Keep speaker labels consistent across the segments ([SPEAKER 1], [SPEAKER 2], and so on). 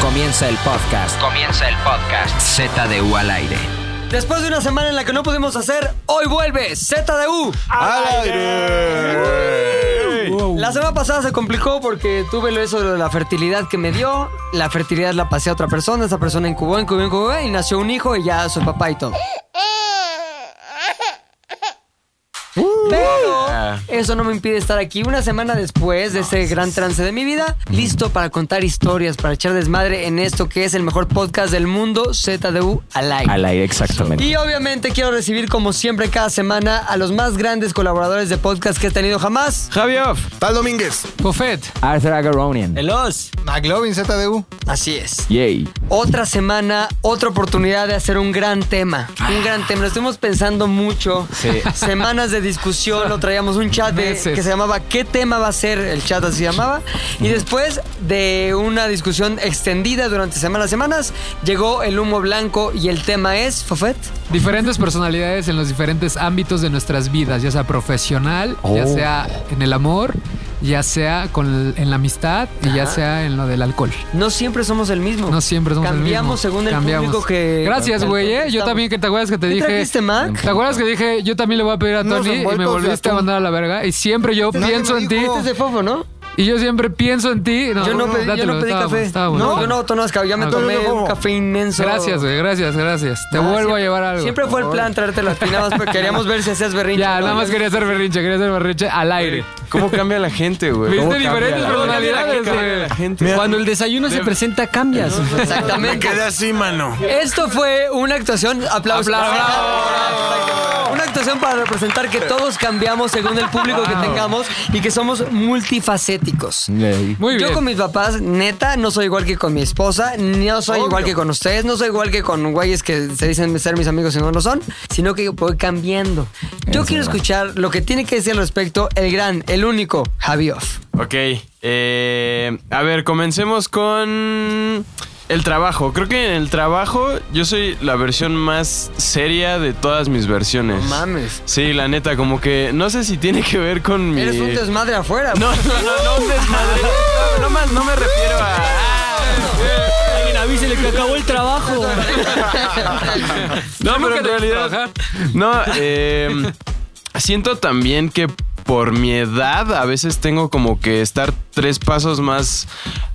[SPEAKER 1] Comienza el podcast. Comienza el podcast. ZDU al aire.
[SPEAKER 2] Después de una semana en la que no pudimos hacer, hoy vuelve ZDU.
[SPEAKER 3] ¡Al aire!
[SPEAKER 2] La semana pasada se complicó porque tuve lo eso de la fertilidad que me dio. La fertilidad la pasé a otra persona. Esa persona incubó, incubó, incubó y nació un hijo y ya soy papá y todo. Pero eso no me impide estar aquí una semana después de ese gran trance de mi vida, listo para contar historias, para echar desmadre en esto que es el mejor podcast del mundo, ZDU al aire.
[SPEAKER 4] Al aire, exactamente.
[SPEAKER 2] Y obviamente quiero recibir, como siempre, cada semana a los más grandes colaboradores de podcast que he tenido jamás.
[SPEAKER 4] Javioff,
[SPEAKER 3] Tal Domínguez.
[SPEAKER 4] Arthur Agaronian.
[SPEAKER 2] Elos.
[SPEAKER 3] McLovin ZDU.
[SPEAKER 2] Así es.
[SPEAKER 4] Yay.
[SPEAKER 2] Otra semana, otra oportunidad de hacer un gran tema. Un gran tema. Lo estuvimos pensando mucho. Semanas de discusión. Lo traíamos un chat de- que se llamaba ¿Qué tema va a ser? El chat así se llamaba. Y después de una discusión extendida durante semanas, semanas, llegó el humo blanco y el tema es, Fofet,
[SPEAKER 5] Diferentes personalidades en los diferentes ámbitos de nuestras vidas, ya sea profesional,
[SPEAKER 2] Oh.
[SPEAKER 5] ya sea en el amor, ya sea con el- en la amistad y ya sea en lo del alcohol.
[SPEAKER 2] no siempre somos el mismo.
[SPEAKER 5] No siempre somos
[SPEAKER 2] Cambiamos
[SPEAKER 5] el mismo.
[SPEAKER 2] según el
[SPEAKER 5] Cambiamos.
[SPEAKER 2] público que...
[SPEAKER 5] Gracias, güey, ¿eh? Yo
[SPEAKER 2] Estamos-
[SPEAKER 5] también, que ¿te acuerdas que te
[SPEAKER 2] ¿Qué
[SPEAKER 5] dije?
[SPEAKER 2] trajiste, Mac?
[SPEAKER 5] ¿Te acuerdas que dije, yo también le voy a pedir a
[SPEAKER 3] Unos
[SPEAKER 5] Tony y me
[SPEAKER 3] envueltos de
[SPEAKER 5] volviste a
[SPEAKER 3] atún.
[SPEAKER 5] mandar a la verga? Y siempre yo
[SPEAKER 3] Nadie
[SPEAKER 5] pienso
[SPEAKER 3] me
[SPEAKER 5] en ti
[SPEAKER 3] dijo.
[SPEAKER 2] Este es de Fofo, ¿no?
[SPEAKER 5] y yo siempre pienso en ti. No,
[SPEAKER 2] Yo no pedí, yo
[SPEAKER 5] dátelo,
[SPEAKER 2] no pedí
[SPEAKER 5] estaba
[SPEAKER 2] café.
[SPEAKER 5] bueno, estaba bueno,
[SPEAKER 2] no, yo no,
[SPEAKER 5] estaba bueno.
[SPEAKER 2] Tono Azcárraga, ya me
[SPEAKER 5] Ah,
[SPEAKER 2] tomé
[SPEAKER 3] yo no
[SPEAKER 2] un
[SPEAKER 3] como.
[SPEAKER 2] café inmenso.
[SPEAKER 5] Gracias, güey, gracias, gracias. Te
[SPEAKER 2] Ah,
[SPEAKER 5] vuelvo
[SPEAKER 2] siempre-
[SPEAKER 5] a llevar algo.
[SPEAKER 2] Siempre fue el plan traértelo a ti, nada más porque queríamos ver si hacías berrinche.
[SPEAKER 5] Ya,
[SPEAKER 2] ¿no?
[SPEAKER 5] nada más quería hacer berrinche, quería hacer berrinche al aire.
[SPEAKER 6] ¿Cómo cambia la gente, güey?
[SPEAKER 5] Viste
[SPEAKER 6] ¿Cómo cambia
[SPEAKER 5] diferentes
[SPEAKER 6] la-
[SPEAKER 5] personalidades,
[SPEAKER 6] cambia
[SPEAKER 5] güey.
[SPEAKER 6] la gente?
[SPEAKER 7] Cuando el desayuno se presenta, cambias.
[SPEAKER 3] Me
[SPEAKER 2] Exactamente.
[SPEAKER 3] quedé así, mano.
[SPEAKER 2] Esto fue una actuación. Aplausos.
[SPEAKER 5] Aplausos.
[SPEAKER 2] Bravo. Una actuación para representar que todos cambiamos según el público que tengamos y que somos multifacéticos.
[SPEAKER 4] Yay.
[SPEAKER 5] Muy bien.
[SPEAKER 2] Yo con mis papás, neta, no soy igual que con mi esposa, no soy igual que con ustedes, no soy igual que con güeyes que se dicen ser mis amigos y no lo son, sino que voy cambiando. Yo quiero escuchar lo que tiene que decir al respecto el gran, el único, Javioff.
[SPEAKER 6] Ok. eh, a ver, comencemos con el trabajo. Creo que en el trabajo yo soy la versión más seria de todas mis versiones.
[SPEAKER 2] Mames.
[SPEAKER 6] Sí, la neta, como que no sé si tiene que ver con mi...
[SPEAKER 2] Eres un desmadre afuera.
[SPEAKER 6] No, no, no, no, un desmadre. No, no, más, no me refiero a...
[SPEAKER 7] Avísele que acabó el trabajo.
[SPEAKER 6] No, pero en
[SPEAKER 5] debes
[SPEAKER 6] realidad.
[SPEAKER 5] trabajar.
[SPEAKER 6] No, eh, siento también que por mi edad a veces tengo como que estar tres pasos más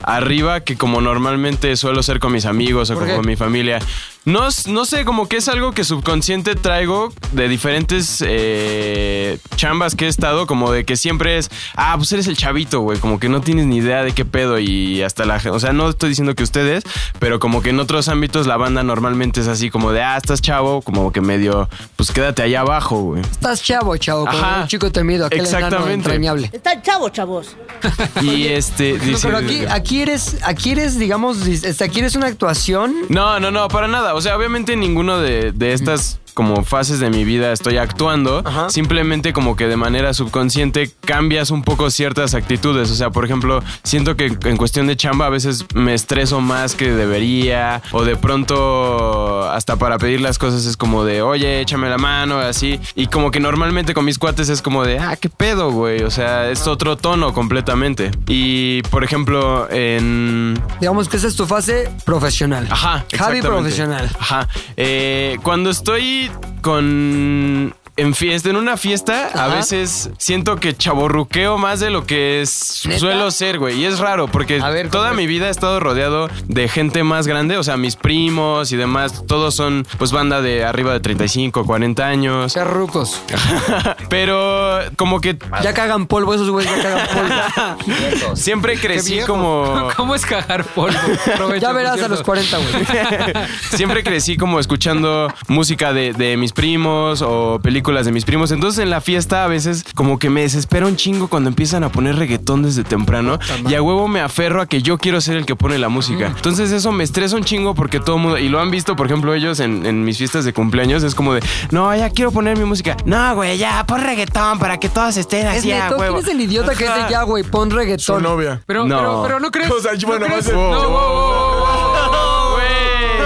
[SPEAKER 6] arriba que como normalmente suelo ser con mis amigos o
[SPEAKER 2] ¿Por qué?
[SPEAKER 6] con mi familia. No, s- no sé, como que es algo que subconsciente traigo de diferentes eh, chambas que he estado, como de que siempre es, ah, pues eres el chavito, güey, como que no tienes ni idea de qué pedo y hasta la... O sea, no estoy diciendo que ustedes, pero como que en otros ámbitos la banda normalmente es así como de, ah, estás chavo, como que medio, pues quédate allá abajo, güey.
[SPEAKER 2] Estás chavo, chavo, como
[SPEAKER 6] Ajá.
[SPEAKER 2] un chico temido, aquel enano
[SPEAKER 6] Exactamente.
[SPEAKER 2] entrañable.
[SPEAKER 8] Están chavos, chavos.
[SPEAKER 6] Y este...
[SPEAKER 2] No,
[SPEAKER 6] dice-
[SPEAKER 2] pero aquí, aquí eres, aquí eres, digamos, dis- este, aquí eres una actuación.
[SPEAKER 6] No, no, no, para nada. O sea, obviamente en ninguno de, de estas como fases de mi vida estoy actuando. Simplemente como que de manera subconsciente cambias un poco ciertas actitudes. O sea, por ejemplo, siento que en cuestión de chamba a veces me estreso más que debería. O de pronto hasta para pedir las cosas es como de, oye, échame la mano, así. Y como que normalmente con mis cuates es como de, ah, qué pedo, güey. O sea, es otro tono completamente. Y, por ejemplo, en...
[SPEAKER 2] Digamos que esa es tu fase profesional.
[SPEAKER 6] Ajá.
[SPEAKER 2] Javi
[SPEAKER 6] exactamente.
[SPEAKER 2] profesional.
[SPEAKER 6] Ajá. Eh, cuando estoy con. En fiesta, en una fiesta,
[SPEAKER 2] Ajá.
[SPEAKER 6] a veces siento que chaborruqueo más de lo que es-
[SPEAKER 2] ¿Neta?
[SPEAKER 6] suelo ser, güey. Y es raro, porque
[SPEAKER 2] A ver, ¿cómo
[SPEAKER 6] toda
[SPEAKER 2] es?
[SPEAKER 6] mi vida he estado rodeado de gente más grande, o sea, mis primos y demás, todos son pues banda de arriba de 35, 40 años.
[SPEAKER 2] Qué rucos.
[SPEAKER 6] Pero como que
[SPEAKER 2] Ya cagan polvo esos güeyes, ya cagan polvo.
[SPEAKER 6] siempre crecí
[SPEAKER 3] viejo.
[SPEAKER 6] como...
[SPEAKER 5] ¿Cómo es cagar polvo? Aprovecho,
[SPEAKER 2] ya
[SPEAKER 5] por
[SPEAKER 2] verás a
[SPEAKER 5] cierto.
[SPEAKER 2] los 40, güey.
[SPEAKER 6] Siempre crecí como escuchando música de, de mis primos o películas de mis primos. Entonces en la fiesta a veces como que me desespera un chingo cuando empiezan a poner reggaetón desde temprano y a huevo me aferro a que yo quiero ser el que pone la música. Entonces eso me estresa un chingo porque todo el mundo, y lo han visto por ejemplo ellos en, en mis fiestas de cumpleaños, es como de, no, ya quiero poner mi música. No, güey, ya, pon reggaetón para que todas estén
[SPEAKER 2] Es
[SPEAKER 6] así a
[SPEAKER 2] neto, ¿quién
[SPEAKER 6] huevo.
[SPEAKER 2] es el idiota que es de ya, güey? Pon
[SPEAKER 3] Tu
[SPEAKER 2] reggaetón.
[SPEAKER 3] novia.
[SPEAKER 5] Pero
[SPEAKER 6] No.
[SPEAKER 5] no, pero, pero no crees.
[SPEAKER 3] O sea,
[SPEAKER 5] no
[SPEAKER 3] bueno,
[SPEAKER 5] crees-
[SPEAKER 3] más de-
[SPEAKER 5] no, wow, wow, wow, wow.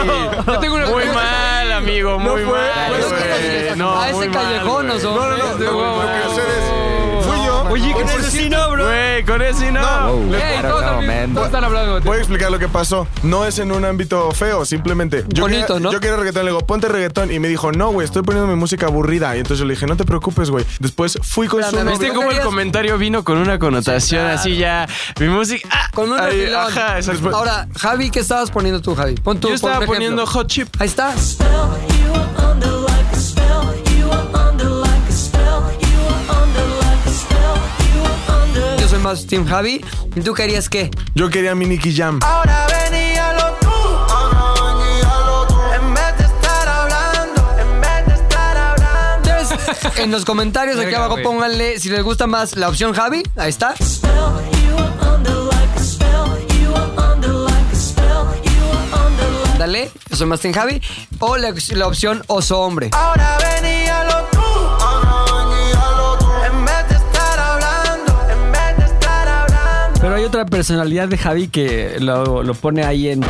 [SPEAKER 6] Güey.
[SPEAKER 5] Yo tengo una
[SPEAKER 6] Muy
[SPEAKER 5] pregunta.
[SPEAKER 6] mal, amigo, muy
[SPEAKER 3] fue,
[SPEAKER 6] mal.
[SPEAKER 3] no
[SPEAKER 2] Pues,
[SPEAKER 3] fue.
[SPEAKER 6] güey.
[SPEAKER 2] güey,
[SPEAKER 6] No,
[SPEAKER 2] a ese
[SPEAKER 6] muy mal,
[SPEAKER 2] callejón
[SPEAKER 6] güey.
[SPEAKER 2] nos no,
[SPEAKER 3] No, no, no.
[SPEAKER 5] Este,
[SPEAKER 3] Lo,
[SPEAKER 5] wow,
[SPEAKER 3] lo que
[SPEAKER 5] wow,
[SPEAKER 3] ustedes. Fui yo.
[SPEAKER 4] Oh. Oye,
[SPEAKER 3] Oye,
[SPEAKER 4] que
[SPEAKER 3] por
[SPEAKER 4] por si no, bro.
[SPEAKER 6] Güey, con ese no.
[SPEAKER 9] Wow.
[SPEAKER 6] Le-
[SPEAKER 5] Ey,
[SPEAKER 9] Claro,
[SPEAKER 5] todos,
[SPEAKER 9] no,
[SPEAKER 5] al mismo-
[SPEAKER 9] man.
[SPEAKER 5] todos están hablando.
[SPEAKER 3] Voy a explicar lo que pasó. No es en un ámbito feo, simplemente. Yo
[SPEAKER 4] Bonito,
[SPEAKER 3] quería,
[SPEAKER 4] ¿no?
[SPEAKER 3] Yo quería reggaetón, le digo, ponte reggaetón. Y me dijo, no, güey, estoy poniendo mi música aburrida. Y entonces yo le dije, no te preocupes, güey. Después fui con su
[SPEAKER 2] Espérame,
[SPEAKER 3] novio.
[SPEAKER 6] ¿Viste cómo el comentario vino con una connotación así ya? Mi música. ah,
[SPEAKER 2] Con un
[SPEAKER 6] ay,
[SPEAKER 2] refilón.
[SPEAKER 6] Ajá, exacto.
[SPEAKER 2] Ahora, Javi, ¿qué estabas poniendo tú, Javi? Pon tú,
[SPEAKER 6] Yo
[SPEAKER 2] pon un
[SPEAKER 6] estaba
[SPEAKER 2] ejemplo.
[SPEAKER 6] poniendo hot chip.
[SPEAKER 2] Ahí está.
[SPEAKER 10] spell, you were under like a spell, you were under like a spell, you were under like a spell, you were under
[SPEAKER 2] Yo soy más Team Javi. ¿Y tú querías qué?
[SPEAKER 3] Yo quería mi Nicky Jam.
[SPEAKER 11] Ahora venía lo tú. En vez de estar hablando, en vez de estar hablando.
[SPEAKER 2] Entonces, en los comentarios aquí
[SPEAKER 5] Verga,
[SPEAKER 2] abajo
[SPEAKER 5] güey.
[SPEAKER 2] pónganle si les gusta más la opción Javi. Ahí está.
[SPEAKER 10] spell, you were under like a spell, you were under like a spell, you were under like
[SPEAKER 2] Dale, yo soy más Team Javi. O la, la opción Oso Hombre.
[SPEAKER 11] Ahora venía lo tú. En vez de estar hablando, en vez de estar hablando.
[SPEAKER 4] Pero hay otra personalidad de Javi que lo, lo pone ahí en.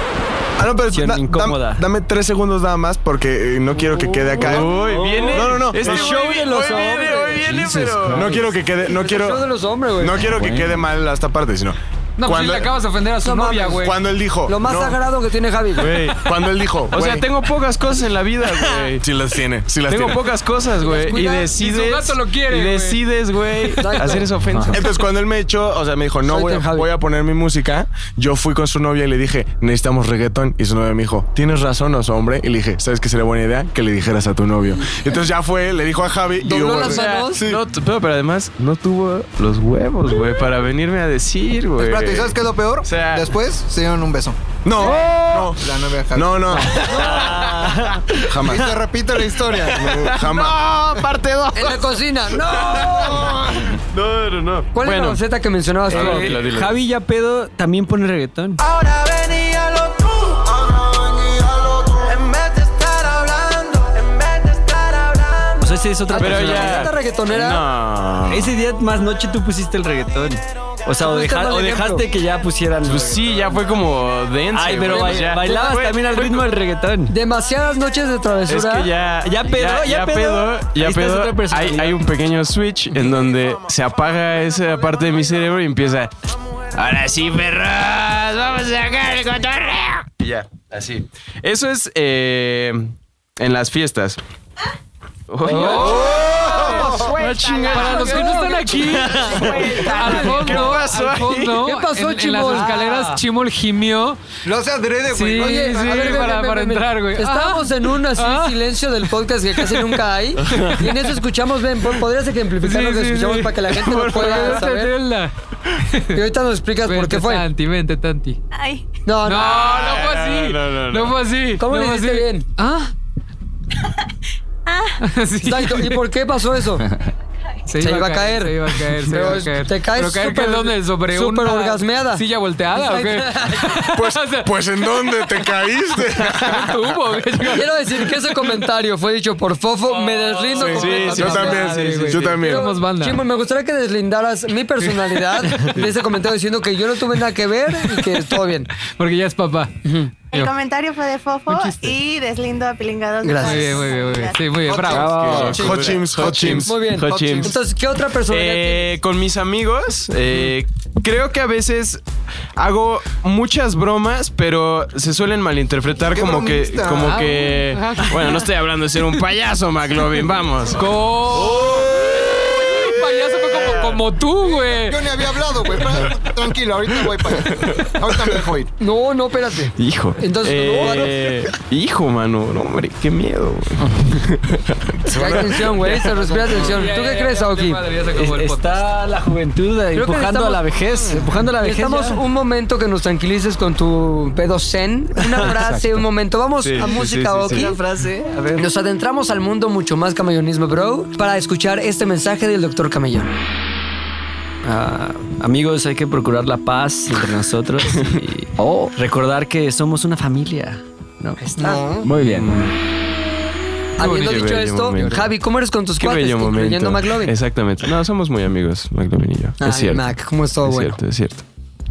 [SPEAKER 3] Ah, no, pero
[SPEAKER 4] Opción
[SPEAKER 3] da- dam-
[SPEAKER 4] incómoda.
[SPEAKER 3] dame tres segundos nada más porque eh, no quiero que quede acá.
[SPEAKER 6] Uy, viene.
[SPEAKER 3] No, no, no.
[SPEAKER 6] Este
[SPEAKER 4] El
[SPEAKER 6] güey
[SPEAKER 4] show
[SPEAKER 6] vi-
[SPEAKER 4] de los
[SPEAKER 6] hoy viene, hoy
[SPEAKER 4] hombres.
[SPEAKER 6] viene,
[SPEAKER 5] Jesus
[SPEAKER 6] pero.
[SPEAKER 5] Christ.
[SPEAKER 3] No quiero que quede,
[SPEAKER 2] Yo
[SPEAKER 3] no
[SPEAKER 2] de
[SPEAKER 3] quiero,
[SPEAKER 2] los hombres, güey.
[SPEAKER 3] no quiero que quede mal esta parte, sino.
[SPEAKER 5] No, pues sí
[SPEAKER 3] cuando,
[SPEAKER 5] le acabas de ofender a su
[SPEAKER 2] No
[SPEAKER 5] novia,
[SPEAKER 2] mames.
[SPEAKER 5] güey.
[SPEAKER 3] cuando él dijo.
[SPEAKER 2] Lo más
[SPEAKER 3] no,
[SPEAKER 2] sagrado que tiene Javi.
[SPEAKER 6] Güey.
[SPEAKER 3] Cuando él dijo.
[SPEAKER 6] O sea,
[SPEAKER 3] güey,
[SPEAKER 6] tengo pocas cosas en la vida, güey.
[SPEAKER 3] Sí las tiene, sí las
[SPEAKER 6] Tengo
[SPEAKER 3] tiene.
[SPEAKER 6] pocas cosas, güey. Y
[SPEAKER 5] cuida, y su
[SPEAKER 6] decides.
[SPEAKER 5] gato lo quiere,
[SPEAKER 6] y
[SPEAKER 5] güey.
[SPEAKER 6] decides, güey,
[SPEAKER 2] Exacto.
[SPEAKER 6] hacer esa ofensa.
[SPEAKER 3] Entonces, cuando él me echó, o sea, me dijo, no,
[SPEAKER 2] Soy
[SPEAKER 3] voy a,
[SPEAKER 2] Tim Javi.
[SPEAKER 3] voy a poner mi música. Yo fui con su novia y le dije, necesitamos reggaetón. Y su novia me dijo, tienes razón, oso hombre. Y le dije, ¿sabes qué sería buena idea? Que le dijeras a tu novio. Entonces ya fue, le dijo a Javi. y
[SPEAKER 2] Dobló
[SPEAKER 3] hubo-
[SPEAKER 2] las
[SPEAKER 6] O sea,
[SPEAKER 2] manos.
[SPEAKER 3] Sí.
[SPEAKER 6] no, t- pero, pero además no tuvo los huevos, güey, para venirme a decir, güey.
[SPEAKER 12] Espérate, ¿y ¿sabes qué es lo peor?
[SPEAKER 6] O sea-
[SPEAKER 12] Después se dieron un beso.
[SPEAKER 3] No, no,
[SPEAKER 12] La novia Javi.
[SPEAKER 3] no, no. Ah.
[SPEAKER 12] Y
[SPEAKER 3] Jamás.
[SPEAKER 12] te repito la historia.
[SPEAKER 3] No, jamás.
[SPEAKER 6] parte 2.
[SPEAKER 2] En la cocina. ¡No!
[SPEAKER 6] No, no, no.
[SPEAKER 2] ¿Cuál es la
[SPEAKER 6] bueno,
[SPEAKER 2] receta que mencionabas tú?
[SPEAKER 6] dilo, dilo, dilo.
[SPEAKER 4] Javi ya pedo también pone reggaetón.
[SPEAKER 11] Ahora venía lo tú. En vez de estar hablando, en vez de estar hablando.
[SPEAKER 4] O sea, ese es otra
[SPEAKER 6] Pero
[SPEAKER 4] personalidad.
[SPEAKER 6] ya.
[SPEAKER 2] ¿Esta Ah, reggaetonera?
[SPEAKER 6] No.
[SPEAKER 4] Ese día más noche tú pusiste el reggaetón. O sea, o,
[SPEAKER 2] Tú fuiste
[SPEAKER 4] deja-
[SPEAKER 2] mal
[SPEAKER 4] o
[SPEAKER 2] ejemplo.
[SPEAKER 4] dejaste que ya pusieran.
[SPEAKER 6] Pues sí, ya fue como dense.
[SPEAKER 4] Ay, pero
[SPEAKER 6] güey,
[SPEAKER 4] ba-
[SPEAKER 6] pues ya.
[SPEAKER 4] bailabas
[SPEAKER 6] Fue-
[SPEAKER 4] también al
[SPEAKER 6] fue
[SPEAKER 4] ritmo del reggaetón.
[SPEAKER 2] Demasiadas noches de
[SPEAKER 6] Es
[SPEAKER 2] travesura.
[SPEAKER 6] que ya.
[SPEAKER 4] Ya pedo, ya pedo.
[SPEAKER 6] Ya
[SPEAKER 4] Ahí está
[SPEAKER 6] pedo.
[SPEAKER 4] otra
[SPEAKER 6] Hay,
[SPEAKER 4] personalidad.
[SPEAKER 6] hay un pequeño switch en donde se apaga esa parte de mi cerebro y empieza. Ahora sí, perros, vamos a sacar el cotorreo. Y ya, así. Eso es eh, en las fiestas.
[SPEAKER 4] Ah.
[SPEAKER 6] Oye,
[SPEAKER 4] Oh,
[SPEAKER 5] Para los que no están aquí, al fondo,
[SPEAKER 6] pasó
[SPEAKER 5] al
[SPEAKER 6] ahí?
[SPEAKER 5] fondo,
[SPEAKER 2] ¿Qué pasó,
[SPEAKER 5] en, en las
[SPEAKER 2] Chimol? Ah.
[SPEAKER 5] escaleras, Chimol gimió.
[SPEAKER 12] Lo hace adrede, güey.
[SPEAKER 5] Sí,
[SPEAKER 2] Oye,
[SPEAKER 5] sí,
[SPEAKER 2] a ver, ven, ven,
[SPEAKER 5] para,
[SPEAKER 2] ven,
[SPEAKER 5] para
[SPEAKER 2] ven.
[SPEAKER 5] entrar, güey.
[SPEAKER 2] Estábamos en un así,
[SPEAKER 5] Ah.
[SPEAKER 2] silencio del podcast que casi nunca hay. Y en eso escuchamos, ven, po- podrías ejemplificar lo que escuchamos para que la gente lo
[SPEAKER 5] Por favor,
[SPEAKER 2] pueda saber.
[SPEAKER 5] entenderla.
[SPEAKER 2] Y ahorita nos explicas por
[SPEAKER 5] Vente,
[SPEAKER 2] qué fue.
[SPEAKER 5] Tanti, vente, Tanti.
[SPEAKER 10] Ay.
[SPEAKER 2] No,
[SPEAKER 5] No,
[SPEAKER 2] no.
[SPEAKER 5] no fue así.
[SPEAKER 6] No, no, no, no.
[SPEAKER 5] No fue así.
[SPEAKER 2] ¿Cómo
[SPEAKER 5] no
[SPEAKER 2] le
[SPEAKER 5] fue
[SPEAKER 2] hiciste
[SPEAKER 5] así.
[SPEAKER 2] bien?
[SPEAKER 5] Ah. Sí.
[SPEAKER 2] Exacto. ¿Y por qué pasó eso?
[SPEAKER 5] Se,
[SPEAKER 2] iba a caer.
[SPEAKER 5] Se iba a caer, se
[SPEAKER 2] Pero
[SPEAKER 5] iba a caer.
[SPEAKER 2] te caes
[SPEAKER 5] ¿Pero caer
[SPEAKER 2] súper-
[SPEAKER 5] que dónde? ¿Sobre
[SPEAKER 2] súper
[SPEAKER 5] una
[SPEAKER 2] orgasmeada.
[SPEAKER 5] silla volteada o qué?
[SPEAKER 3] Pues, pues en dónde te caíste.
[SPEAKER 5] Tuvo, güey.
[SPEAKER 2] Quiero decir que ese comentario fue dicho por
[SPEAKER 5] Oh,
[SPEAKER 2] Fofo. Me deslindo
[SPEAKER 6] sí,
[SPEAKER 2] completamente.
[SPEAKER 6] sí,
[SPEAKER 3] yo también,
[SPEAKER 5] madre,
[SPEAKER 3] sí,
[SPEAKER 5] güey.
[SPEAKER 3] yo también.
[SPEAKER 5] Somos banda.
[SPEAKER 2] Chimo, me gustaría que deslindaras mi personalidad de ese comentario diciendo que yo no tuve nada que ver y que todo bien.
[SPEAKER 5] Porque ya es papá.
[SPEAKER 13] El comentario fue de Fofo y deslindo a pilingados.
[SPEAKER 2] Gracias.
[SPEAKER 5] Muy bien, muy bien, muy bien. Sí, muy bien. Bravo.
[SPEAKER 9] Bravo.
[SPEAKER 3] Hot Chims, Hot Chims.
[SPEAKER 6] oh,
[SPEAKER 2] Muy bien.
[SPEAKER 6] Hot Chims.
[SPEAKER 2] Entonces, ¿qué otra personalidad tienes?
[SPEAKER 6] Eh, con mis amigos, eh, creo que a veces hago muchas bromas, pero se suelen malinterpretar como que,
[SPEAKER 12] bromista?
[SPEAKER 2] Ah,
[SPEAKER 6] como que, bueno, no estoy hablando de ser un payaso, McLovin, vamos.
[SPEAKER 5] Go. Un Oh, payaso fue como, como tú, güey.
[SPEAKER 12] Yo ni había hablado, güey. Pero Tranquilo, ahorita voy para allá. Ahorita me dejo ir.
[SPEAKER 2] No, no, espérate.
[SPEAKER 6] Hijo.
[SPEAKER 2] Entonces,
[SPEAKER 6] Eh, hijo, mano, no, hombre, qué miedo. güey.
[SPEAKER 2] Sí, Hay tensión, güey. Se respira tensión. ¿Tú qué crees, Aoki?
[SPEAKER 4] Está la juventud eh,
[SPEAKER 2] Creo que
[SPEAKER 4] empujando a la vejez. Empujando a la vejez.
[SPEAKER 2] Necesitamos
[SPEAKER 4] ya.
[SPEAKER 2] un momento que nos tranquilices con tu pedo zen. Una frase, un momento. Vamos
[SPEAKER 6] Sí,
[SPEAKER 2] a
[SPEAKER 6] sí,
[SPEAKER 2] música,
[SPEAKER 6] sí, sí,
[SPEAKER 2] Aoki.
[SPEAKER 6] sí.
[SPEAKER 2] frase. Nos adentramos al mundo mucho más camellonismo, bro, para escuchar este mensaje del doctor Camellón.
[SPEAKER 4] Ah, amigos, hay que procurar la paz entre nosotros y recordar que somos una familia. ¿no?
[SPEAKER 2] Está.
[SPEAKER 9] Muy bien.
[SPEAKER 2] Habiendo
[SPEAKER 6] bonito. Qué
[SPEAKER 2] dicho
[SPEAKER 6] bello
[SPEAKER 2] esto,
[SPEAKER 6] momento.
[SPEAKER 2] Javi, ¿cómo eres con tus
[SPEAKER 6] Qué
[SPEAKER 2] cuates,
[SPEAKER 6] bello
[SPEAKER 2] incluyendo
[SPEAKER 6] momento.
[SPEAKER 2] McLovin?
[SPEAKER 6] Exactamente. No, somos muy amigos, McLovin y yo.
[SPEAKER 2] Ay,
[SPEAKER 6] es cierto.
[SPEAKER 2] Mac, ¿cómo es todo
[SPEAKER 6] es
[SPEAKER 2] bueno?
[SPEAKER 6] cierto, es cierto.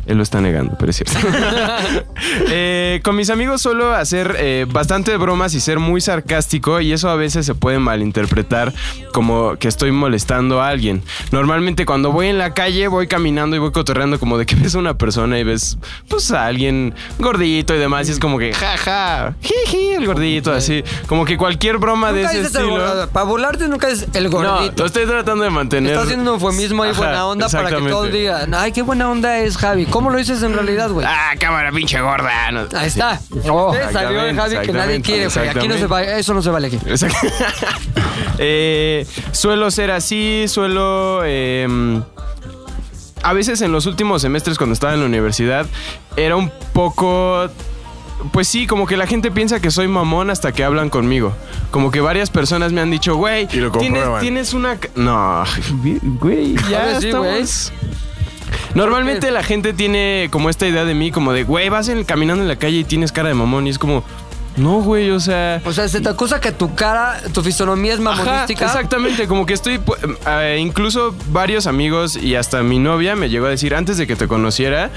[SPEAKER 6] Él lo está negando, pero es cierto. Eh, con mis amigos suelo hacer eh, bastante bromas y ser muy sarcástico y eso a veces se puede malinterpretar como que estoy molestando a alguien. Normalmente cuando voy en la calle voy caminando y voy cotorreando como de que ves a una persona y ves pues a alguien gordito y demás y es como que jaja, ja, jiji, el gordito así. Como que cualquier broma de
[SPEAKER 2] Nunca
[SPEAKER 6] ese
[SPEAKER 2] dices el
[SPEAKER 6] estilo...
[SPEAKER 2] gordito. Para burlarte nunca es el
[SPEAKER 6] No,
[SPEAKER 2] gordito.
[SPEAKER 6] lo estoy tratando de mantener.
[SPEAKER 2] Estás haciendo un eufemismo ahí
[SPEAKER 6] Ajá,
[SPEAKER 2] buena onda para que todos
[SPEAKER 6] exactamente.
[SPEAKER 2] digan, ay, qué buena onda es Javi. ¿Cómo lo dices en realidad, güey?
[SPEAKER 6] Ah, cámara, pinche gorda. No-
[SPEAKER 2] Ahí está.
[SPEAKER 6] Sí.
[SPEAKER 2] Usted salió el
[SPEAKER 6] Exactamente,
[SPEAKER 2] Javi que nadie
[SPEAKER 6] exactamente,
[SPEAKER 2] quiere, güey. Aquí no se va, eso no se vale aquí.
[SPEAKER 6] Exacto. Eh, suelo ser así, suelo... eh, a veces en los últimos semestres cuando estaba en la universidad era un poco... Pues sí, como que la gente piensa que soy mamón hasta que hablan conmigo. Como que varias personas me han dicho, güey,
[SPEAKER 3] Y lo
[SPEAKER 6] tienes,
[SPEAKER 3] comprueban.
[SPEAKER 6] tienes una... ca- No, güey, ya
[SPEAKER 2] Ahora sí, güey.
[SPEAKER 6] estamos- Normalmente la gente tiene como esta idea de mí, como de, güey, vas en- caminando en la calle y tienes cara de mamón. Y es como, no, güey, o sea...
[SPEAKER 2] O sea, se te acusa que tu cara, tu fisonomía es mamonística.
[SPEAKER 6] Ajá, exactamente, como que estoy... pu- eh, incluso varios amigos y hasta mi novia me llegó a decir, antes de que te conociera,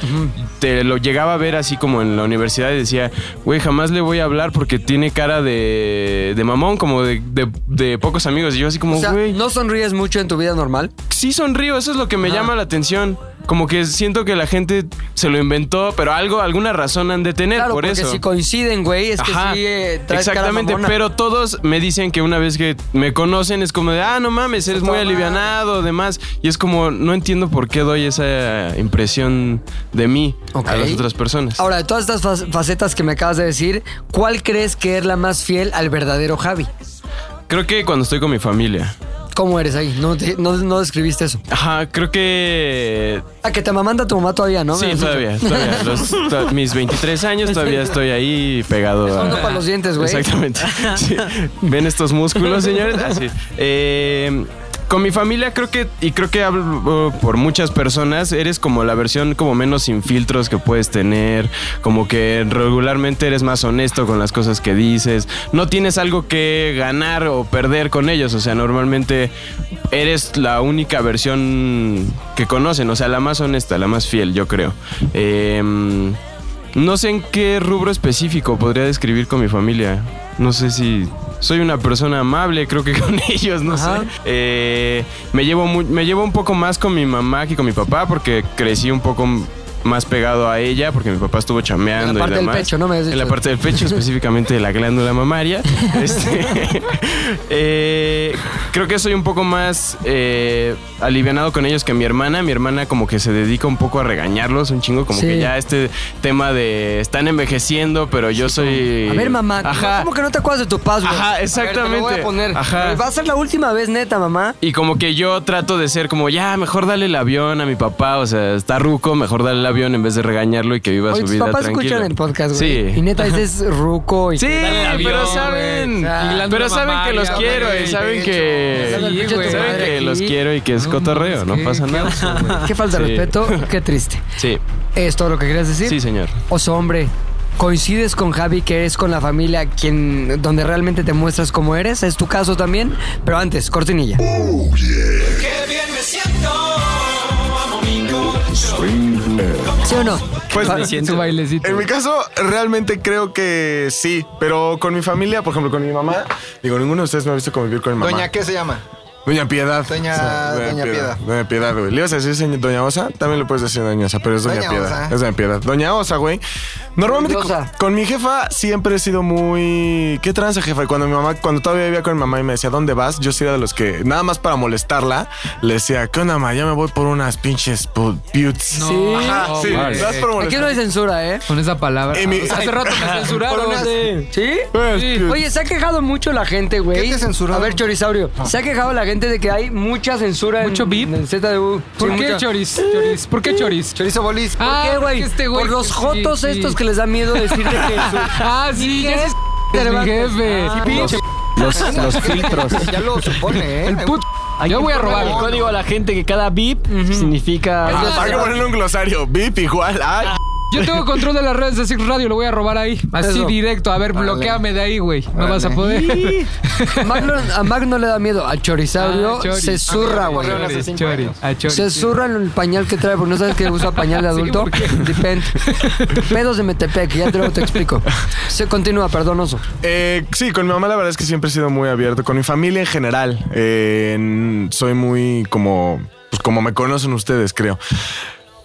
[SPEAKER 6] te lo llegaba a ver así como en la universidad y decía, güey, jamás le voy a hablar porque tiene cara de, de mamón, como de, de- de pocos amigos. Y yo así como,
[SPEAKER 2] O sea,
[SPEAKER 6] güey, Eh,
[SPEAKER 2] ¿no sonríes mucho en tu vida normal?
[SPEAKER 6] sí sonrío, eso es lo que me llama la atención. Como que siento que la gente se lo inventó, pero algo, alguna razón han de tener
[SPEAKER 2] Claro,
[SPEAKER 6] por
[SPEAKER 2] porque
[SPEAKER 6] eso.
[SPEAKER 2] si coinciden, güey, es
[SPEAKER 6] Ajá,
[SPEAKER 2] que sí eh, traes
[SPEAKER 6] exactamente,
[SPEAKER 2] cara mamona.
[SPEAKER 6] pero todos me dicen que una vez que me conocen es como de, ah, no mames, eres muy alivianado, demás. Y es como, no entiendo por qué doy esa impresión de mí a las otras personas.
[SPEAKER 2] Ahora, de todas estas fas- facetas que me acabas de decir, ¿cuál crees que es la más fiel al verdadero Javi?
[SPEAKER 6] Creo que cuando estoy con mi familia.
[SPEAKER 2] ¿Cómo eres ahí? No, te- no, no describiste eso.
[SPEAKER 6] Ajá, creo que...
[SPEAKER 2] Ah, que te mamanda tu mamá todavía, ¿no? Me
[SPEAKER 6] sí,
[SPEAKER 2] has dicho.
[SPEAKER 6] todavía, todavía. Los- to- mis 23 años todavía estoy ahí pegado. a-
[SPEAKER 2] Para los dientes, güey.
[SPEAKER 6] Exactamente. Sí. ¿Ven estos músculos, señores? Así. Eh, con mi familia creo que, y creo que hablo por muchas personas, eres como la versión como menos sin filtros que puedes tener, como que regularmente eres más honesto con las cosas que dices, no tienes algo que ganar o perder con ellos, o sea, normalmente eres la única versión que conocen, o sea, la más honesta, la más fiel, yo creo. Em, no sé en qué rubro específico podría describir con mi familia. No sé si soy una persona amable, creo que con ellos, no
[SPEAKER 2] Ajá.
[SPEAKER 6] sé. Eh, me, llevo mu- me llevo un poco más con mi mamá que con mi papá porque crecí un poco m- más pegado a ella porque mi papá estuvo chameando
[SPEAKER 2] En la parte
[SPEAKER 6] y
[SPEAKER 2] del
[SPEAKER 6] demás.
[SPEAKER 2] pecho, ¿no? Me has
[SPEAKER 6] En la
[SPEAKER 2] dicho.
[SPEAKER 6] parte del pecho, específicamente de la glándula mamaria. Este, eh, creo que soy un poco más eh, alivianado con ellos que mi hermana. Mi hermana como que se dedica un poco a regañarlos un chingo, como
[SPEAKER 2] Sí.
[SPEAKER 6] que ya este tema de están envejeciendo, pero yo soy...
[SPEAKER 2] A ver, mamá,
[SPEAKER 6] Ajá.
[SPEAKER 2] ¿cómo que no te acuerdas de tu password?
[SPEAKER 6] Ajá,
[SPEAKER 2] A ver, te lo
[SPEAKER 6] exactamente.
[SPEAKER 2] voy a poner.
[SPEAKER 6] Ajá.
[SPEAKER 2] Va a ser la última vez, neta, mamá.
[SPEAKER 6] Y como que yo trato de ser como, ya, mejor dale el avión a mi papá, o sea, está ruco, mejor dale el avión en vez de regañarlo y que viva
[SPEAKER 2] Oye,
[SPEAKER 6] su
[SPEAKER 2] tus
[SPEAKER 6] vida
[SPEAKER 2] papás
[SPEAKER 6] tranquila.
[SPEAKER 2] escuchan el podcast, güey.
[SPEAKER 6] Sí.
[SPEAKER 2] Y neta, ese es ruco. Y
[SPEAKER 6] Sí,
[SPEAKER 2] que- Dale el avión,
[SPEAKER 6] pero
[SPEAKER 2] güey.
[SPEAKER 6] saben,
[SPEAKER 2] Ah.
[SPEAKER 6] pero saben que los
[SPEAKER 5] mamaria,
[SPEAKER 6] quiero,
[SPEAKER 5] güey,
[SPEAKER 6] y saben
[SPEAKER 5] de
[SPEAKER 6] que
[SPEAKER 5] hecho. Sí,
[SPEAKER 6] saben
[SPEAKER 5] güey.
[SPEAKER 6] saben que
[SPEAKER 5] Aquí.
[SPEAKER 6] los quiero y que es cotorreo, no pasa nada.
[SPEAKER 2] Qué falta de
[SPEAKER 6] Sí.
[SPEAKER 2] respeto, qué triste.
[SPEAKER 6] Sí,
[SPEAKER 2] ¿Es todo lo que querías decir?
[SPEAKER 6] sí, señor.
[SPEAKER 2] Oso, hombre, ¿coincides con Javi que eres con la familia quien, donde realmente te muestras como eres? ¿Es tu caso también? Pero antes, cortinilla.
[SPEAKER 8] Qué bien me siento. Amo mi corcho.
[SPEAKER 2] ¿Sí o no?
[SPEAKER 3] Pues
[SPEAKER 2] Va-
[SPEAKER 5] Su bailecito.
[SPEAKER 3] En mi caso, realmente creo que sí, pero con mi familia, por ejemplo, con mi mamá, digo, ninguno de ustedes me ha visto convivir con mi mamá.
[SPEAKER 11] Doña, ¿qué se llama?
[SPEAKER 3] Doña Piedad.
[SPEAKER 11] Doña- Doña Piedad.
[SPEAKER 3] Doña Piedad, güey. ¿Le ibas a decir señor- Doña Osa? También le puedes decir Doña Osa, pero es Doña,
[SPEAKER 11] Doña
[SPEAKER 3] Piedad.
[SPEAKER 11] Osa.
[SPEAKER 3] Es Doña Piedad. Doña Osa, güey. Normalmente
[SPEAKER 2] Doña
[SPEAKER 3] con,
[SPEAKER 2] Osa.
[SPEAKER 3] con mi jefa siempre he sido muy... ¿Qué tranza, jefa? Y cuando mi mamá, cuando todavía vivía con mi mamá y me decía, ¿dónde vas? Yo sí era de los que, nada más para molestarla, le decía, ¿qué onda, ma? Ya me voy por unas pinches pu- putes.
[SPEAKER 5] No,
[SPEAKER 2] Sí.
[SPEAKER 3] Ajá, sí,
[SPEAKER 5] güey.
[SPEAKER 3] nada más por
[SPEAKER 2] Aquí no hay
[SPEAKER 3] molestar.
[SPEAKER 2] censura, ¿eh?
[SPEAKER 5] Con esa palabra.
[SPEAKER 3] En mi-
[SPEAKER 5] Hace rato me censuraron.
[SPEAKER 11] Por unas-
[SPEAKER 5] güey.
[SPEAKER 2] ¿Sí?
[SPEAKER 3] Pues, putes.
[SPEAKER 2] Oye, se ha quejado mucho la gente, güey.
[SPEAKER 11] ¿Qué te censuraron?
[SPEAKER 2] A ver, Chorisaurio. Se ha quejado la gente de que hay mucha censura
[SPEAKER 5] ¿Mucho
[SPEAKER 2] en,
[SPEAKER 5] beep?
[SPEAKER 2] en ZDU.
[SPEAKER 5] ¿Por
[SPEAKER 2] Sí,
[SPEAKER 5] qué
[SPEAKER 2] mucha.
[SPEAKER 5] choris? Choris, ¿Por qué choris?
[SPEAKER 11] Chorizo bolis.
[SPEAKER 5] Ah,
[SPEAKER 2] ¿Por qué, güey?
[SPEAKER 5] porque este güey
[SPEAKER 2] Por los
[SPEAKER 5] sí,
[SPEAKER 2] jotos
[SPEAKER 5] sí.
[SPEAKER 2] estos que les da miedo decir de que su-
[SPEAKER 5] Ah, sí, ya es mi
[SPEAKER 2] Cervantes.
[SPEAKER 5] jefe.
[SPEAKER 2] Ah,
[SPEAKER 5] Pinche
[SPEAKER 4] Los, los filtros.
[SPEAKER 11] Ya lo supone, ¿eh?
[SPEAKER 5] el put. Yo voy a robar.
[SPEAKER 11] el código
[SPEAKER 7] a la gente que cada beep significa.
[SPEAKER 3] Ah, hay que ponerle un glosario. VIP igual. Ah,
[SPEAKER 5] Yo tengo control de las redes de Six Radio, lo voy a robar ahí. Así
[SPEAKER 2] Eso.
[SPEAKER 5] directo. A ver,
[SPEAKER 2] Órale.
[SPEAKER 5] bloqueame de ahí, güey. No
[SPEAKER 2] Órale.
[SPEAKER 5] vas a poder.
[SPEAKER 2] Y- A Mac, no- a Mac no le da miedo. Al chorizaurio
[SPEAKER 5] Ah, Choris.
[SPEAKER 2] se zurra,
[SPEAKER 5] Ah,
[SPEAKER 2] güey.
[SPEAKER 5] Choris, Choris, Choris. Ah, Choris,
[SPEAKER 2] Se
[SPEAKER 5] sí.
[SPEAKER 2] zurra en el pañal que trae, porque no sabes que usa pañal de
[SPEAKER 5] Sí,
[SPEAKER 2] adulto.
[SPEAKER 5] ¿por qué?
[SPEAKER 2] Depende. Pedos de Metepec, ya te, luego te explico. Se continúa, perdón, oso.
[SPEAKER 3] Eh, sí, con mi mamá la verdad es que siempre he sido muy abierto. Con mi familia en general. eh, en- soy muy como. Pues como me conocen ustedes, creo.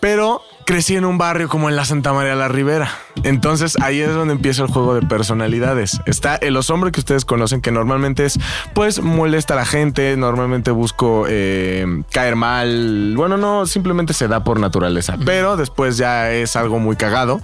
[SPEAKER 3] Pero crecí en un barrio como en la Santa María la Ribera. Entonces ahí es donde empieza el juego de personalidades. Está el osombre que ustedes conocen, que normalmente es, pues, molesta a la gente. Normalmente busco eh, caer mal. Bueno, no, simplemente se da por naturaleza. Pero después ya es algo muy cagado.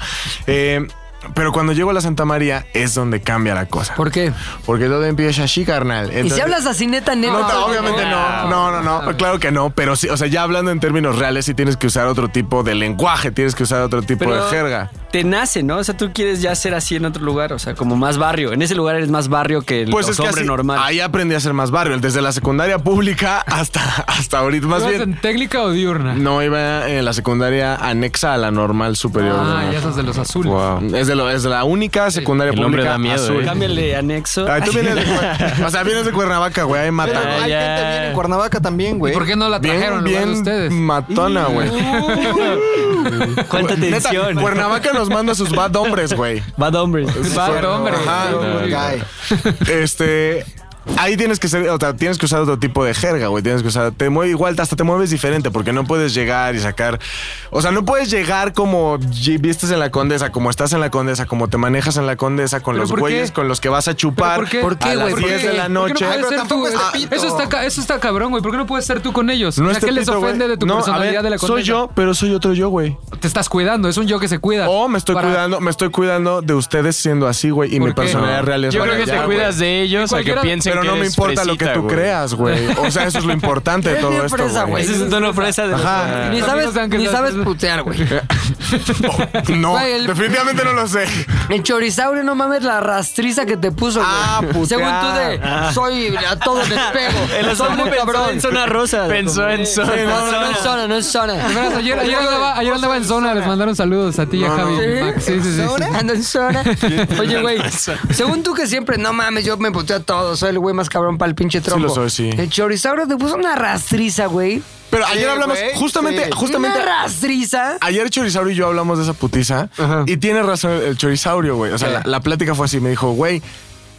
[SPEAKER 3] Eh, pero cuando llego a la Santa María es donde cambia la cosa.
[SPEAKER 2] ¿Por qué?
[SPEAKER 3] Porque todo empieza así, carnal.
[SPEAKER 2] Y si
[SPEAKER 3] Entonces-
[SPEAKER 2] hablas así, neta, neta.
[SPEAKER 3] no, no, obviamente no. No, no, no. Claro que no. Pero sí, o sea, ya hablando en términos reales, sí tienes que usar otro tipo de lenguaje, tienes que usar otro tipo de jerga.
[SPEAKER 7] Te nace, ¿no? O sea, tú quieres ya ser así en otro lugar, o sea, como más barrio. En ese lugar eres más barrio que el
[SPEAKER 3] Pues es que
[SPEAKER 7] hombre
[SPEAKER 3] así-
[SPEAKER 7] normal.
[SPEAKER 3] ahí aprendí a ser más barrio, desde la secundaria pública hasta, hasta ahorita. Más
[SPEAKER 5] ¿Ibas
[SPEAKER 3] bien,
[SPEAKER 5] en técnica o diurna?
[SPEAKER 3] no iba en la secundaria anexa a la normal superior.
[SPEAKER 5] Ah, ya esas de los azules.
[SPEAKER 3] Wow. Es de, lo- es de la única secundaria
[SPEAKER 6] El nombre
[SPEAKER 3] pública
[SPEAKER 6] da miedo,
[SPEAKER 3] azul.
[SPEAKER 6] ¿eh?
[SPEAKER 7] Cámbiale anexo.
[SPEAKER 3] Ay, tú vienes de Cue- o sea, vienes de Cuernavaca, güey, ahí mata.
[SPEAKER 11] Pero
[SPEAKER 7] Ah,
[SPEAKER 11] hay gente bien en Cuernavaca también, güey.
[SPEAKER 5] ¿Por qué no la trajeron en lugar de
[SPEAKER 3] bien
[SPEAKER 5] ustedes?
[SPEAKER 3] matona, güey.
[SPEAKER 7] ¿Cuánta
[SPEAKER 3] Neta,
[SPEAKER 7] tensión?
[SPEAKER 3] Cuernavaca nos manda sus bad hombres, güey.
[SPEAKER 7] Bad hombres.
[SPEAKER 5] Bad hombre.
[SPEAKER 3] Ajá,
[SPEAKER 5] Sí.
[SPEAKER 11] Cae.
[SPEAKER 3] Este. Ahí tienes que ser, o sea, tienes que usar otro tipo de jerga, güey. Tienes que usar, te mueve igual, hasta te mueves diferente, porque no puedes llegar y sacar, o sea, no puedes llegar como ye- vistes en la condesa, como estás en la condesa, como te manejas en la condesa, con
[SPEAKER 5] ¿Pero
[SPEAKER 3] los
[SPEAKER 5] por qué?
[SPEAKER 3] güeyes con los que vas a
[SPEAKER 5] ¿Pero
[SPEAKER 3] chupar.
[SPEAKER 5] ¿Por qué?
[SPEAKER 2] ¿Por qué,
[SPEAKER 3] a las
[SPEAKER 2] güey? ¿Por
[SPEAKER 3] 10
[SPEAKER 5] qué?
[SPEAKER 3] de la
[SPEAKER 5] ¿Por qué
[SPEAKER 3] noche.
[SPEAKER 5] no
[SPEAKER 11] Ay,
[SPEAKER 5] puedes
[SPEAKER 11] pero
[SPEAKER 5] ser tú?
[SPEAKER 11] tampoco es
[SPEAKER 5] Ah,
[SPEAKER 11] Tepito.
[SPEAKER 5] Eso está, ca- eso está cabrón, güey. ¿Por qué no puedes ser tú con ellos?
[SPEAKER 3] No
[SPEAKER 5] o sea,
[SPEAKER 3] es
[SPEAKER 5] ¿qué les
[SPEAKER 3] Tepito, güey.
[SPEAKER 5] ofende de tu
[SPEAKER 3] No, a ver,
[SPEAKER 5] personalidad de la
[SPEAKER 3] Soy
[SPEAKER 5] condesa?
[SPEAKER 3] yo, pero soy otro yo, güey.
[SPEAKER 5] Te estás cuidando, es un yo que se cuida.
[SPEAKER 3] O me estoy
[SPEAKER 5] Para-
[SPEAKER 3] cuidando, me estoy cuidando de ustedes siendo así, güey, y
[SPEAKER 5] ¿Por
[SPEAKER 3] mi
[SPEAKER 5] qué?
[SPEAKER 3] personalidad real es
[SPEAKER 6] Yo creo
[SPEAKER 3] para
[SPEAKER 6] que
[SPEAKER 3] allá,
[SPEAKER 6] te
[SPEAKER 3] güey.
[SPEAKER 6] cuidas de ellos a que
[SPEAKER 5] Cualquiera-
[SPEAKER 6] piensen
[SPEAKER 3] Pero
[SPEAKER 6] que
[SPEAKER 3] no me
[SPEAKER 6] eres
[SPEAKER 3] importa lo que
[SPEAKER 6] fresita,
[SPEAKER 3] tú
[SPEAKER 6] güey.
[SPEAKER 3] creas, güey. O sea, eso es lo importante de
[SPEAKER 2] Eres bien
[SPEAKER 3] todo esto,
[SPEAKER 2] fresa,
[SPEAKER 3] güey.
[SPEAKER 2] güey.
[SPEAKER 7] Ese es un tono fresa de
[SPEAKER 3] Ajá.
[SPEAKER 2] Ni
[SPEAKER 5] También
[SPEAKER 2] sabes,
[SPEAKER 5] no saben que
[SPEAKER 2] ni
[SPEAKER 5] no-
[SPEAKER 2] sabes putear, güey.
[SPEAKER 3] No,
[SPEAKER 2] Güey, el-
[SPEAKER 3] definitivamente no lo sé.
[SPEAKER 2] El chorizaurio, no mames, la rastriza que te puso, güey.
[SPEAKER 3] Ah, putear.
[SPEAKER 2] Según tú de, soy, a todos les pego.
[SPEAKER 7] El
[SPEAKER 2] soy muy
[SPEAKER 7] hombre
[SPEAKER 2] cabrón.
[SPEAKER 7] pensó en zona rosa.
[SPEAKER 6] Pensó en eso.
[SPEAKER 2] No, no, no, no es zona, no es
[SPEAKER 5] Verás,
[SPEAKER 2] zona.
[SPEAKER 5] Ayer, ayer andaba, ayer andaba en zona, les mandaron saludos a ti y a
[SPEAKER 3] No, no.
[SPEAKER 5] Javi. Max. Sí, sí, sí. sí.
[SPEAKER 2] Ando en zona. Oye, güey, según tú que siempre, no mames, yo me puteo a todos, soy el güey más cabrón para el pinche trompo.
[SPEAKER 3] lo soy, sí.
[SPEAKER 2] El chorizaurio te puso una rastriza, güey.
[SPEAKER 3] Pero ayer
[SPEAKER 11] Sí,
[SPEAKER 3] hablamos,
[SPEAKER 11] güey,
[SPEAKER 3] justamente,
[SPEAKER 11] sí.
[SPEAKER 3] Eh, justamente.
[SPEAKER 2] Una rastriza.
[SPEAKER 3] Ayer Chorizaurio y yo hablamos de esa putiza. Y tiene razón el Chorizaurio, güey. O sea, la, la plática fue así. Me dijo, güey,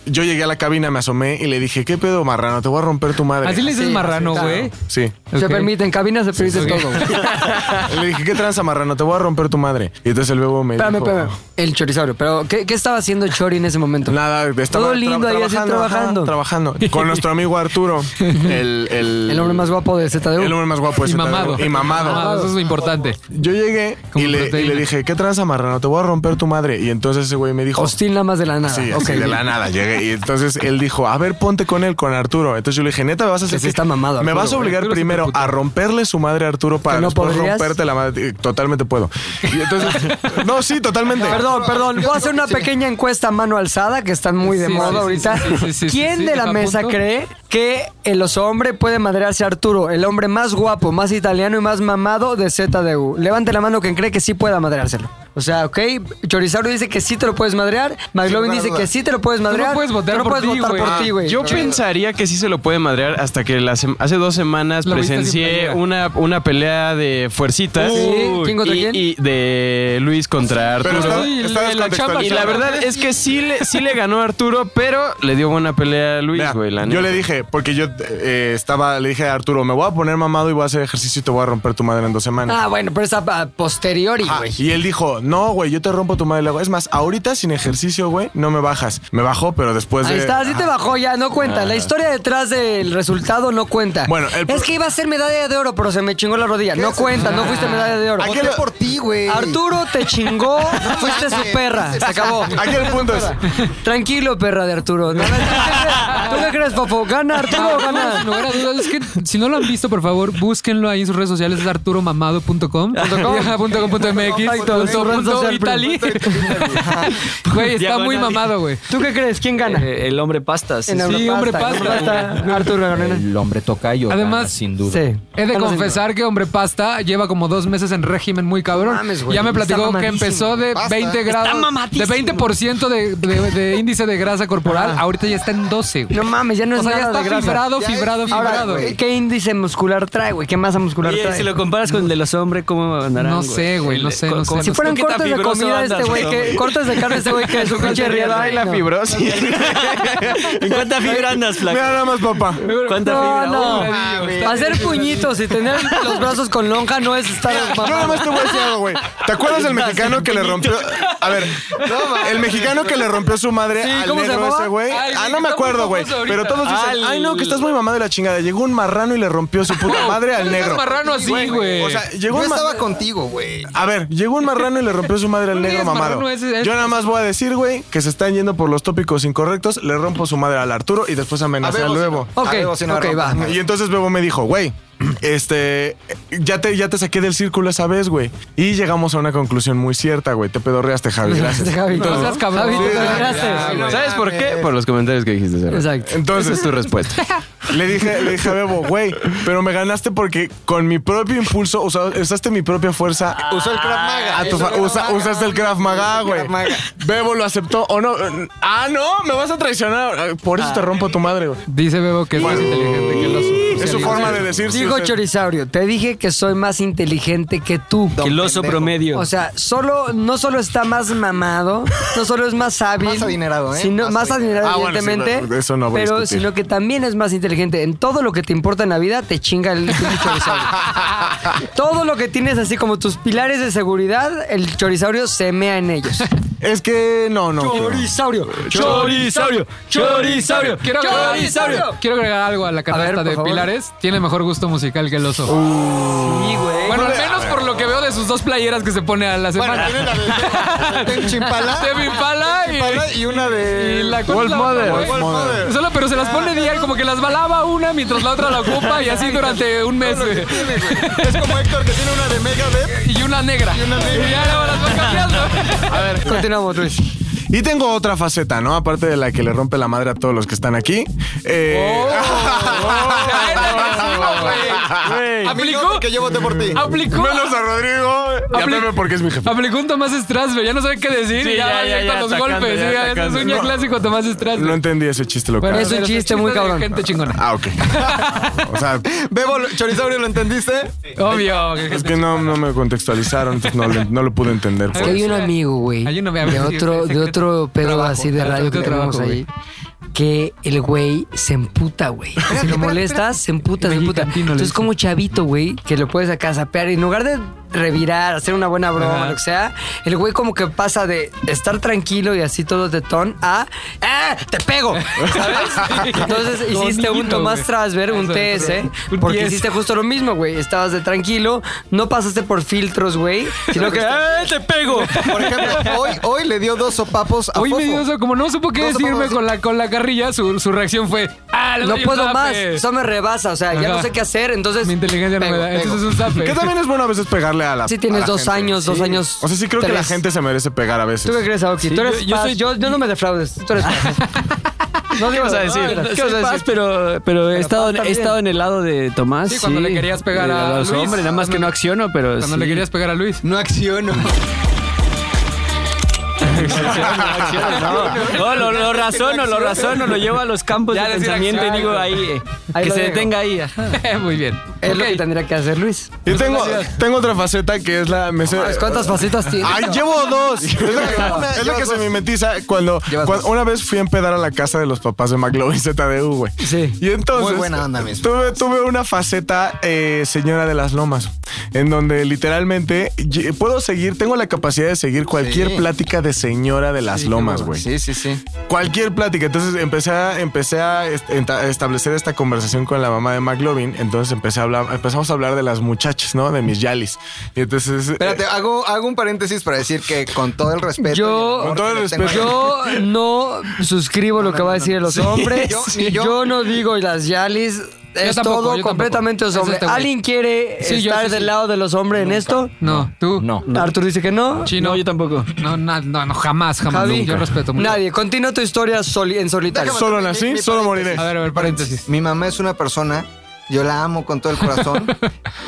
[SPEAKER 3] yo llegué a la cabina, me asomé y le dije, ¿qué pedo, marrano? Te voy a romper tu madre.
[SPEAKER 5] Así le dices
[SPEAKER 2] Sí,
[SPEAKER 5] marrano,
[SPEAKER 2] claro.
[SPEAKER 5] güey.
[SPEAKER 3] Sí.
[SPEAKER 2] Se
[SPEAKER 5] Ok.
[SPEAKER 2] permite, en cabina se permite
[SPEAKER 5] sí.
[SPEAKER 2] todo. güey.
[SPEAKER 3] Le dije, ¿qué tranza, marrano? Te voy a romper tu madre. Y entonces el bebo me
[SPEAKER 2] Espérame,
[SPEAKER 3] dijo...
[SPEAKER 2] espérame. El chorizaurio, pero ¿qué, qué estaba haciendo Chori en ese momento?
[SPEAKER 3] Nada, estaba
[SPEAKER 2] Todo lindo ahí, así,
[SPEAKER 3] ajá,
[SPEAKER 2] trabajando.
[SPEAKER 3] trabajando. Con nuestro amigo Arturo, el, el,
[SPEAKER 2] El hombre más guapo de ZDU.
[SPEAKER 3] el hombre más guapo de
[SPEAKER 5] Y
[SPEAKER 3] ZDU.
[SPEAKER 5] mamado.
[SPEAKER 3] Y mamado.
[SPEAKER 5] Eso es lo importante.
[SPEAKER 3] Yo llegué
[SPEAKER 5] Como
[SPEAKER 3] y le, y
[SPEAKER 5] proteína.
[SPEAKER 3] le dije, ¿qué tranza, marrano? Te voy a romper tu madre. Y entonces ese güey me dijo...
[SPEAKER 2] Hostil nada más de la nada.
[SPEAKER 3] Sí,
[SPEAKER 2] Ok,
[SPEAKER 3] así de la nada llegué. Y entonces él dijo, a ver, ponte con él, con Arturo. Entonces yo le dije, neta, me vas a hacer...
[SPEAKER 2] sí
[SPEAKER 3] que-
[SPEAKER 2] está mamado,
[SPEAKER 3] Me
[SPEAKER 2] Arturo,
[SPEAKER 3] vas a
[SPEAKER 2] güey.
[SPEAKER 3] obligar
[SPEAKER 5] Arturo es
[SPEAKER 3] primero
[SPEAKER 5] superputa.
[SPEAKER 3] a romperle su madre a Arturo para
[SPEAKER 2] ¿Que no
[SPEAKER 3] después
[SPEAKER 2] podrías?
[SPEAKER 3] romperte la madre. Eh, Totalmente puedo. Y entonces... no, sí, totalmente.
[SPEAKER 2] Perdón, perdón. Voy a hacer una pequeña encuesta a mano alzada, que están muy de
[SPEAKER 5] Sí,
[SPEAKER 2] moda
[SPEAKER 5] sí, sí,
[SPEAKER 2] ahorita.
[SPEAKER 5] sí, sí, sí, sí,
[SPEAKER 2] ¿Quién
[SPEAKER 5] sí,
[SPEAKER 2] de la
[SPEAKER 5] ¿está a
[SPEAKER 2] mesa
[SPEAKER 5] punto?
[SPEAKER 2] cree que el oso hombre puede madrearse a Arturo, el hombre más guapo, más italiano y más mamado de ZDU? Levante la mano quien cree que sí pueda madreárselo. O sea, ok, Chorizauro dice que sí te lo puedes madrear, McLovin
[SPEAKER 11] lugar a
[SPEAKER 2] dice
[SPEAKER 11] dudas.
[SPEAKER 2] que sí te lo puedes madrear.
[SPEAKER 5] puedes votar
[SPEAKER 2] tú no
[SPEAKER 5] por
[SPEAKER 2] puedes
[SPEAKER 5] ti,
[SPEAKER 2] votar
[SPEAKER 5] güey.
[SPEAKER 2] por ti, güey.
[SPEAKER 6] Yo pensaría que sí se lo puede madrear hasta que la sem- hace dos semanas
[SPEAKER 5] Lo viste sin
[SPEAKER 6] presencié
[SPEAKER 5] playera.
[SPEAKER 6] una, una pelea de fuercitas.
[SPEAKER 2] Sí, ¿quién contra
[SPEAKER 6] y,
[SPEAKER 2] quién?
[SPEAKER 6] y de Luis contra
[SPEAKER 3] Pero está,
[SPEAKER 6] Arturo.
[SPEAKER 5] Sí,
[SPEAKER 3] está
[SPEAKER 5] la- la
[SPEAKER 3] descontextualizado.
[SPEAKER 5] chamba,
[SPEAKER 6] y la verdad es que sí le, sí le ganó Arturo, pero le dio buena pelea a Luis,
[SPEAKER 3] Mira,
[SPEAKER 6] güey. la
[SPEAKER 3] yo
[SPEAKER 6] neta.
[SPEAKER 3] le dije, porque yo eh, estaba, le dije a Arturo, me voy a poner mamado y voy a hacer ejercicio y te voy a romper tu madre en dos semanas.
[SPEAKER 2] Ah, bueno, pero es a, a posteriori,
[SPEAKER 3] Ah,
[SPEAKER 2] güey.
[SPEAKER 3] y él dijo, no, güey, yo te rompo tu madre. Le hago, es más, ahorita sin ejercicio, güey, no me bajas. Me bajó, pero después
[SPEAKER 2] Ahí
[SPEAKER 3] de...
[SPEAKER 2] está, así te
[SPEAKER 3] Pues Ajá.
[SPEAKER 2] bajó ya, no cuenta. La historia detrás del resultado no cuenta.
[SPEAKER 3] Bueno, el-
[SPEAKER 2] es que iba a ser medalla de oro, pero se me chingó la rodilla. No cuenta, no fuiste medalla de oro.
[SPEAKER 11] Voté por ti, güey.
[SPEAKER 2] Arturo te chingó, fuiste su perra. Se acabó.
[SPEAKER 3] Aquí el punto es...
[SPEAKER 2] Tranquilo, perra de Arturo. No, no, ¿tú qué crees? ¿Tú qué crees, Fofo? ¿Gana Arturo o
[SPEAKER 5] Sin
[SPEAKER 2] gana?
[SPEAKER 5] lugar a dudas, es que si no lo han visto, por favor, búsquenlo ahí en sus redes sociales, es arturomamado.com. Ajá, punto com punto MX,
[SPEAKER 2] Exacto,
[SPEAKER 5] punto
[SPEAKER 2] red
[SPEAKER 5] Punto
[SPEAKER 2] social.
[SPEAKER 5] Italy. Güey, está muy mamado, güey.
[SPEAKER 2] ¿Tú qué crees? ¿Quién gana?
[SPEAKER 7] Eh, el hombre pastas.
[SPEAKER 2] En
[SPEAKER 5] sí, hombre pasta.
[SPEAKER 2] Arturo Garonena.
[SPEAKER 4] El hombre tocayo. Además,
[SPEAKER 5] Además,
[SPEAKER 4] sin duda.
[SPEAKER 2] Sí.
[SPEAKER 5] He de
[SPEAKER 2] Vamos a
[SPEAKER 5] confesar que Hombre Pasta lleva como dos meses en régimen muy cabrón.
[SPEAKER 2] Mames, güey,
[SPEAKER 5] ya me
[SPEAKER 2] está
[SPEAKER 5] platicó que
[SPEAKER 2] mamadísimo.
[SPEAKER 5] empezó de
[SPEAKER 2] Pasta.
[SPEAKER 5] 20
[SPEAKER 2] Está
[SPEAKER 5] grados.
[SPEAKER 2] mamadísimo.
[SPEAKER 5] De 20% de, de- de índice de grasa corporal. Ahorita ya está en 12, güey.
[SPEAKER 2] No mames, ya no es
[SPEAKER 5] O sea, ya
[SPEAKER 2] nada
[SPEAKER 5] está
[SPEAKER 2] de grasa.
[SPEAKER 5] fibrado,
[SPEAKER 2] Ya
[SPEAKER 5] fibrado,
[SPEAKER 2] es-
[SPEAKER 5] fibrado,
[SPEAKER 2] Ahora,
[SPEAKER 5] güey.
[SPEAKER 2] ¿qué índice muscular trae, güey? ¿Qué masa muscular
[SPEAKER 7] Oye,
[SPEAKER 2] trae?
[SPEAKER 7] si lo comparas con el de los hombres, ¿cómo andarán?
[SPEAKER 5] No sé, güey, no sé, no sé.
[SPEAKER 2] Si fueran cortes de comida este güey, que cortes de carne este güey que es un pinche
[SPEAKER 6] Ay, la
[SPEAKER 2] no.
[SPEAKER 6] fibrosis.
[SPEAKER 7] ¿En cuánta fibra andas, flaco?
[SPEAKER 3] Mira nada más, papá.
[SPEAKER 7] ¿Cuánta
[SPEAKER 2] No,
[SPEAKER 7] fibra?
[SPEAKER 2] no.
[SPEAKER 7] Oh,
[SPEAKER 2] Hacer puñitos y tener los brazos con lonja no es estar
[SPEAKER 3] Yo nada más te voy a decir algo, güey. ¿Te acuerdas del mexicano que le rompió. A ver, el mexicano que le rompió su madre
[SPEAKER 2] Sí,
[SPEAKER 3] al
[SPEAKER 2] ¿cómo se
[SPEAKER 3] negro
[SPEAKER 2] llamaba?
[SPEAKER 3] ese, güey.
[SPEAKER 5] Ay,
[SPEAKER 3] Ah,
[SPEAKER 5] güey,
[SPEAKER 3] no me
[SPEAKER 5] está
[SPEAKER 3] acuerdo,
[SPEAKER 5] muy
[SPEAKER 3] güey.
[SPEAKER 5] famoso ahorita.
[SPEAKER 3] Pero todos dicen,
[SPEAKER 6] Al-
[SPEAKER 3] ay, no, que estás muy mamado de la chingada. Llegó un marrano y le rompió su puta madre al negro.
[SPEAKER 5] Un marrano así, güey.
[SPEAKER 3] O sea, llegó
[SPEAKER 11] Yo
[SPEAKER 3] un ma-
[SPEAKER 11] estaba contigo, güey.
[SPEAKER 3] A ver, llegó un marrano y le rompió su madre al
[SPEAKER 5] No
[SPEAKER 3] negro
[SPEAKER 5] digas
[SPEAKER 3] mamado.
[SPEAKER 5] marrano, ese es-
[SPEAKER 3] Yo nada más voy a decir, güey, que se están yendo por los tópicos incorrectos. Le rompo su madre al Arturo y después amenacé al Bebo.
[SPEAKER 2] Ok, ok, va.
[SPEAKER 3] Y entonces Bebo me dijo, güey, este, ya te, ya te saqué del círculo esa vez, güey. Y llegamos a una conclusión muy cierta, güey. Te pedorreaste, Javi. Gracias.
[SPEAKER 2] Javi,
[SPEAKER 5] No seas cabrón.
[SPEAKER 2] Javi, te
[SPEAKER 5] Sí,
[SPEAKER 2] peleaste.
[SPEAKER 5] ya, güey.
[SPEAKER 6] ¿Sabes por qué? Por los comentarios que dijiste. Sara.
[SPEAKER 2] Exacto.
[SPEAKER 6] Esa es
[SPEAKER 3] Entonces
[SPEAKER 6] tu respuesta.
[SPEAKER 3] le dije, le dije a Bebo, güey, pero me ganaste porque con mi propio impulso usa- usaste mi propia fuerza
[SPEAKER 11] Usó el Krav Maga.
[SPEAKER 3] a tu
[SPEAKER 11] Usó
[SPEAKER 3] fa-
[SPEAKER 11] el Krav
[SPEAKER 3] usa-
[SPEAKER 11] Maga.
[SPEAKER 3] usaste el Krav Maga, güey.
[SPEAKER 11] Krav Maga.
[SPEAKER 3] Bebo lo aceptó o no. Ah, no, me vas a traicionar. Por eso te rompo tu madre, güey.
[SPEAKER 5] Dice Bebo que es más inteligente que el oso.
[SPEAKER 3] Es su forma de decir. sí,
[SPEAKER 2] Dijo
[SPEAKER 3] usted-
[SPEAKER 2] Chorizaurio, te dije que soy más inteligente que tú.
[SPEAKER 7] Que El oso promedio.
[SPEAKER 2] O sea, solo, no solo está más mamado, no solo es más hábil.
[SPEAKER 11] Más adinerado, ¿eh?
[SPEAKER 2] Sino, más,
[SPEAKER 11] Más
[SPEAKER 2] adinerado,
[SPEAKER 3] Ah, bueno, sí,
[SPEAKER 2] evidentemente.
[SPEAKER 3] pero eso no voy a
[SPEAKER 2] pero
[SPEAKER 3] discutir.
[SPEAKER 2] sino que también es más inteligente. En todo lo que te importa en la vida, te chinga el, el chorizaurio. todo lo que tienes así como tus pilares de seguridad, el chorizaurio se mea en ellos.
[SPEAKER 3] Es que no, no.
[SPEAKER 2] Chorizaurio.
[SPEAKER 7] Chorizaurio, chorizaurio,
[SPEAKER 5] Quiero agregar, quiero agregar algo a la
[SPEAKER 2] ver,
[SPEAKER 5] canasta
[SPEAKER 2] por
[SPEAKER 5] de
[SPEAKER 2] favor.
[SPEAKER 5] Pilares. Tiene mejor gusto musical que el oso.
[SPEAKER 2] Sí, güey.
[SPEAKER 5] bueno, al menos por lo que veo de sus dos playeras que se pone a la
[SPEAKER 11] Bueno,
[SPEAKER 5] semana.
[SPEAKER 11] tiene la de- de Tenchi Impala.
[SPEAKER 5] Temi Impala y-
[SPEAKER 11] Impala y una de...
[SPEAKER 5] y la ¿cuál es
[SPEAKER 3] Wolf
[SPEAKER 5] la otra,
[SPEAKER 3] Mother.
[SPEAKER 5] güey?
[SPEAKER 3] Wolf Mother.
[SPEAKER 5] Solo, pero se las pone diario, como que las balaba una mientras la otra la ocupa y así durante un mes, güey.
[SPEAKER 11] Tiene, güey. Es como Héctor que tiene una de Megadeth.
[SPEAKER 5] Y una negra. Y
[SPEAKER 11] una negra.
[SPEAKER 5] ya luego las va cambiando.
[SPEAKER 3] A ver,
[SPEAKER 2] Continuamos, Luis.
[SPEAKER 3] Y tengo otra faceta, ¿no? Aparte de la que le rompe la madre a todos los que están aquí. Eh,
[SPEAKER 5] Ya era agresivo, güey. Aplicó,
[SPEAKER 11] Que yo voté por ti.
[SPEAKER 5] aplicó,
[SPEAKER 3] menos a Rodrigo. Y a
[SPEAKER 5] Apli-
[SPEAKER 3] Pepe porque es mi jefe.
[SPEAKER 5] aplicó un Tomás Strasberg. Ya no sabe qué decir
[SPEAKER 6] Sí,
[SPEAKER 5] y ya, va
[SPEAKER 6] ya, ya,
[SPEAKER 5] directo a
[SPEAKER 6] ya,
[SPEAKER 5] los
[SPEAKER 6] atacando,
[SPEAKER 5] golpes.
[SPEAKER 6] ya
[SPEAKER 5] Sí, ya, es
[SPEAKER 6] atacando.
[SPEAKER 5] un ya
[SPEAKER 6] No.
[SPEAKER 5] clásico Tomás Strasberg.
[SPEAKER 3] No entendí ese chiste local.
[SPEAKER 5] Bueno,
[SPEAKER 2] Es un
[SPEAKER 5] pero
[SPEAKER 2] chiste muy
[SPEAKER 5] de
[SPEAKER 2] cabrón.
[SPEAKER 5] gente chingona.
[SPEAKER 3] Ah, ok. O sea,
[SPEAKER 11] Bebo, Chorizaurio, ¿lo entendiste?
[SPEAKER 5] Obvio. que
[SPEAKER 3] es
[SPEAKER 5] gente
[SPEAKER 3] que no, no me contextualizaron, entonces no, lo- no lo pude entender. pues.
[SPEAKER 2] Es que hay un amigo, güey.
[SPEAKER 5] Hay un amigo,
[SPEAKER 2] De
[SPEAKER 5] sí,
[SPEAKER 2] otro,
[SPEAKER 5] sí,
[SPEAKER 2] de
[SPEAKER 5] sí,
[SPEAKER 2] otro pedo
[SPEAKER 5] trabajo,
[SPEAKER 2] así de radio que
[SPEAKER 5] otro
[SPEAKER 2] tenemos
[SPEAKER 5] trabajo,
[SPEAKER 2] ahí. Que el güey se emputa, güey. Si lo molestas, se emputa, se emputa.
[SPEAKER 5] Mexicantino le
[SPEAKER 2] Entonces,
[SPEAKER 5] dice.
[SPEAKER 2] como chavito, güey, que lo puedes acá sapear. y En lugar de revirar, hacer una buena broma,
[SPEAKER 5] Ajá.
[SPEAKER 2] lo que sea, el güey como que pasa de estar tranquilo y así todo tetón a ¡Ah! ¡Te pego! ¿Sabes? Entonces,
[SPEAKER 5] Lo
[SPEAKER 2] hiciste un
[SPEAKER 5] mismo,
[SPEAKER 2] Tomás
[SPEAKER 5] güey.
[SPEAKER 2] Trasberg, un
[SPEAKER 5] Eso,
[SPEAKER 2] TS,
[SPEAKER 5] un
[SPEAKER 2] porque
[SPEAKER 5] 10.
[SPEAKER 2] hiciste justo lo mismo, güey. Estabas de tranquilo, no pasaste por filtros, güey, sino que ¡Ah! ¡Te pego!
[SPEAKER 11] Por ejemplo, hoy, hoy le dio dos sopapos a
[SPEAKER 5] Hoy me
[SPEAKER 11] Fofo.
[SPEAKER 5] dio eso, como no supo qué
[SPEAKER 11] No supo
[SPEAKER 5] decirme
[SPEAKER 11] decir.
[SPEAKER 5] con la, con la carrilla, su, su reacción fue: ¡Ah, le
[SPEAKER 2] No
[SPEAKER 5] doy un
[SPEAKER 2] puedo
[SPEAKER 5] zape".
[SPEAKER 2] más, eso me rebasa, o sea, ya
[SPEAKER 5] Ajá.
[SPEAKER 2] no sé qué hacer, entonces...
[SPEAKER 5] Mi inteligencia no
[SPEAKER 2] pego,
[SPEAKER 5] me da.
[SPEAKER 2] pego.
[SPEAKER 5] Entonces es un zape.
[SPEAKER 3] Que también es bueno a veces pegarle a la.
[SPEAKER 2] Sí
[SPEAKER 3] a
[SPEAKER 2] tienes
[SPEAKER 3] la
[SPEAKER 2] dos
[SPEAKER 3] gente.
[SPEAKER 2] años, dos años...
[SPEAKER 3] O sea, sí creo que la
[SPEAKER 2] tres.
[SPEAKER 3] gente se merece pegar a veces.
[SPEAKER 2] ¿Tú qué crees, Aoki?
[SPEAKER 7] Sí,
[SPEAKER 2] tú eres
[SPEAKER 7] yo-
[SPEAKER 2] yo,
[SPEAKER 7] yo soy-
[SPEAKER 2] yo, yo no me defraudes, tú eres paz. No
[SPEAKER 6] ¿Qué vas a decir?
[SPEAKER 2] no,
[SPEAKER 6] ¿Qué vas a
[SPEAKER 7] Soy
[SPEAKER 6] decir?
[SPEAKER 7] Ah, Paz, pero, pero he, estado,
[SPEAKER 2] Paz
[SPEAKER 7] he estado en el lado de Tomás.
[SPEAKER 5] Sí, cuando le querías pegar
[SPEAKER 7] Eh,
[SPEAKER 5] a
[SPEAKER 7] los
[SPEAKER 5] Luis.
[SPEAKER 7] hombres, nada más que
[SPEAKER 5] Cuando-
[SPEAKER 7] no acciono, pero.
[SPEAKER 5] Cuando
[SPEAKER 7] sí.
[SPEAKER 5] le querías pegar a Luis.
[SPEAKER 11] No acciono.
[SPEAKER 7] No, no, lo, lo razono, lo razono, lo llevo a los campos
[SPEAKER 5] Ya
[SPEAKER 7] de
[SPEAKER 5] decir
[SPEAKER 7] pensamiento y
[SPEAKER 5] acción,
[SPEAKER 7] digo
[SPEAKER 5] güey.
[SPEAKER 7] ahí. eh,
[SPEAKER 2] Ahí
[SPEAKER 7] que
[SPEAKER 2] lo
[SPEAKER 7] se
[SPEAKER 2] dejo.
[SPEAKER 7] detenga ahí. ajá.
[SPEAKER 5] Muy bien.
[SPEAKER 2] Es lo
[SPEAKER 5] Ok.
[SPEAKER 2] que tendría que hacer Luis.
[SPEAKER 3] Yo tengo, tengo otra faceta que es la. me sé-
[SPEAKER 2] ¿Cuántas facetas tienes?
[SPEAKER 3] Ay, llevo dos. Es la que, es la que se me metiza cuando, cuando- una vez fui a empedar a la casa de los papás de McLovin ZDU, güey.
[SPEAKER 2] Sí.
[SPEAKER 3] Y entonces
[SPEAKER 11] Muy buena onda, mis
[SPEAKER 3] tuve, tuve una faceta eh, señora de las lomas, en donde literalmente ye- puedo seguir, tengo la capacidad de seguir cualquier
[SPEAKER 11] Sí.
[SPEAKER 3] plática de señora de las lomas, güey.
[SPEAKER 11] Sí, sí, sí.
[SPEAKER 3] Cualquier plática. Entonces empecé a, empecé a est- enta- establecer esta conversación con la mamá de McLovin. Entonces empecé a hablar, empezamos a hablar de las muchachas, ¿no? De mis yalis. Y entonces. eh,
[SPEAKER 11] Espérate, hago, hago un parénsis para decir que con todo el respeto.
[SPEAKER 2] Yo-
[SPEAKER 11] y amor
[SPEAKER 3] Con todo el
[SPEAKER 11] que le tengo a
[SPEAKER 3] respeto.
[SPEAKER 11] la-
[SPEAKER 2] Yo no suscribo lo que va a decir los hombres.
[SPEAKER 11] Yo-
[SPEAKER 2] Yo,
[SPEAKER 11] ni yo.
[SPEAKER 2] no digo las yalis. es
[SPEAKER 5] tampoco,
[SPEAKER 2] todo
[SPEAKER 5] yo
[SPEAKER 2] completamente
[SPEAKER 5] tampoco.
[SPEAKER 2] los hombres.
[SPEAKER 5] Es este güey.
[SPEAKER 2] ¿Alguien quiere
[SPEAKER 5] Sí, yo
[SPEAKER 2] estar
[SPEAKER 5] sí,
[SPEAKER 2] del
[SPEAKER 5] sí.
[SPEAKER 2] lado de los hombres en esto?
[SPEAKER 5] No, tú. No.
[SPEAKER 2] Artur dice que no.
[SPEAKER 5] Chino. yo
[SPEAKER 7] tampoco.
[SPEAKER 5] No, no, no, no, jamás, jamás.
[SPEAKER 2] Javi,
[SPEAKER 5] Yo respeto mucho.
[SPEAKER 2] Nadie. Continúa tu historia soli- en solitario.
[SPEAKER 11] Déjame- mi- mi paréntesis.
[SPEAKER 5] A ver, a ver, paréntesis.
[SPEAKER 11] Mi mamá es una persona, yo la amo con todo el corazón,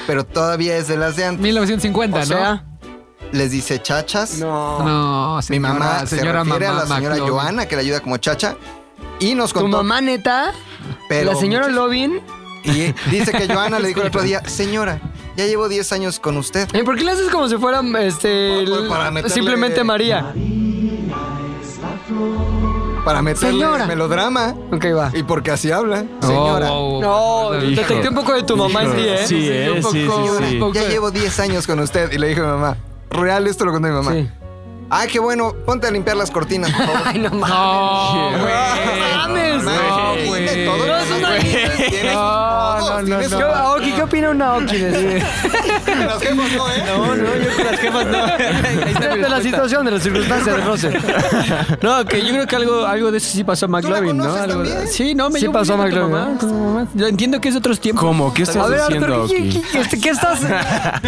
[SPEAKER 11] pero todavía es de las de antes.
[SPEAKER 5] 1950,
[SPEAKER 11] O
[SPEAKER 5] ¿no?
[SPEAKER 11] sea, les dice chachas.
[SPEAKER 2] No.
[SPEAKER 5] no,
[SPEAKER 11] Mi
[SPEAKER 5] señora,
[SPEAKER 11] mamá
[SPEAKER 5] señora
[SPEAKER 11] se refiere
[SPEAKER 5] mamá
[SPEAKER 11] a la señora
[SPEAKER 5] McLovin.
[SPEAKER 11] Joana, que la ayuda como chacha, y nos
[SPEAKER 2] ¿Tu
[SPEAKER 11] contó...
[SPEAKER 2] mamá neta?
[SPEAKER 11] pero
[SPEAKER 2] ¿La señora Lovin?
[SPEAKER 11] Y dice que Joana le dijo el otro día, señora, ya llevo 10 años con usted.
[SPEAKER 2] ¿Y por qué le haces como si fuera este,
[SPEAKER 11] Por- por- Pues, para
[SPEAKER 2] l-
[SPEAKER 11] meterle-
[SPEAKER 2] simplemente María?
[SPEAKER 11] Para meterle
[SPEAKER 2] Señora.
[SPEAKER 11] melodrama.
[SPEAKER 2] Ok, va.
[SPEAKER 11] Y porque así habla.
[SPEAKER 5] Oh,
[SPEAKER 11] Señora.
[SPEAKER 5] wow, wow,
[SPEAKER 2] No,
[SPEAKER 5] perdón.
[SPEAKER 2] detecté un poco de tu mamá en ti, ¿eh?
[SPEAKER 6] Sí, eh,
[SPEAKER 2] un
[SPEAKER 6] sí,
[SPEAKER 2] poco-
[SPEAKER 6] sí, sí.
[SPEAKER 5] poco
[SPEAKER 11] Ya
[SPEAKER 5] de-
[SPEAKER 11] llevo 10 años con usted. Y le dije a mi mamá, real, esto lo conté a mi mamá.
[SPEAKER 2] Sí.
[SPEAKER 11] Ah, qué bueno, ponte a limpiar las cortinas, por favor.
[SPEAKER 2] Ay, no mames.
[SPEAKER 5] No, güey.
[SPEAKER 2] mames.
[SPEAKER 5] No,
[SPEAKER 11] Tiene
[SPEAKER 5] güey.
[SPEAKER 11] todo,
[SPEAKER 2] No, es una-
[SPEAKER 11] güey. Tienes
[SPEAKER 5] No,
[SPEAKER 11] todos,
[SPEAKER 5] no, no,
[SPEAKER 11] tienes
[SPEAKER 5] no.
[SPEAKER 2] ¿Qué, Aoki, ¿qué opina una Aoki de eso?
[SPEAKER 11] Las gemas no, ¿eh?
[SPEAKER 2] No, no, yo con las jefas no. de la situación, de las circunstancias de Rose.
[SPEAKER 7] No, que yo creo que algo, algo de eso sí pasó a
[SPEAKER 11] la
[SPEAKER 7] McLovin, ¿no?
[SPEAKER 11] conoces
[SPEAKER 7] Algo-
[SPEAKER 11] también?
[SPEAKER 7] Sí, no, me
[SPEAKER 2] Sí
[SPEAKER 7] llevo
[SPEAKER 2] pasó
[SPEAKER 7] bien
[SPEAKER 2] a
[SPEAKER 7] con tu
[SPEAKER 2] McLovin, ¿eh?
[SPEAKER 7] mamá, con tu mamá. Yo entiendo que es de otros tiempos.
[SPEAKER 6] ¿Cómo? ¿Qué
[SPEAKER 2] A
[SPEAKER 6] estás
[SPEAKER 2] ver,
[SPEAKER 6] diciendo
[SPEAKER 2] Arturo, ¿qué,
[SPEAKER 6] aquí?
[SPEAKER 2] qué- este, qué- qué estás?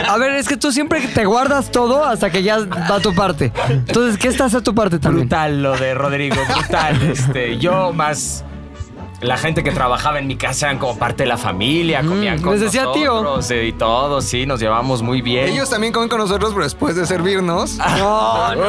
[SPEAKER 2] A ver, es que tú siempre te guardas todo hasta que ya va tu parte. Entonces, ¿qué estás a tu parte también?
[SPEAKER 4] Brutal lo de Rodrigo, brutal. Este, yo más la gente que trabajaba en mi casa eran como parte de la familia, comían con
[SPEAKER 2] les decía tío.
[SPEAKER 4] nosotros, eh, y todo, sí, nos llevamos muy bien.
[SPEAKER 11] Ellos también comen con nosotros, pero después de servirnos.
[SPEAKER 2] No, no.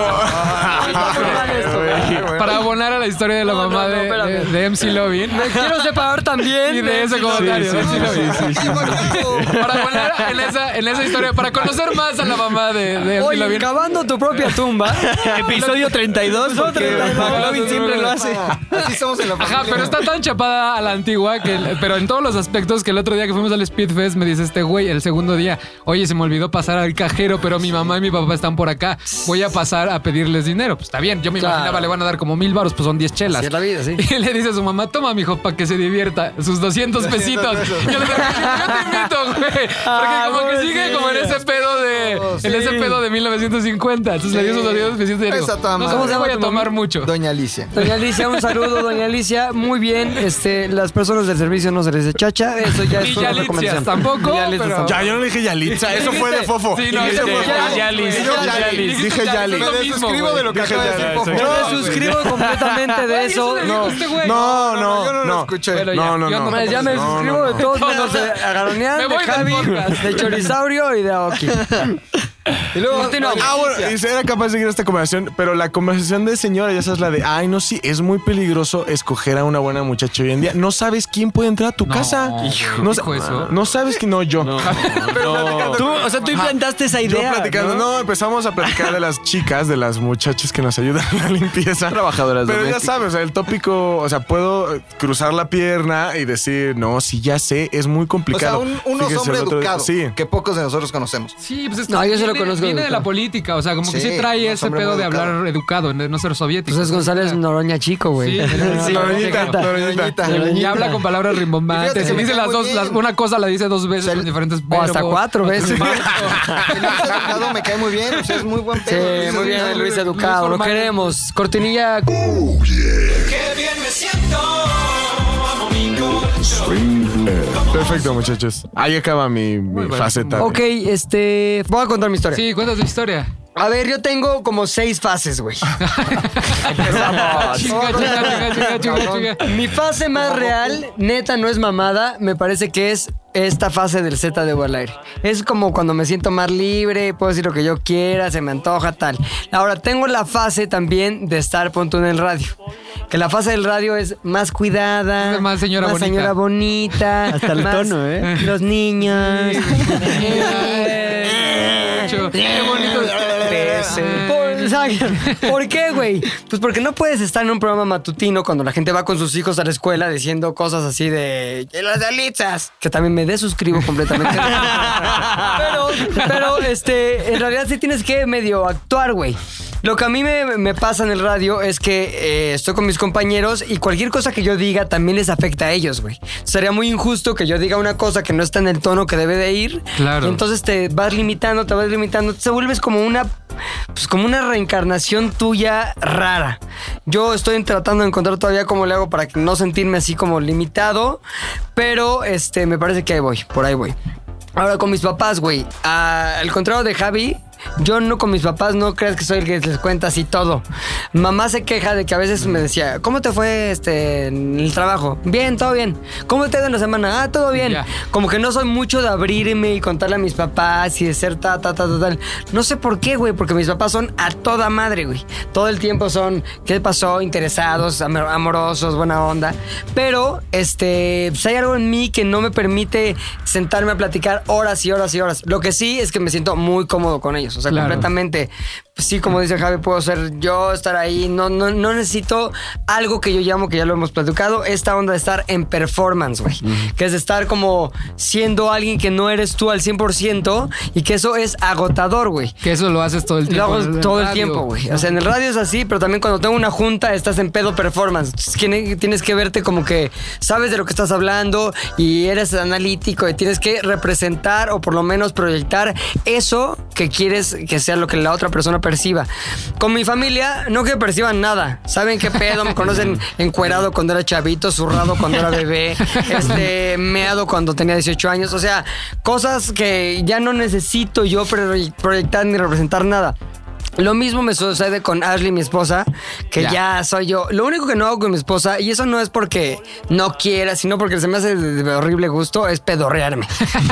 [SPEAKER 5] Para abonar a la historia de la
[SPEAKER 2] No, no,
[SPEAKER 5] mamá
[SPEAKER 2] no,
[SPEAKER 5] de,
[SPEAKER 2] espérame.
[SPEAKER 5] de- de MC Lovin.
[SPEAKER 2] Quiero separar también.
[SPEAKER 5] Y de ese comentario. de MC Lovin. Para abonar en esa, en esa historia, para conocer más a la mamá de, de MC
[SPEAKER 2] Oye,
[SPEAKER 5] Lovin.
[SPEAKER 2] cavando tu propia tumba.
[SPEAKER 4] Episodio 32, porque McLovin siempre lo hace.
[SPEAKER 11] Así somos en la familia.
[SPEAKER 5] Ajá, pero está tan chapada a la antigua, que, pero en todos los aspectos que el otro día que fuimos al Speedfest me dice este güey, el segundo día, oye, se me olvidó pasar al cajero, pero mi mamá y mi papá están por acá, voy a pasar a pedirles dinero. Pues está bien, yo me
[SPEAKER 2] Claro.
[SPEAKER 5] imaginaba, le van a dar como mil baros, pues son 10 chelas.
[SPEAKER 2] Así es la vida, sí.
[SPEAKER 5] Y le dice a su mamá, toma, mijo, para que se divierta, sus 200 pesitos. Yo le digo, yo te invito, güey. Porque
[SPEAKER 2] Ah,
[SPEAKER 5] como que sigue
[SPEAKER 2] pobrecillo.
[SPEAKER 5] como en ese pedo de, en ese pedo de 1950. Entonces le dio sus 200 pesitos y le digo,
[SPEAKER 11] Esa toda
[SPEAKER 5] no sé
[SPEAKER 11] madre.
[SPEAKER 5] si voy
[SPEAKER 2] ¿Cómo
[SPEAKER 5] a
[SPEAKER 2] se llama tu mamá?
[SPEAKER 5] tomar mucho.
[SPEAKER 11] Doña Alicia.
[SPEAKER 2] Doña Alicia, un saludo, doña Alicia. Muy bien, este, las personas del servicio no se les dice chacha, eso ya
[SPEAKER 5] Ni
[SPEAKER 2] es una
[SPEAKER 5] Yalitzias
[SPEAKER 2] recomendación.
[SPEAKER 5] tampoco,
[SPEAKER 2] Ni Yalitzias
[SPEAKER 5] pero-
[SPEAKER 3] Ya, yo no le dije Yalitza, eso fue de fofo.
[SPEAKER 5] Sí, no,
[SPEAKER 3] Ese
[SPEAKER 5] ya-
[SPEAKER 3] fue
[SPEAKER 5] ya-
[SPEAKER 3] fofo.
[SPEAKER 5] ya-
[SPEAKER 4] Yalis,
[SPEAKER 3] Yo
[SPEAKER 5] ya-
[SPEAKER 3] Yalis, dije
[SPEAKER 5] ya-
[SPEAKER 3] Yalis.
[SPEAKER 5] es lo
[SPEAKER 11] Me
[SPEAKER 5] mismo,
[SPEAKER 11] suscribo
[SPEAKER 5] güey.
[SPEAKER 11] de lo que
[SPEAKER 3] Dije
[SPEAKER 11] acaba de
[SPEAKER 3] ya,
[SPEAKER 11] decir Fofo.
[SPEAKER 3] exacto.
[SPEAKER 2] Yo me suscribo completamente de eso.
[SPEAKER 5] No,
[SPEAKER 2] No.
[SPEAKER 3] No, no,
[SPEAKER 11] yo no
[SPEAKER 3] no.
[SPEAKER 11] lo escuché.
[SPEAKER 5] Bueno, ya,
[SPEAKER 3] No, no,
[SPEAKER 5] yo
[SPEAKER 3] no.
[SPEAKER 5] no-
[SPEAKER 2] Ya me
[SPEAKER 3] No, no,
[SPEAKER 2] suscribo de
[SPEAKER 3] no.
[SPEAKER 2] todos menos de
[SPEAKER 5] Me
[SPEAKER 2] Agaronian, de
[SPEAKER 5] voy del
[SPEAKER 2] Javi,
[SPEAKER 5] podcast.
[SPEAKER 2] de Chorisaurio y de Aoki.
[SPEAKER 11] Y luego, continuamos.
[SPEAKER 3] Ah, bueno, y era capaz de seguir esta conversación, pero la conversación de señora, ya sabes, la de, ay, no, sí, es muy peligroso escoger a una buena muchacha hoy en día. No sabes quién puede entrar a tu casa.
[SPEAKER 5] hijo,
[SPEAKER 3] no,
[SPEAKER 5] dijo eso.
[SPEAKER 3] no sabes que no, yo.
[SPEAKER 7] Tú, o sea, tú implantaste esa
[SPEAKER 3] Yo
[SPEAKER 7] idea.
[SPEAKER 3] platicando, ¿no? empezamos a platicar de las chicas, de las muchachas que nos ayudan a la limpieza.
[SPEAKER 6] Trabajadoras
[SPEAKER 3] Pero ya
[SPEAKER 6] domésticas.
[SPEAKER 3] sabes, o sea, el tópico, o sea, puedo eh, cruzar la pierna y decir, no, sí, ya sé, es muy
[SPEAKER 11] O sea,
[SPEAKER 3] complicado.
[SPEAKER 11] un, unos
[SPEAKER 3] Fíjense,
[SPEAKER 11] hombres
[SPEAKER 3] el otro día-
[SPEAKER 11] educados
[SPEAKER 3] Sí.
[SPEAKER 11] que pocos de nosotros conocemos.
[SPEAKER 5] Sí, pues es que
[SPEAKER 2] No, yo se lo
[SPEAKER 5] viene-
[SPEAKER 2] conozco
[SPEAKER 5] Viene de la
[SPEAKER 2] educado.
[SPEAKER 5] política, o sea, como que
[SPEAKER 11] Sí,
[SPEAKER 5] sí trae
[SPEAKER 11] no,
[SPEAKER 5] ese
[SPEAKER 11] hombre,
[SPEAKER 5] pedo
[SPEAKER 11] muy
[SPEAKER 5] de
[SPEAKER 11] educado.
[SPEAKER 5] hablar educado, de no ser soviético.
[SPEAKER 2] Pues es González Noroña chico, güey.
[SPEAKER 5] Sí, sí,
[SPEAKER 3] La
[SPEAKER 5] sí,
[SPEAKER 3] doñita,
[SPEAKER 5] encanta.
[SPEAKER 3] la doñita.
[SPEAKER 11] Doñita.
[SPEAKER 5] Y habla con palabras
[SPEAKER 11] Y
[SPEAKER 5] rimbombantes.
[SPEAKER 11] fíjate que
[SPEAKER 5] y dice
[SPEAKER 11] me
[SPEAKER 5] las
[SPEAKER 11] cae
[SPEAKER 5] dos,
[SPEAKER 11] muy
[SPEAKER 5] las-
[SPEAKER 11] bien.
[SPEAKER 5] una cosa la dice dos veces
[SPEAKER 11] Se-
[SPEAKER 5] con diferentes
[SPEAKER 2] o hasta cuatro veces.
[SPEAKER 11] El Luis Educado me cae muy bien, o sea, es muy buen
[SPEAKER 2] Sí,
[SPEAKER 11] pedo. Luis
[SPEAKER 2] muy bien,
[SPEAKER 11] Educado.
[SPEAKER 2] Luis Educado, lo
[SPEAKER 5] Luis Román.
[SPEAKER 2] queremos. Cortinilla.
[SPEAKER 3] Perfecto, muchachos. Ahí acaba mi, mi faceta.
[SPEAKER 2] Ok, este. Voy a contar mi historia.
[SPEAKER 5] Sí, cuenta tu historia.
[SPEAKER 2] A ver, yo tengo como seis fases, güey.
[SPEAKER 5] Chinga, chinga, chinga, chinga, chinga, chinga.
[SPEAKER 2] Mi fase más real, neta, no es mamada, me parece que es esta fase del Z de al aire. Es como cuando me siento más libre, puedo decir lo que yo quiera, se me antoja, tal. Ahora, tengo la fase también de estar punto en el radio. Que la fase del radio es más cuidada.
[SPEAKER 5] Es más señora bonita.
[SPEAKER 2] señora bonita.
[SPEAKER 7] Hasta el
[SPEAKER 2] más
[SPEAKER 7] tono, ¿eh?
[SPEAKER 2] Los niños.
[SPEAKER 5] Mucho. Qué bonito.
[SPEAKER 2] Por, exacto. ¿Por qué, güey? Pues porque no puedes estar en un programa matutino cuando la gente va con sus hijos a la escuela diciendo cosas así de "Y las alitas, que también me desuscribo completamente. pero, pero, este, en realidad sí tienes que medio actuar, güey. Lo que a mí me, me pasa en el radio es que eh, estoy con mis compañeros y cualquier cosa que yo diga también les afecta a ellos, güey. Sería muy injusto que yo diga una cosa que no está en el tono que debe de ir.
[SPEAKER 5] Claro.
[SPEAKER 2] Y entonces te vas limitando, te vas limitando, te vuelves como una pues como una reencarnación tuya rara. Yo estoy tratando de encontrar todavía cómo le hago para que no sentirme así como limitado, pero este me parece que ahí voy, por ahí voy. Ahora con mis papás, güey, ah, al contrario de Javi, yo no con mis papás no creas que soy el que les cuenta así todo. Mamá se queja de que a veces me decía, ¿cómo te fue este en el trabajo? Bien, todo bien. ¿Cómo te ha ido en la semana? Ah, todo bien.
[SPEAKER 5] Ya.
[SPEAKER 2] Como que no soy mucho de abrirme y contarle a mis papás y de ser ta, ta, ta, ta, tal. No sé por qué, güey, porque mis papás son a toda madre, güey. Todo el tiempo son, ¿qué pasó? Interesados, am- amorosos, buena onda. Pero, este, pues hay algo en mí que no me permite sentarme a platicar horas y horas y horas. Lo que sí es que me siento muy cómodo con ellos. O sea,
[SPEAKER 5] Claro.
[SPEAKER 2] completamente. pues sí, como dice Javi, puedo ser yo, estar ahí. No, no, no necesito algo que yo llamo, que ya lo hemos platicado, esta onda de estar en performance, güey. Que es estar como siendo alguien que no eres tú al 100% y que eso es agotador, güey.
[SPEAKER 5] Que eso lo haces todo el
[SPEAKER 2] Lo
[SPEAKER 5] tiempo.
[SPEAKER 2] hago
[SPEAKER 5] en
[SPEAKER 2] todo el
[SPEAKER 5] radio.
[SPEAKER 2] tiempo, güey. O sea, en el radio es así, pero también cuando tengo una junta estás en pedo performance. Entonces, tiene- Tienes que verte como que sabes de lo que estás hablando y eres analítico y tienes que representar o por lo menos proyectar eso que quieres que sea lo que la otra persona perciba. Con mi familia no que perciban nada. Saben qué pedo, me conocen encuerado cuando era chavito, zurrado cuando era bebé, este, meado cuando tenía 18 años. O sea, cosas que ya no necesito yo proye- proyectar ni representar nada. Lo mismo me sucede con Ashley, mi esposa, que
[SPEAKER 5] Ya.
[SPEAKER 2] ya. soy yo. Lo único que no hago con mi esposa, y eso no es porque no quiera, sino porque se me hace de de horrible gusto, es pedorrearme.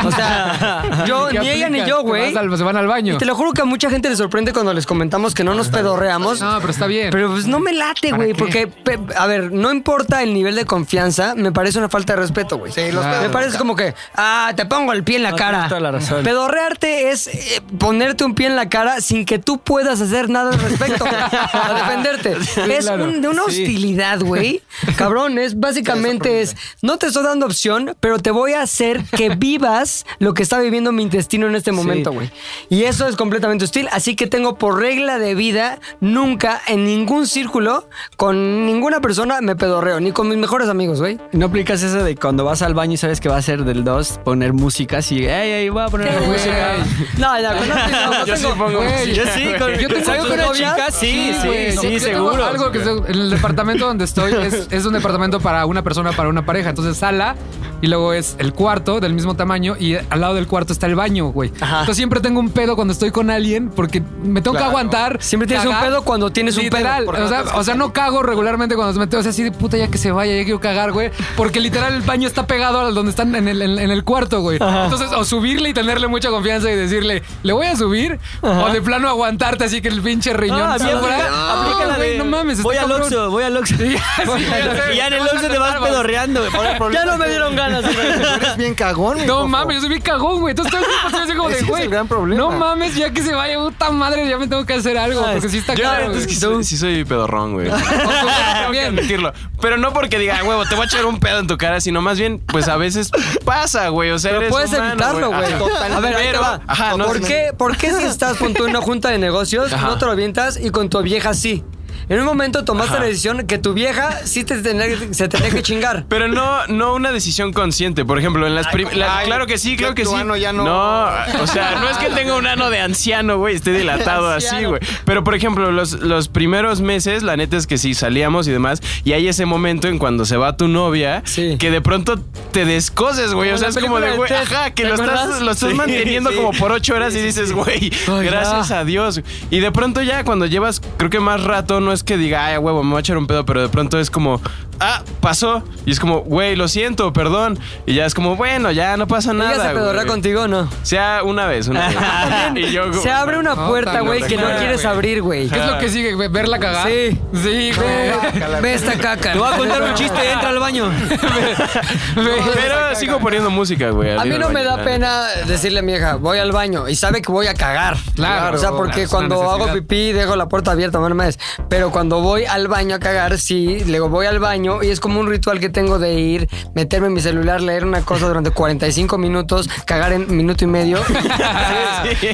[SPEAKER 2] O sea, yo,
[SPEAKER 5] ¿Qué
[SPEAKER 2] ni ella ni
[SPEAKER 5] aplicas?
[SPEAKER 2] yo,
[SPEAKER 5] Te
[SPEAKER 2] güey.
[SPEAKER 5] vas al- Se van al baño.
[SPEAKER 2] Y te lo juro que a mucha gente le sorprende cuando les comentamos que no nos pedorreamos.
[SPEAKER 5] No, pero está bien.
[SPEAKER 2] Pero pues no me late,
[SPEAKER 5] ¿Para
[SPEAKER 2] güey,
[SPEAKER 5] qué?
[SPEAKER 2] porque, pe- a ver, no importa el nivel de confianza, me parece una falta de respeto, güey.
[SPEAKER 11] Sí, los
[SPEAKER 5] Claro.
[SPEAKER 11] pedos.
[SPEAKER 2] Me parece como que, ah, te pongo el pie en la
[SPEAKER 7] No,
[SPEAKER 2] cara.
[SPEAKER 7] tienes toda la razón.
[SPEAKER 2] Pedorrearte es eh, ponerte un pie en la cara sin que tú puedas hacer nada al respecto güey, para defenderte. es
[SPEAKER 5] claro.
[SPEAKER 2] un- de una
[SPEAKER 7] Sí.
[SPEAKER 2] hostilidad, güey. Cabrón, es básicamente es, no te estoy dando opción, pero te voy a hacer que vivas lo que está viviendo mi intestino en este momento, güey. Y eso es completamente hostil, así que tengo por regla de vida nunca en ningún círculo con ninguna persona me pedorreo, ni con mis mejores amigos, güey.
[SPEAKER 7] ¿No aplicas eso de cuando vas al baño y sabes que va a ser del 2, poner música así? ¡Ey, ey, voy a poner
[SPEAKER 5] Güey.
[SPEAKER 7] música!
[SPEAKER 2] No, ya, con Ashley no, no
[SPEAKER 6] Yo sí
[SPEAKER 2] tengo-
[SPEAKER 6] pongo
[SPEAKER 5] Güey,
[SPEAKER 6] música, güey.
[SPEAKER 5] yo tengo
[SPEAKER 2] ¿Salgo
[SPEAKER 5] tus
[SPEAKER 2] con una
[SPEAKER 5] novias?
[SPEAKER 2] chica?
[SPEAKER 6] Sí, sí,
[SPEAKER 5] güey.
[SPEAKER 6] sí,
[SPEAKER 5] Yo tengo
[SPEAKER 6] seguro.
[SPEAKER 5] Algo que se- en el departamento donde estoy es, es un departamento para una persona, para una pareja. Entonces, sala y luego es el cuarto del mismo tamaño y al lado del cuarto está el baño, güey.
[SPEAKER 2] Ajá.
[SPEAKER 5] Entonces, siempre tengo un pedo cuando estoy con alguien porque me tengo que aguantar.
[SPEAKER 2] Siempre tienes un
[SPEAKER 5] cagar.
[SPEAKER 2] pedo cuando tienes un pedo,
[SPEAKER 5] Literal.
[SPEAKER 2] porque no
[SPEAKER 5] O sea,
[SPEAKER 2] tienes que
[SPEAKER 5] o sea, no cago regularmente cuando me meteo o sea, así de puta ya que se vaya, ya quiero cagar, güey. Porque literal el baño está pegado a donde están en el, en, en el cuarto, güey. Entonces, o subirle y tenerle mucha confianza y decirle, le voy a subir, o de plano aguantarte así que el pinche riñón
[SPEAKER 7] Ah,
[SPEAKER 5] sobra.
[SPEAKER 7] bien, aplica-
[SPEAKER 5] No,
[SPEAKER 7] aplica la
[SPEAKER 5] güey,
[SPEAKER 7] de,
[SPEAKER 5] no mames. está
[SPEAKER 7] Voy al
[SPEAKER 5] cabrón.
[SPEAKER 7] Oxxo, voy al Oxxo.
[SPEAKER 5] voy a hacer-
[SPEAKER 7] y ya en el
[SPEAKER 5] vas a
[SPEAKER 7] Oxxo te vas
[SPEAKER 5] tratar,
[SPEAKER 7] pedorreando. güey. Ahora el problema-
[SPEAKER 2] Ya no me dieron ganas. güey.
[SPEAKER 11] Eres bien cagón, mi
[SPEAKER 5] No
[SPEAKER 11] fofo.
[SPEAKER 5] mames, yo soy bien cagón, güey. Entonces todo el tiempo estoy así como de,
[SPEAKER 11] Ese es
[SPEAKER 5] güey.
[SPEAKER 11] el gran problema.
[SPEAKER 5] No mames, ya que se vaya, puta madre, ya me tengo que hacer algo. Porque sí está
[SPEAKER 6] Yo la
[SPEAKER 5] claro.
[SPEAKER 6] neta es
[SPEAKER 5] güey.
[SPEAKER 6] que soy- sí soy pedorrón, güey.
[SPEAKER 5] También.
[SPEAKER 6] admitirlo. Pero no porque diga, "Ah, huevo, te voy a echar un pedo en tu cara, sino más bien, pues a veces pasa, güey. O sea,
[SPEAKER 2] Pero
[SPEAKER 6] eres
[SPEAKER 2] puedes
[SPEAKER 6] humano,
[SPEAKER 2] evitarlo, güey.
[SPEAKER 6] Ajá.
[SPEAKER 2] A ver, ahí te
[SPEAKER 6] Pero-
[SPEAKER 2] va.
[SPEAKER 6] Ajá, no
[SPEAKER 2] ¿Por,
[SPEAKER 6] sé.
[SPEAKER 2] qué, ¿Por qué si estás con tu una junta de negocios,
[SPEAKER 6] Ajá.
[SPEAKER 2] no te lo avientas y con tu vieja sí? En un momento tomaste la decisión que tu vieja sí te tenía- se tenía que chingar.
[SPEAKER 6] Pero no, no una decisión consciente. Por ejemplo, en las prim- la-
[SPEAKER 11] ay,
[SPEAKER 6] Claro que sí,
[SPEAKER 11] yo
[SPEAKER 6] claro que
[SPEAKER 11] tu
[SPEAKER 6] sí.
[SPEAKER 11] ano ya no-
[SPEAKER 6] o sea, no es que tenga un ano de anciano, güey, esté dilatado así, güey. Pero, por ejemplo, los, los primeros meses, la neta es que sí salíamos y demás. Y hay ese momento en cuando se va tu novia
[SPEAKER 2] Sí.
[SPEAKER 6] que de pronto te descoses, güey.
[SPEAKER 2] Como
[SPEAKER 6] O sea,
[SPEAKER 2] la
[SPEAKER 6] es como de,
[SPEAKER 2] película
[SPEAKER 6] güey,
[SPEAKER 2] de Ted,
[SPEAKER 6] ajá, que
[SPEAKER 2] ¿te
[SPEAKER 6] lo estás,
[SPEAKER 2] acuerdas?
[SPEAKER 6] lo estás
[SPEAKER 2] Sí,
[SPEAKER 6] manteniendo
[SPEAKER 2] sí.
[SPEAKER 6] como por ocho horas y dices, güey,
[SPEAKER 2] Ay,
[SPEAKER 6] gracias
[SPEAKER 2] ya.
[SPEAKER 6] a Dios. Y de pronto ya, cuando llevas, creo que más rato, no es que diga, ay, a huevo, me voy a echar un pedo, pero de pronto es como, ah, pasó. Y es como, güey, lo siento, perdón. Y ya es como, bueno, ya no pasa nada.
[SPEAKER 2] ¿Ella se pedorrea
[SPEAKER 6] güey".
[SPEAKER 2] contigo o no?
[SPEAKER 6] Sea una vez, una vez. Y yo,
[SPEAKER 2] Se abre una
[SPEAKER 5] No,
[SPEAKER 2] puerta,
[SPEAKER 5] tan
[SPEAKER 2] güey, que no
[SPEAKER 5] claro,
[SPEAKER 2] quieres
[SPEAKER 5] güey.
[SPEAKER 2] abrir, güey.
[SPEAKER 5] ¿Qué es lo que sigue? güey? ¿Verla cagar?
[SPEAKER 2] Sí.
[SPEAKER 5] Sí, güey.
[SPEAKER 2] Ve esta caca.
[SPEAKER 7] Te voy a contar un chiste, entra al baño.
[SPEAKER 6] Pero sigo poniendo música, güey.
[SPEAKER 2] A mí no me da pena decirle a mi hija, voy al baño y sabe que voy a cagar.
[SPEAKER 5] Claro.
[SPEAKER 2] O sea, porque
[SPEAKER 5] Es una
[SPEAKER 2] cuando
[SPEAKER 5] necesidad.
[SPEAKER 2] hago pipí dejo la puerta abierta, no mames. Pero cuando voy al baño a cagar, sí, le digo, voy al baño y es como un ritual que tengo de ir, meterme en mi celular, leer una cosa durante 45 minutos, cagar en minuto y medio.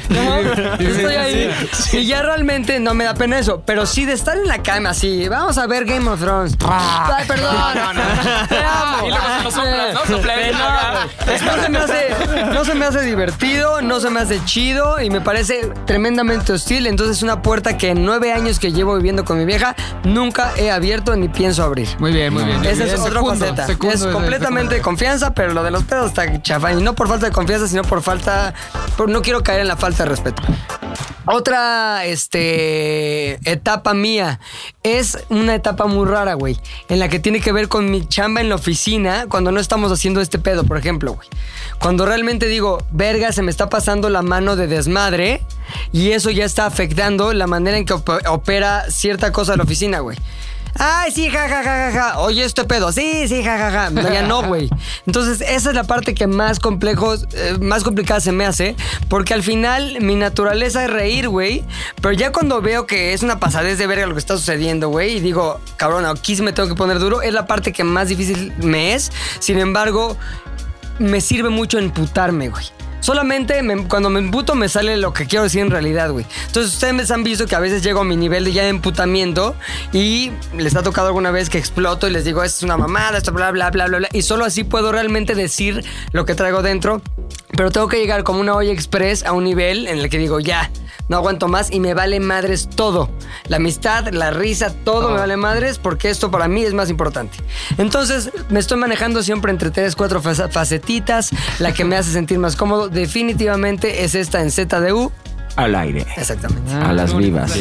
[SPEAKER 2] ¿No? Estoy ahí. Y ya realmente no me da pena eso, pero sí de estar en la cama, sí. Vamos a ver Game of Thrones. Ay, perdón. Te amo.
[SPEAKER 8] Y luego se lo soplas, ¿no? Sopla en
[SPEAKER 2] Te
[SPEAKER 8] la cara.
[SPEAKER 2] amo. No se me hace- no se me hace divertido, no se me hace chido y me parece tremendamente hostil. Entonces es una puerta que en nueve años que llevo viviendo con mi vieja nunca he abierto ni pienso abrir.
[SPEAKER 5] Muy bien, muy bien.
[SPEAKER 2] Esa es
[SPEAKER 5] Bien,
[SPEAKER 2] otra
[SPEAKER 5] secundo,
[SPEAKER 2] faceta.
[SPEAKER 5] secundo,
[SPEAKER 2] es
[SPEAKER 5] ese,
[SPEAKER 2] completamente de confianza, pero lo de los pedos está chafa. Y no por falta de confianza, sino por falta. por- no quiero caer en la falta de respeto. Otra este, etapa mía es una etapa muy rara, güey, en la que tiene que ver con mi chamba en la oficina cuando no estamos haciendo este pedo, por ejemplo, güey. Cuando realmente digo, verga, se me está pasando la mano de desmadre y eso ya está afectando la manera en que op- opera cierta cosa de la oficina, güey. Ay, sí, ja, ja, ja, ja, ja. Oye, este pedo. Sí, sí, ja, ja, ja. No, ya no, güey. Entonces, esa es la parte que más complejos, eh, más complicada se me hace. Porque al final, mi naturaleza es reír, güey. Pero ya cuando veo que es una pasadez de verga lo que está sucediendo, güey, y digo, cabrón, aquí sí me tengo que poner duro, es la parte que más difícil me es. Sin embargo, me sirve mucho emputarme, güey. Solamente me- cuando me emputo me sale lo que quiero decir en realidad, güey. Entonces ustedes han visto que a veces llego a mi nivel de ya de emputamiento y les ha tocado alguna vez que exploto y les digo, es una mamada, esto bla, bla, bla, bla, bla. Y solo así puedo realmente decir lo que traigo dentro. Pero tengo que llegar como una olla express a un nivel en el que digo, ya, no aguanto más y me vale madres todo. La amistad, la risa, todo me vale madres porque esto para mí es más importante. Entonces, me estoy manejando siempre entre tres, cuatro fac- facetitas. La que me hace sentir más cómodo definitivamente es esta en ZDU.
[SPEAKER 4] Al aire.
[SPEAKER 2] Exactamente.
[SPEAKER 4] A las vivas.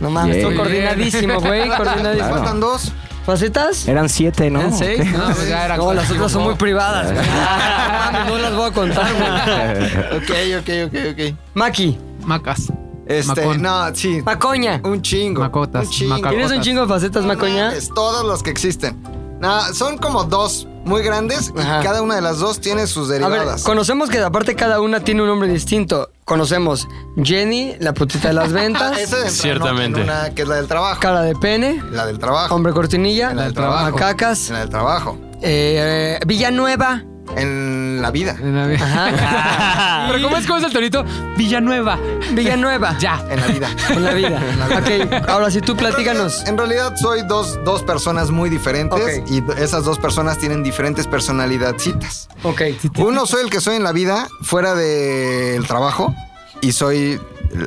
[SPEAKER 2] No mames, estoy
[SPEAKER 4] Yeah.
[SPEAKER 2] coordinadísimo, güey. Coordinadísimo.
[SPEAKER 4] Claro.
[SPEAKER 2] Faltan
[SPEAKER 11] dos.
[SPEAKER 2] ¿Facetas?
[SPEAKER 4] Eran siete, ¿no?
[SPEAKER 2] ¿En seis? No, pues ya eran No, las otras son muy privadas. güey. No mames, no las voy a contar, güey.
[SPEAKER 11] Ok, ok, ok, ok.
[SPEAKER 2] Maki.
[SPEAKER 5] Macas.
[SPEAKER 11] Este,
[SPEAKER 5] Macón.
[SPEAKER 11] no, sí.
[SPEAKER 2] Macoña.
[SPEAKER 11] Un chingo.
[SPEAKER 5] Macotas,
[SPEAKER 11] Un chingo.
[SPEAKER 5] macacotas.
[SPEAKER 2] ¿Tienes un chingo de facetas, Macoña?
[SPEAKER 11] Es todos los que existen. No, son como dos muy grandes y
[SPEAKER 2] Ajá.
[SPEAKER 11] cada una de las dos tiene sus
[SPEAKER 2] A ver,
[SPEAKER 11] derivadas.
[SPEAKER 2] conocemos que aparte cada una tiene un nombre distinto. Conocemos Jenny, la putita de las ventas.
[SPEAKER 11] Ah, Esa entra, ¿no?
[SPEAKER 6] Ciertamente.
[SPEAKER 11] En una que es la del trabajo.
[SPEAKER 2] Cara de pene.
[SPEAKER 11] La del trabajo.
[SPEAKER 2] Hombre cortinilla.
[SPEAKER 11] En la del trabajo.
[SPEAKER 2] Macacas.
[SPEAKER 11] En la del trabajo.
[SPEAKER 2] eh, Villanueva.
[SPEAKER 11] En la vida.
[SPEAKER 5] En la vida.
[SPEAKER 2] Ajá.
[SPEAKER 5] Pero ¿cómo es, cómo es el torito? Villanueva.
[SPEAKER 2] Villanueva.
[SPEAKER 5] Ya.
[SPEAKER 11] En la vida.
[SPEAKER 2] En la vida.
[SPEAKER 11] En la vida.
[SPEAKER 2] Ok, ahora sí tú platícanos.
[SPEAKER 11] En realidad soy dos, dos personas muy diferentes
[SPEAKER 2] Ok.
[SPEAKER 11] y do- esas dos personas tienen diferentes personalidadcitas.
[SPEAKER 2] Ok.
[SPEAKER 11] Uno soy el que soy en la vida, fuera del trabajo, y soy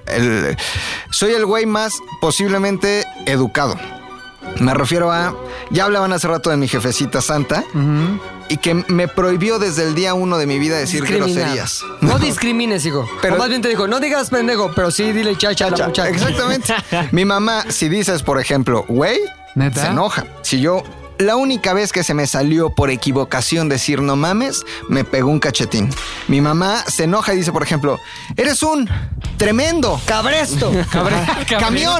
[SPEAKER 11] el, el- soy el güey más posiblemente educado. Me refiero a, ya hablaban hace rato de mi jefecita santa, y que me prohibió desde el día uno de mi vida decir
[SPEAKER 2] Discriminar.
[SPEAKER 11] groserías.
[SPEAKER 2] No discrimines, hijo. Pero
[SPEAKER 11] Pero-
[SPEAKER 2] más bien te dijo, no digas pendejo, pero sí dile chacha a la muchacha.
[SPEAKER 11] Exactamente. Mi mamá, si dices, por ejemplo, güey,
[SPEAKER 5] ¿Neta?
[SPEAKER 11] se enoja. Si yo, la única vez que se me salió por equivocación decir no mames, me pegó un cachetín. Mi mamá se enoja y dice, por ejemplo, eres un tremendo
[SPEAKER 2] Cabresto.
[SPEAKER 5] Cabresto.
[SPEAKER 2] Mi
[SPEAKER 11] camión.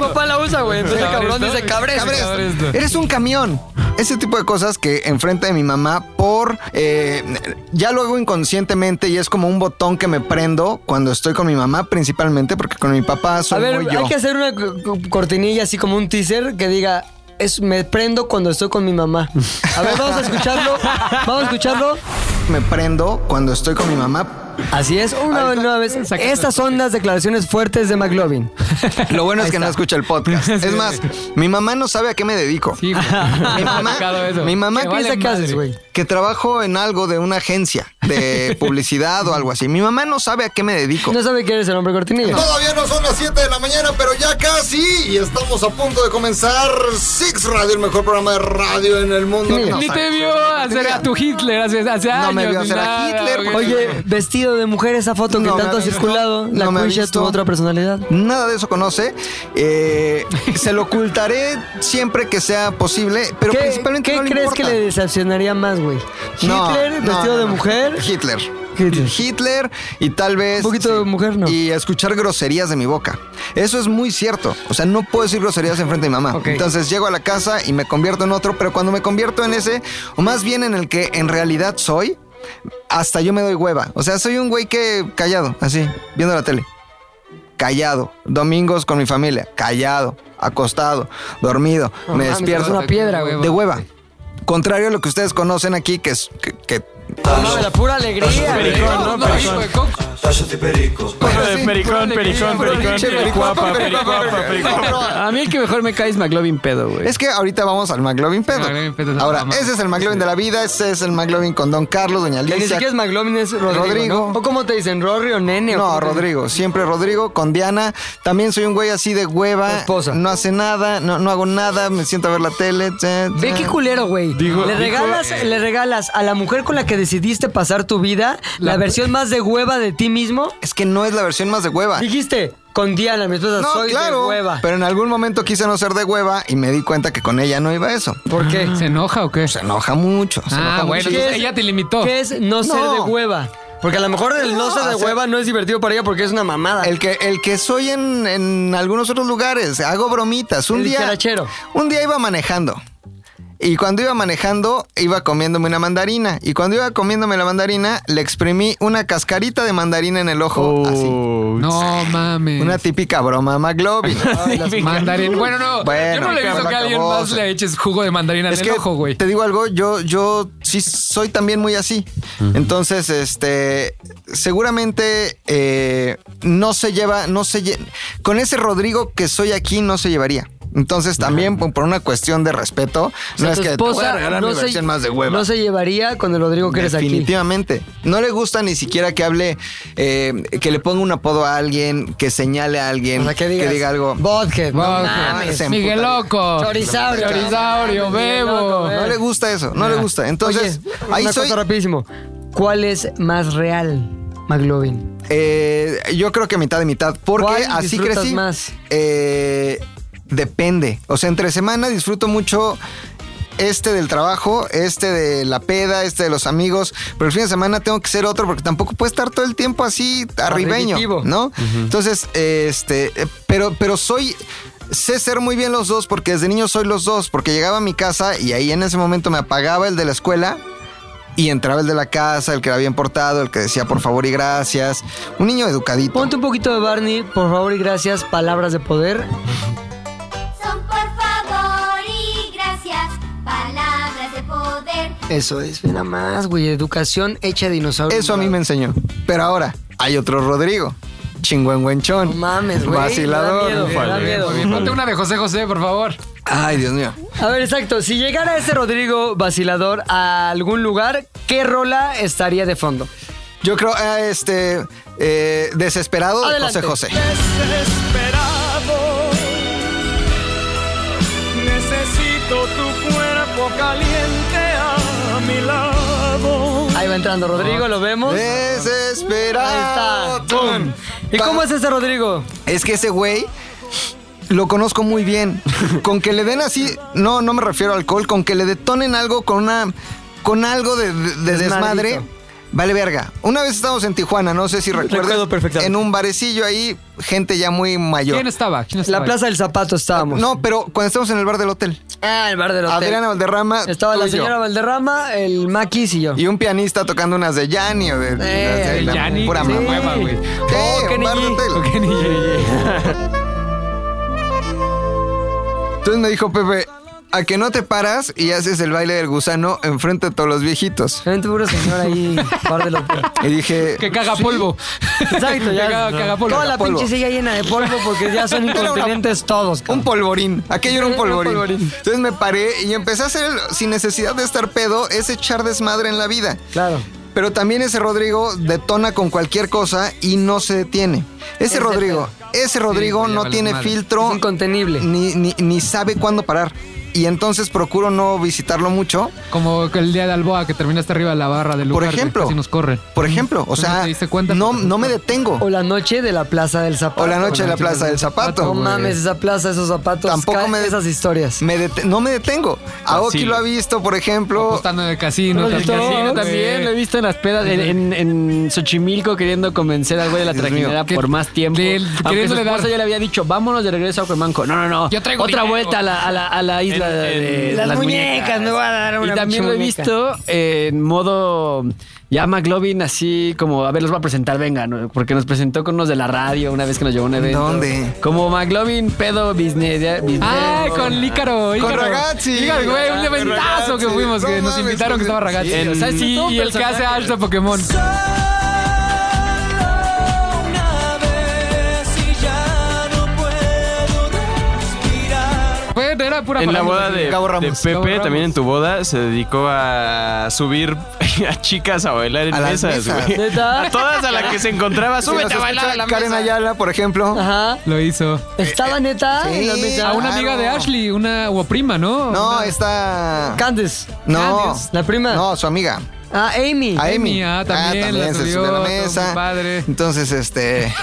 [SPEAKER 2] papá la usa, güey. Entonces el cabrón
[SPEAKER 5] Cabresto.
[SPEAKER 2] dice cabresto.
[SPEAKER 5] Cabresto.
[SPEAKER 11] Eres un camión. Ese tipo de cosas que enfrenta de mi mamá por... eh, ya lo hago inconscientemente y es como un botón que me prendo cuando estoy con mi mamá principalmente porque con mi papá soy
[SPEAKER 2] A ver,
[SPEAKER 11] muy yo.
[SPEAKER 2] hay que hacer una co- co- cortinilla así como un teaser que diga. Es, me prendo cuando estoy con mi mamá. A ver, vamos a escucharlo. Vamos a escucharlo.
[SPEAKER 11] Me prendo cuando estoy con mi mamá.
[SPEAKER 2] Así es, una nueva vez. Estas son las declaraciones fuertes de McLovin.
[SPEAKER 11] Lo bueno es que no escucha el podcast. Es más, mi mamá no sabe a qué me dedico.
[SPEAKER 5] Sí, güey.
[SPEAKER 11] Mi mamá,
[SPEAKER 5] Sacado eso.
[SPEAKER 11] mi mamá
[SPEAKER 5] Que
[SPEAKER 11] piensa
[SPEAKER 5] vale
[SPEAKER 11] que,
[SPEAKER 5] madre.
[SPEAKER 2] haces, güey?
[SPEAKER 11] que trabajo en algo de una agencia de publicidad o algo así. Mi mamá no sabe a qué me dedico.
[SPEAKER 2] No sabe que eres el hombre cortinilla.
[SPEAKER 11] Todavía no son las 7 de la mañana, pero ya casi. Y estamos a punto de comenzar Six Radio, el mejor programa de radio en el mundo.
[SPEAKER 2] Mira.
[SPEAKER 11] No
[SPEAKER 5] Ni
[SPEAKER 11] sabe,
[SPEAKER 5] te vio hacer a tu Hitler hace, hace
[SPEAKER 11] No
[SPEAKER 5] años.
[SPEAKER 11] me vio
[SPEAKER 5] ni
[SPEAKER 11] hacer a
[SPEAKER 5] nada,
[SPEAKER 11] Hitler,
[SPEAKER 5] güey.
[SPEAKER 11] porque-
[SPEAKER 2] Oye, vestido de mujer, esa foto que
[SPEAKER 11] No me
[SPEAKER 2] tanto
[SPEAKER 11] ha
[SPEAKER 2] ha
[SPEAKER 11] visto.
[SPEAKER 2] circulado, la
[SPEAKER 11] No me ha
[SPEAKER 2] cuisha
[SPEAKER 11] visto.
[SPEAKER 2] tu otra personalidad.
[SPEAKER 11] Nada de eso conoce. Eh, se lo ocultaré siempre que sea posible, pero
[SPEAKER 2] ¿Qué,
[SPEAKER 11] principalmente
[SPEAKER 2] qué
[SPEAKER 11] no le
[SPEAKER 2] crees que
[SPEAKER 11] importa.
[SPEAKER 2] le decepcionaría más, güey? ¿Hitler
[SPEAKER 11] No, no,
[SPEAKER 2] vestido
[SPEAKER 11] no,
[SPEAKER 2] de
[SPEAKER 11] no.
[SPEAKER 2] mujer?
[SPEAKER 11] Hitler.
[SPEAKER 2] Hitler.
[SPEAKER 11] Hitler y tal vez...
[SPEAKER 2] Un poquito de mujer, ¿no?
[SPEAKER 11] Y escuchar groserías de mi boca. Eso es muy cierto. O sea, no puedo decir groserías enfrente de mi mamá.
[SPEAKER 2] Ok.
[SPEAKER 11] Entonces llego a la casa y me convierto en otro, pero cuando me convierto en ese, o más bien en el que en realidad soy, hasta yo me doy hueva. O sea, soy un güey que callado, así, viendo la tele. Callado. Domingos con mi familia. Callado. Acostado. Dormido.
[SPEAKER 2] No
[SPEAKER 11] me
[SPEAKER 2] mames,
[SPEAKER 11] despierto.
[SPEAKER 2] es una piedra, güey.
[SPEAKER 11] De hueva. Contrario a lo que ustedes conocen aquí, que es que, que- pues,
[SPEAKER 2] No, la pura alegría.
[SPEAKER 11] Pericón,
[SPEAKER 2] güey.
[SPEAKER 11] ¿no? Pericón.
[SPEAKER 6] Pericón, pericón, pericón, pericón, pericuapa, pericuapa, pericuapa.
[SPEAKER 7] A mí el que mejor me cae es McLovin pedo, güey.
[SPEAKER 11] Es que ahorita vamos al McLovin pedo.
[SPEAKER 7] la
[SPEAKER 11] Ahora,
[SPEAKER 7] mamá.
[SPEAKER 11] ese es el McLovin de la vida, ese es el McLovin con Don Carlos, Doña
[SPEAKER 2] Que ni
[SPEAKER 11] Alicia.
[SPEAKER 2] siquiera es McLovin, es Rodrigo.
[SPEAKER 11] Rodrigo.
[SPEAKER 2] ¿no? ¿O cómo te dicen? ¿Rory o Nene? o
[SPEAKER 11] No,
[SPEAKER 2] cómo te-
[SPEAKER 11] Rodrigo, siempre Rodrigo, con Diana. También soy un güey así de hueva. No hace nada, no, no hago nada, me siento a ver la tele.
[SPEAKER 2] Ve qué culero, güey.
[SPEAKER 11] Dijo-
[SPEAKER 2] Le
[SPEAKER 11] dijo-
[SPEAKER 2] regalas, le regalas a la mujer con la que decidiste pasar tu vida la, versión más de hueva de ti mismo.
[SPEAKER 11] Es que no es la versión más de hueva.
[SPEAKER 2] Dijiste, con Diana, mi esposa,
[SPEAKER 11] No,
[SPEAKER 2] soy
[SPEAKER 11] claro.
[SPEAKER 2] de hueva.
[SPEAKER 11] Pero en algún momento quise no ser de hueva y me di cuenta que con ella no iba eso.
[SPEAKER 2] ¿Por qué?
[SPEAKER 5] ¿Se enoja o qué?
[SPEAKER 11] Se enoja mucho. se
[SPEAKER 5] Ah,
[SPEAKER 11] enoja
[SPEAKER 5] bueno,
[SPEAKER 11] mucho.
[SPEAKER 5] entonces ella te limitó.
[SPEAKER 2] ¿Qué es no, ser
[SPEAKER 11] No.
[SPEAKER 2] de hueva? Porque a lo mejor el no,
[SPEAKER 11] No,
[SPEAKER 2] ser de
[SPEAKER 11] o sea-
[SPEAKER 2] hueva no es divertido para ella porque es una mamada.
[SPEAKER 11] El que, el que soy en, en algunos otros lugares, hago bromitas. Un
[SPEAKER 2] El
[SPEAKER 11] día.
[SPEAKER 2] dicharachero.
[SPEAKER 11] Un día iba manejando. Y cuando iba manejando, iba comiéndome una mandarina. Y cuando iba comiéndome la mandarina, le exprimí una cascarita de mandarina en el ojo,
[SPEAKER 2] Oh.
[SPEAKER 11] así.
[SPEAKER 5] No mames.
[SPEAKER 11] Una típica broma McLovin.
[SPEAKER 5] Mandarín. Bueno, no. yo no le he
[SPEAKER 11] Bueno,
[SPEAKER 5] visto que a alguien
[SPEAKER 11] acabó,
[SPEAKER 5] más le eches jugo de mandarina
[SPEAKER 11] Es
[SPEAKER 5] en el
[SPEAKER 11] que
[SPEAKER 5] ojo, güey.
[SPEAKER 11] te digo algo, yo, yo sí soy también muy así. Entonces, este, seguramente eh, no se lleva, no se lle- con ese Rodrigo que soy aquí no se llevaría. Entonces también por, por una cuestión de respeto,
[SPEAKER 2] O sea,
[SPEAKER 11] no es
[SPEAKER 2] tu
[SPEAKER 11] que te voy a regalar mi
[SPEAKER 2] se-
[SPEAKER 11] versión más de hueva.
[SPEAKER 2] no se llevaría con el Rodrigo que eres aquí.
[SPEAKER 11] Definitivamente. No le gusta ni siquiera que hable, eh, que le ponga un apodo a alguien, que señale a alguien,
[SPEAKER 2] O sea, que
[SPEAKER 11] que,
[SPEAKER 2] digas,
[SPEAKER 11] diga algo.
[SPEAKER 2] Vodhead, no
[SPEAKER 5] Vodhead.
[SPEAKER 2] mames.
[SPEAKER 11] Se emputa.
[SPEAKER 5] Miguel Loco.
[SPEAKER 2] Chorizaurio.
[SPEAKER 5] Chorizaurio, bebo.
[SPEAKER 11] No le gusta eso, no
[SPEAKER 5] Ya.
[SPEAKER 11] le gusta. Entonces,
[SPEAKER 2] Oye,
[SPEAKER 11] ahí
[SPEAKER 2] una
[SPEAKER 11] soy.
[SPEAKER 2] cosa rapidísimo. ¿Cuál es más real, McLovin?
[SPEAKER 11] Eh, yo creo que mitad de mitad. Porque
[SPEAKER 2] ¿Cuál
[SPEAKER 11] así
[SPEAKER 2] disfrutas
[SPEAKER 11] crecí.
[SPEAKER 2] más?
[SPEAKER 11] Eh, depende. O sea, entre semana disfruto mucho este del trabajo, este de la peda, este de los amigos. Pero el fin de semana tengo que ser otro porque tampoco puedo estar todo el tiempo así arribeño,
[SPEAKER 2] Arribitivo.
[SPEAKER 11] ¿no? Entonces, eh, este, eh, pero, pero soy. Sé ser muy bien los dos porque desde niño soy los dos, porque llegaba a mi casa y ahí en ese momento me apagaba el de la escuela y entraba el de la casa, el que era bien portado, el que decía por favor y gracias. Un niño educadito.
[SPEAKER 2] Ponte un poquito de Barney, por favor y gracias, palabras de poder.
[SPEAKER 10] Son por favor y gracias, palabras de poder.
[SPEAKER 2] Eso es, nada más, güey, educación hecha de dinosaurios.
[SPEAKER 11] Eso a mí me enseñó. Pero ahora hay otro Rodrigo.
[SPEAKER 2] No
[SPEAKER 11] Chingüengüenchón.
[SPEAKER 2] mames, güey. me
[SPEAKER 11] Vacilador.
[SPEAKER 2] da miedo, me da miedo.
[SPEAKER 5] Oye, Ponte una de José José, por favor.
[SPEAKER 11] Ay, Dios mío.
[SPEAKER 2] A ver, exacto, si llegara ese Rodrigo vacilador a algún lugar, ¿qué rola estaría de fondo?
[SPEAKER 11] Yo creo, eh, este, eh, desesperado
[SPEAKER 2] Adelante.
[SPEAKER 11] de José José.
[SPEAKER 14] Desesperado, necesito tu cuerpo caliente a mi lado.
[SPEAKER 2] Ahí va entrando Rodrigo, lo vemos.
[SPEAKER 11] Desesperado.
[SPEAKER 2] Ahí está. ¡Pum! ¿Y cómo es ese Rodrigo?
[SPEAKER 11] Es que ese güey lo conozco muy bien. Con que le den así, no, no me refiero a alcohol, con que le detonen algo con una, con algo de, de- de desmadre.
[SPEAKER 2] Desmadrito.
[SPEAKER 11] Vale verga. Una vez estábamos en Tijuana, no sé si recuerdas.
[SPEAKER 2] Recuerdo perfectamente.
[SPEAKER 11] En un barecillo ahí, gente ya muy mayor.
[SPEAKER 5] ¿Quién estaba? ¿Quién estaba?
[SPEAKER 2] La Plaza del Zapato estábamos.
[SPEAKER 11] No, pero cuando estábamos en el bar del hotel.
[SPEAKER 2] Ah, el bar del hotel.
[SPEAKER 11] Adriana Valderrama.
[SPEAKER 2] Estaba
[SPEAKER 11] tú
[SPEAKER 2] la
[SPEAKER 11] y yo.
[SPEAKER 2] señora Valderrama, el Maquis y yo.
[SPEAKER 11] Y un pianista tocando unas de Yanni o de, las de
[SPEAKER 5] Eh, El
[SPEAKER 11] la
[SPEAKER 5] Yanni.
[SPEAKER 11] pura
[SPEAKER 5] sí.
[SPEAKER 11] mamá.
[SPEAKER 5] güey.
[SPEAKER 11] Sí,
[SPEAKER 2] Oh,
[SPEAKER 11] un
[SPEAKER 2] Kenny
[SPEAKER 11] bar de
[SPEAKER 2] G.
[SPEAKER 11] hotel.
[SPEAKER 5] Ok, ni-
[SPEAKER 11] Entonces me dijo Pepe, a que no te paras y haces el baile del gusano enfrente de todos los viejitos.
[SPEAKER 2] Gente pura señora ahí, bar del hotel.
[SPEAKER 11] Y dije,
[SPEAKER 5] Que caga polvo.
[SPEAKER 2] Exacto, ya.
[SPEAKER 5] Que caga- que haga polvo.
[SPEAKER 2] Toda la
[SPEAKER 11] Polvo.
[SPEAKER 2] pinche silla llena de polvo porque ya son
[SPEAKER 11] Era una-
[SPEAKER 2] incontinentes todos.
[SPEAKER 11] un
[SPEAKER 2] cabrón.
[SPEAKER 11] polvorín. Aquello era un
[SPEAKER 2] Era un
[SPEAKER 11] polvorín.
[SPEAKER 2] polvorín.
[SPEAKER 11] Entonces me paré y empecé a hacer, el- sin necesidad de estar pedo, es echar desmadre en la vida.
[SPEAKER 2] Claro.
[SPEAKER 11] Pero también ese Rodrigo detona con cualquier cosa y no se detiene. Ese
[SPEAKER 2] Ese
[SPEAKER 11] Rodrigo, ese Rodrigo
[SPEAKER 5] güey, ya
[SPEAKER 11] no
[SPEAKER 5] vale
[SPEAKER 11] tiene
[SPEAKER 5] madre.
[SPEAKER 11] filtro.
[SPEAKER 2] Es incontenible.
[SPEAKER 11] Ni, ni, ni sabe cuándo parar. Y entonces procuro no visitarlo mucho.
[SPEAKER 5] Como el día de Alboa que terminaste arriba de la barra del
[SPEAKER 11] Por
[SPEAKER 5] lugar. que
[SPEAKER 11] ejemplo.
[SPEAKER 5] casi nos corre.
[SPEAKER 11] Por ejemplo, o
[SPEAKER 5] ¿Tú no
[SPEAKER 11] sea,
[SPEAKER 5] te diste cuenta?
[SPEAKER 11] no, no me detengo.
[SPEAKER 2] O la noche de la Plaza del Zapato.
[SPEAKER 11] O la noche en la Plaza del Zapato.
[SPEAKER 2] No mames, esa plaza, esos zapatos.
[SPEAKER 11] Tampoco
[SPEAKER 2] ca-
[SPEAKER 11] me-
[SPEAKER 2] Esas historias.
[SPEAKER 11] Me dete- no me detengo. Aoki
[SPEAKER 6] sí.
[SPEAKER 11] lo ha visto, por ejemplo.
[SPEAKER 5] Apostando en el casino.
[SPEAKER 7] En el
[SPEAKER 5] también.
[SPEAKER 7] casino también lo he visto en las pedas, en, en- en Xochimilco queriendo convencer al güey de la
[SPEAKER 11] Dios mío.
[SPEAKER 7] trajinera por más tiempo.
[SPEAKER 5] Del-
[SPEAKER 7] a
[SPEAKER 5] queriendo
[SPEAKER 7] porque su
[SPEAKER 5] queriéndole dar-
[SPEAKER 7] esposa ya le había dicho, vámonos de regreso a Cuemanco. No, no, no.
[SPEAKER 5] Yo traigo
[SPEAKER 7] Otra
[SPEAKER 5] dinero.
[SPEAKER 7] vuelta a la, a la- a la isla
[SPEAKER 5] En-
[SPEAKER 7] de
[SPEAKER 5] en- Las muñecas,
[SPEAKER 2] me voy a dar una
[SPEAKER 7] Y también lo he
[SPEAKER 2] muñeca.
[SPEAKER 7] visto en modo... Ya McLovin así como, a ver, los va a presentar, venga, ¿no? porque nos presentó con unos de la radio una vez que nos llevó a un evento.
[SPEAKER 11] ¿Dónde?
[SPEAKER 7] Como McLovin, pedo, business.
[SPEAKER 5] Ah, con Lícaro.
[SPEAKER 7] Con
[SPEAKER 5] Ícaro.
[SPEAKER 7] Ragazzi.
[SPEAKER 5] Ícaro, güey, un
[SPEAKER 7] Ah, con
[SPEAKER 5] eventazo
[SPEAKER 7] Ragazzi.
[SPEAKER 5] que fuimos, que
[SPEAKER 7] No
[SPEAKER 5] nos
[SPEAKER 7] mames,
[SPEAKER 5] invitaron que estaba Ragazzi.
[SPEAKER 7] sí, o sea,
[SPEAKER 5] Y-
[SPEAKER 7] sí, todo
[SPEAKER 5] y el que hace
[SPEAKER 7] personaje.
[SPEAKER 5] alto Pokémon. Fue, era pura
[SPEAKER 6] en la
[SPEAKER 5] farándula,
[SPEAKER 6] boda
[SPEAKER 5] sí.
[SPEAKER 6] de, de Pepe,
[SPEAKER 5] Cabo Ramos.
[SPEAKER 6] también en tu boda, se dedicó a subir a chicas a bailar en
[SPEAKER 11] A las
[SPEAKER 6] mesas,
[SPEAKER 11] mesas.
[SPEAKER 6] güey.
[SPEAKER 11] ¿Neta?
[SPEAKER 6] A todas a las que se encontraba,
[SPEAKER 11] Si
[SPEAKER 6] súbete
[SPEAKER 11] nos
[SPEAKER 6] a bailar
[SPEAKER 11] escucha
[SPEAKER 6] a la
[SPEAKER 11] Karen
[SPEAKER 6] mesa.
[SPEAKER 11] Ayala, por ejemplo.
[SPEAKER 2] Ajá.
[SPEAKER 5] Lo hizo.
[SPEAKER 2] ¿Estaba neta
[SPEAKER 11] Sí,
[SPEAKER 2] en la mesa?
[SPEAKER 5] A una amiga de Ashley, una o prima, ¿no?
[SPEAKER 11] No,
[SPEAKER 5] Una-
[SPEAKER 11] está.
[SPEAKER 2] Candice.
[SPEAKER 11] No.
[SPEAKER 2] Candice, La prima.
[SPEAKER 11] No, su amiga.
[SPEAKER 2] Ah, Amy.
[SPEAKER 11] A Amy.
[SPEAKER 5] ah, también la
[SPEAKER 11] se
[SPEAKER 5] subió,
[SPEAKER 11] subió a la
[SPEAKER 5] todo
[SPEAKER 11] mesa.
[SPEAKER 5] muy padre.
[SPEAKER 11] Entonces, este.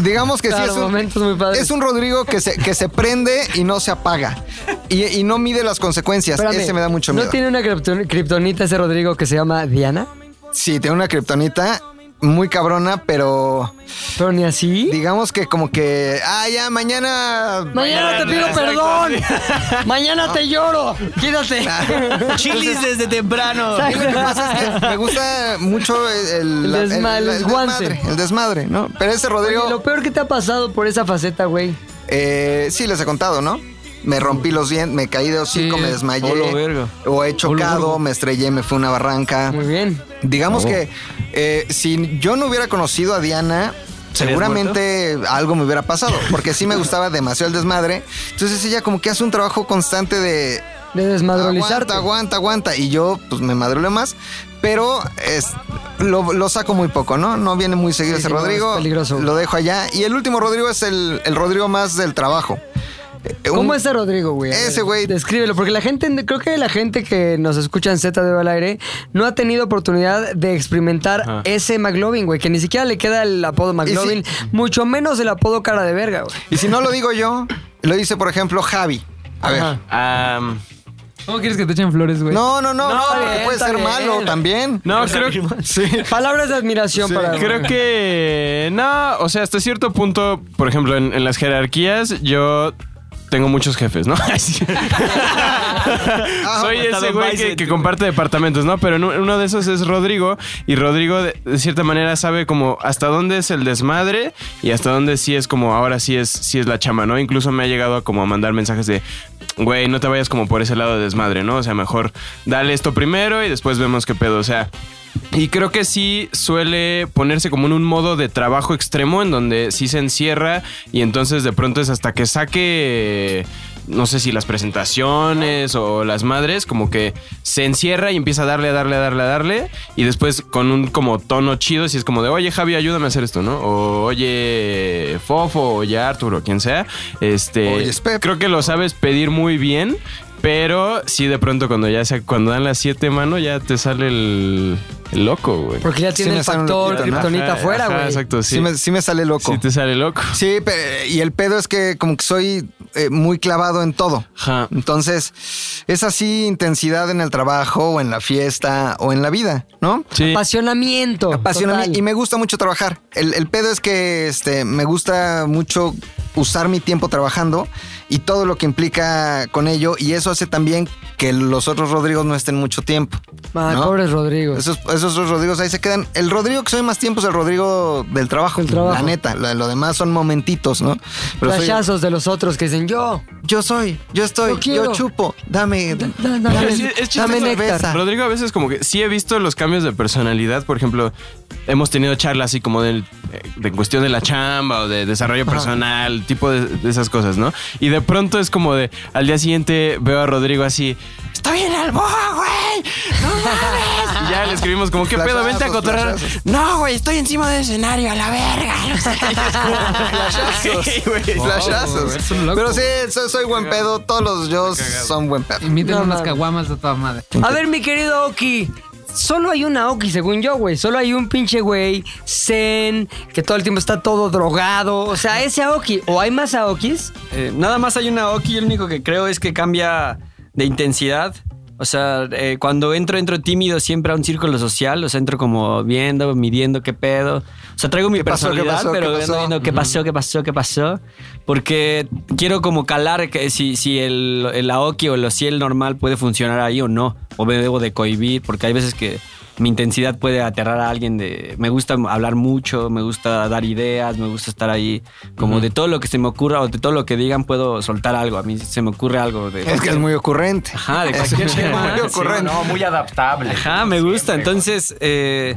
[SPEAKER 11] digamos que sí
[SPEAKER 2] Claro,
[SPEAKER 11] es un.
[SPEAKER 2] momentos muy padres.
[SPEAKER 11] Es un Rodrigo que se, que se prende y no se apaga. Y, y no mide las consecuencias.
[SPEAKER 2] Espérame,
[SPEAKER 11] Ese me da mucho miedo.
[SPEAKER 2] ¿No tiene una cripton- kriptonita ese Rodrigo que se llama Diana?
[SPEAKER 11] Sí, tiene una kriptonita muy cabrona, pero.
[SPEAKER 2] Pero ni así.
[SPEAKER 11] Digamos que como que. Ah, ya, mañana.
[SPEAKER 2] Mañana te pido perdón. Mañana te lloro. Quítate.
[SPEAKER 15] Chilis desde temprano.
[SPEAKER 11] A mí Lo que pasa es que me gusta mucho el,
[SPEAKER 2] El
[SPEAKER 11] la- el-
[SPEAKER 2] desma- el
[SPEAKER 11] el
[SPEAKER 2] guance.
[SPEAKER 11] desmadre, el desmadre, ¿no? Pero ese Rodrigo,
[SPEAKER 2] Oye, lo peor que te ha pasado por esa faceta, güey.
[SPEAKER 11] eh, sí les he contado, ¿no? Me rompí los dientes, me caí de hocico,
[SPEAKER 2] Sí.
[SPEAKER 11] me desmayé.
[SPEAKER 2] Hola, verga.
[SPEAKER 11] O he chocado, me estrellé, me fui a una barranca.
[SPEAKER 2] Muy bien.
[SPEAKER 11] Digamos
[SPEAKER 2] Oh.
[SPEAKER 11] que eh, si yo no hubiera conocido a Diana, seguramente algo me hubiera pasado, porque sí me gustaba demasiado el desmadre. Entonces ella como que hace un trabajo constante de...
[SPEAKER 2] De desmadrolizarte.
[SPEAKER 11] Aguanta, aguanta, aguanta. Y yo pues me madrulé más, pero es, lo, lo saco muy poco, ¿no? No viene muy seguido
[SPEAKER 2] Sí,
[SPEAKER 11] ese
[SPEAKER 2] sí, no,
[SPEAKER 11] Rodrigo.
[SPEAKER 2] es peligroso.
[SPEAKER 11] Lo dejo allá. Y el último Rodrigo es el, el Rodrigo más del trabajo. Eh,
[SPEAKER 2] ¿Cómo
[SPEAKER 11] un-
[SPEAKER 2] es ese Rodrigo, güey? A ver,
[SPEAKER 11] Ese güey.
[SPEAKER 2] Descríbelo, porque la gente, creo que la gente que nos escucha en Z de al aire no ha tenido oportunidad de experimentar ese McLovin, güey, que ni siquiera le queda el apodo McLovin, mucho menos el apodo cara de verga, güey.
[SPEAKER 11] Y si no lo digo yo, lo dice, por ejemplo, Javi. A ver.
[SPEAKER 6] Am,
[SPEAKER 5] ¿Cómo quieres que te echen flores, güey?
[SPEAKER 11] No, no, no,
[SPEAKER 5] No,
[SPEAKER 11] porque
[SPEAKER 5] está bien,
[SPEAKER 11] puede
[SPEAKER 5] está
[SPEAKER 11] ser
[SPEAKER 5] bien.
[SPEAKER 11] malo también.
[SPEAKER 6] no, creo,
[SPEAKER 2] Palabras de admiración
[SPEAKER 6] Sí,
[SPEAKER 2] para.
[SPEAKER 6] Creo que. No, o sea, hasta cierto punto, por ejemplo, en, en las jerarquías, yo tengo muchos jefes, ¿no? Sí. Soy
[SPEAKER 15] hasta
[SPEAKER 6] ese
[SPEAKER 15] Don
[SPEAKER 6] güey que,
[SPEAKER 15] Bicep,
[SPEAKER 6] que comparte departamentos, ¿no? Pero en un- uno de esos es Rodrigo, y Rodrigo, de, de cierta manera, sabe como hasta dónde es el desmadre y hasta dónde sí es como ahora sí es, sí es la chama, ¿no? Incluso me ha llegado a como a mandar mensajes de. Güey, no te vayas como por ese lado de desmadre, ¿no? O sea, mejor dale esto primero y después vemos qué pedo. O sea, y creo que sí suele ponerse como en un modo de trabajo extremo en donde sí se encierra y entonces de pronto es hasta que saque, no sé si las presentaciones o las madres, como que se encierra y empieza a darle, a darle, a darle, a darle y después con un como tono chido, si es como de, oye Javi, ayúdame a hacer esto, ¿no? O oye Fofo, o ya Arturo, quien sea. Este, creo que lo sabes pedir muy bien. Pero sí, de pronto cuando ya sea, cuando dan las siete mano, ya te sale el, el loco, güey.
[SPEAKER 2] Porque ya tiene el factor kriptonita afuera,
[SPEAKER 6] Ajá,
[SPEAKER 2] güey.
[SPEAKER 6] Exacto, sí.
[SPEAKER 11] Sí me, sí me sale loco.
[SPEAKER 6] Sí te sale loco.
[SPEAKER 11] Sí, pe- y el pedo es que como que soy eh, muy clavado en todo. Entonces, es así intensidad en el trabajo o en la fiesta o en la vida, ¿no?
[SPEAKER 2] Apasionamiento.
[SPEAKER 11] Apasionamiento.
[SPEAKER 2] total.
[SPEAKER 11] Y me gusta mucho trabajar. El, el pedo es que este, me gusta mucho usar mi tiempo trabajando y todo lo que implica con ello. Y eso hace también que los otros Rodrigos no estén mucho tiempo.
[SPEAKER 2] Ah,
[SPEAKER 11] ¿no?
[SPEAKER 2] pobres Rodrigo.
[SPEAKER 11] Esos, esos dos Rodrigos ahí se quedan. El Rodrigo que soy más tiempo es el Rodrigo del trabajo. La neta. Lo, lo demás son momentitos, ¿no? Pero soy-
[SPEAKER 2] Flashazos de los otros que dicen yo.
[SPEAKER 11] Yo soy, yo estoy, yo
[SPEAKER 2] quiero.
[SPEAKER 11] chupo. Dame,
[SPEAKER 2] dame-
[SPEAKER 6] Pero sí, es chistoso.
[SPEAKER 2] dame néctar.
[SPEAKER 6] Rodrigo, a veces como que sí he visto los cambios de personalidad. Por ejemplo, hemos tenido charlas así como del- eh, de, cuestión de la chamba o de desarrollo personal, tipo de, de esas cosas, ¿no? Y de pronto es como de al día siguiente veo a Rodrigo así. Estoy en Alboa, güey. No mames. Y ya le escribimos como, ¿qué pedo? Vente a
[SPEAKER 15] Flashazos,
[SPEAKER 6] cotorrear.
[SPEAKER 15] flashazos.
[SPEAKER 6] No, güey, estoy encima del escenario, a la verga.
[SPEAKER 11] Flashazos.
[SPEAKER 6] Sí, güey.
[SPEAKER 11] Flashazos.
[SPEAKER 5] es un loco.
[SPEAKER 11] Pero sí, soy, soy buen pedo. Todos los yo son buen pedo.
[SPEAKER 5] Inviten
[SPEAKER 2] No,
[SPEAKER 5] unas
[SPEAKER 2] no.
[SPEAKER 5] caguamas de toda madre.
[SPEAKER 2] A ver, mi querido Oki. Solo hay una Oki, según yo, güey. Solo hay un pinche güey zen que todo el tiempo está todo drogado. O sea, ese Aoki. ¿O hay más Aokis?
[SPEAKER 7] Eh, nada más hay una Oki, el único que creo es que cambia de intensidad O sea, eh, cuando entro, entro tímido siempre a un círculo social. O sea, entro como viendo, midiendo qué pedo. O sea, traigo mi
[SPEAKER 11] ¿Qué pasó, qué
[SPEAKER 7] personalidad,
[SPEAKER 11] pasó, qué
[SPEAKER 7] pero
[SPEAKER 11] pasó?
[SPEAKER 7] ando viendo qué pasó, qué pasó, qué pasó. Porque quiero como calar que si, si el, el Aoki o el Ociel normal puede funcionar ahí o no. O me debo de cohibir, porque hay veces que mi intensidad puede aterrar a alguien de... Me gusta hablar mucho, me gusta dar ideas, me gusta estar ahí. Como de todo lo que se me ocurra o de todo lo que digan puedo soltar algo. A mí se me ocurre algo. De,
[SPEAKER 11] Es que es muy ocurrente.
[SPEAKER 7] Ajá, de
[SPEAKER 11] Es
[SPEAKER 7] cualquier
[SPEAKER 11] muy
[SPEAKER 7] tema.
[SPEAKER 11] ocurrente.
[SPEAKER 4] No, muy adaptable.
[SPEAKER 7] Ajá, me gusta. Entonces, eh,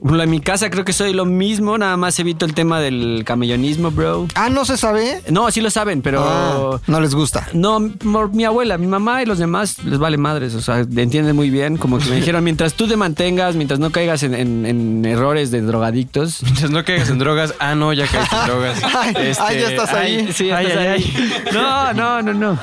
[SPEAKER 7] por lo de mi casa creo que soy lo mismo, nada más evito el tema del camellonismo, bro.
[SPEAKER 11] Ah, ¿no se sabe?
[SPEAKER 7] No, sí lo saben, pero...
[SPEAKER 11] Ah, no les gusta.
[SPEAKER 7] No, por mi abuela, mi mamá y los demás les vale madres, o sea, entienden muy bien, como que me dijeron, mientras tú te mantengas, mientras no caigas en, en- en errores de drogadictos.
[SPEAKER 6] Mientras no caigas en drogas, ah, no, ya caíste en drogas. Este, ay,
[SPEAKER 7] sí, ya
[SPEAKER 6] ay, ay,
[SPEAKER 7] estás ahí. No, no, no, no.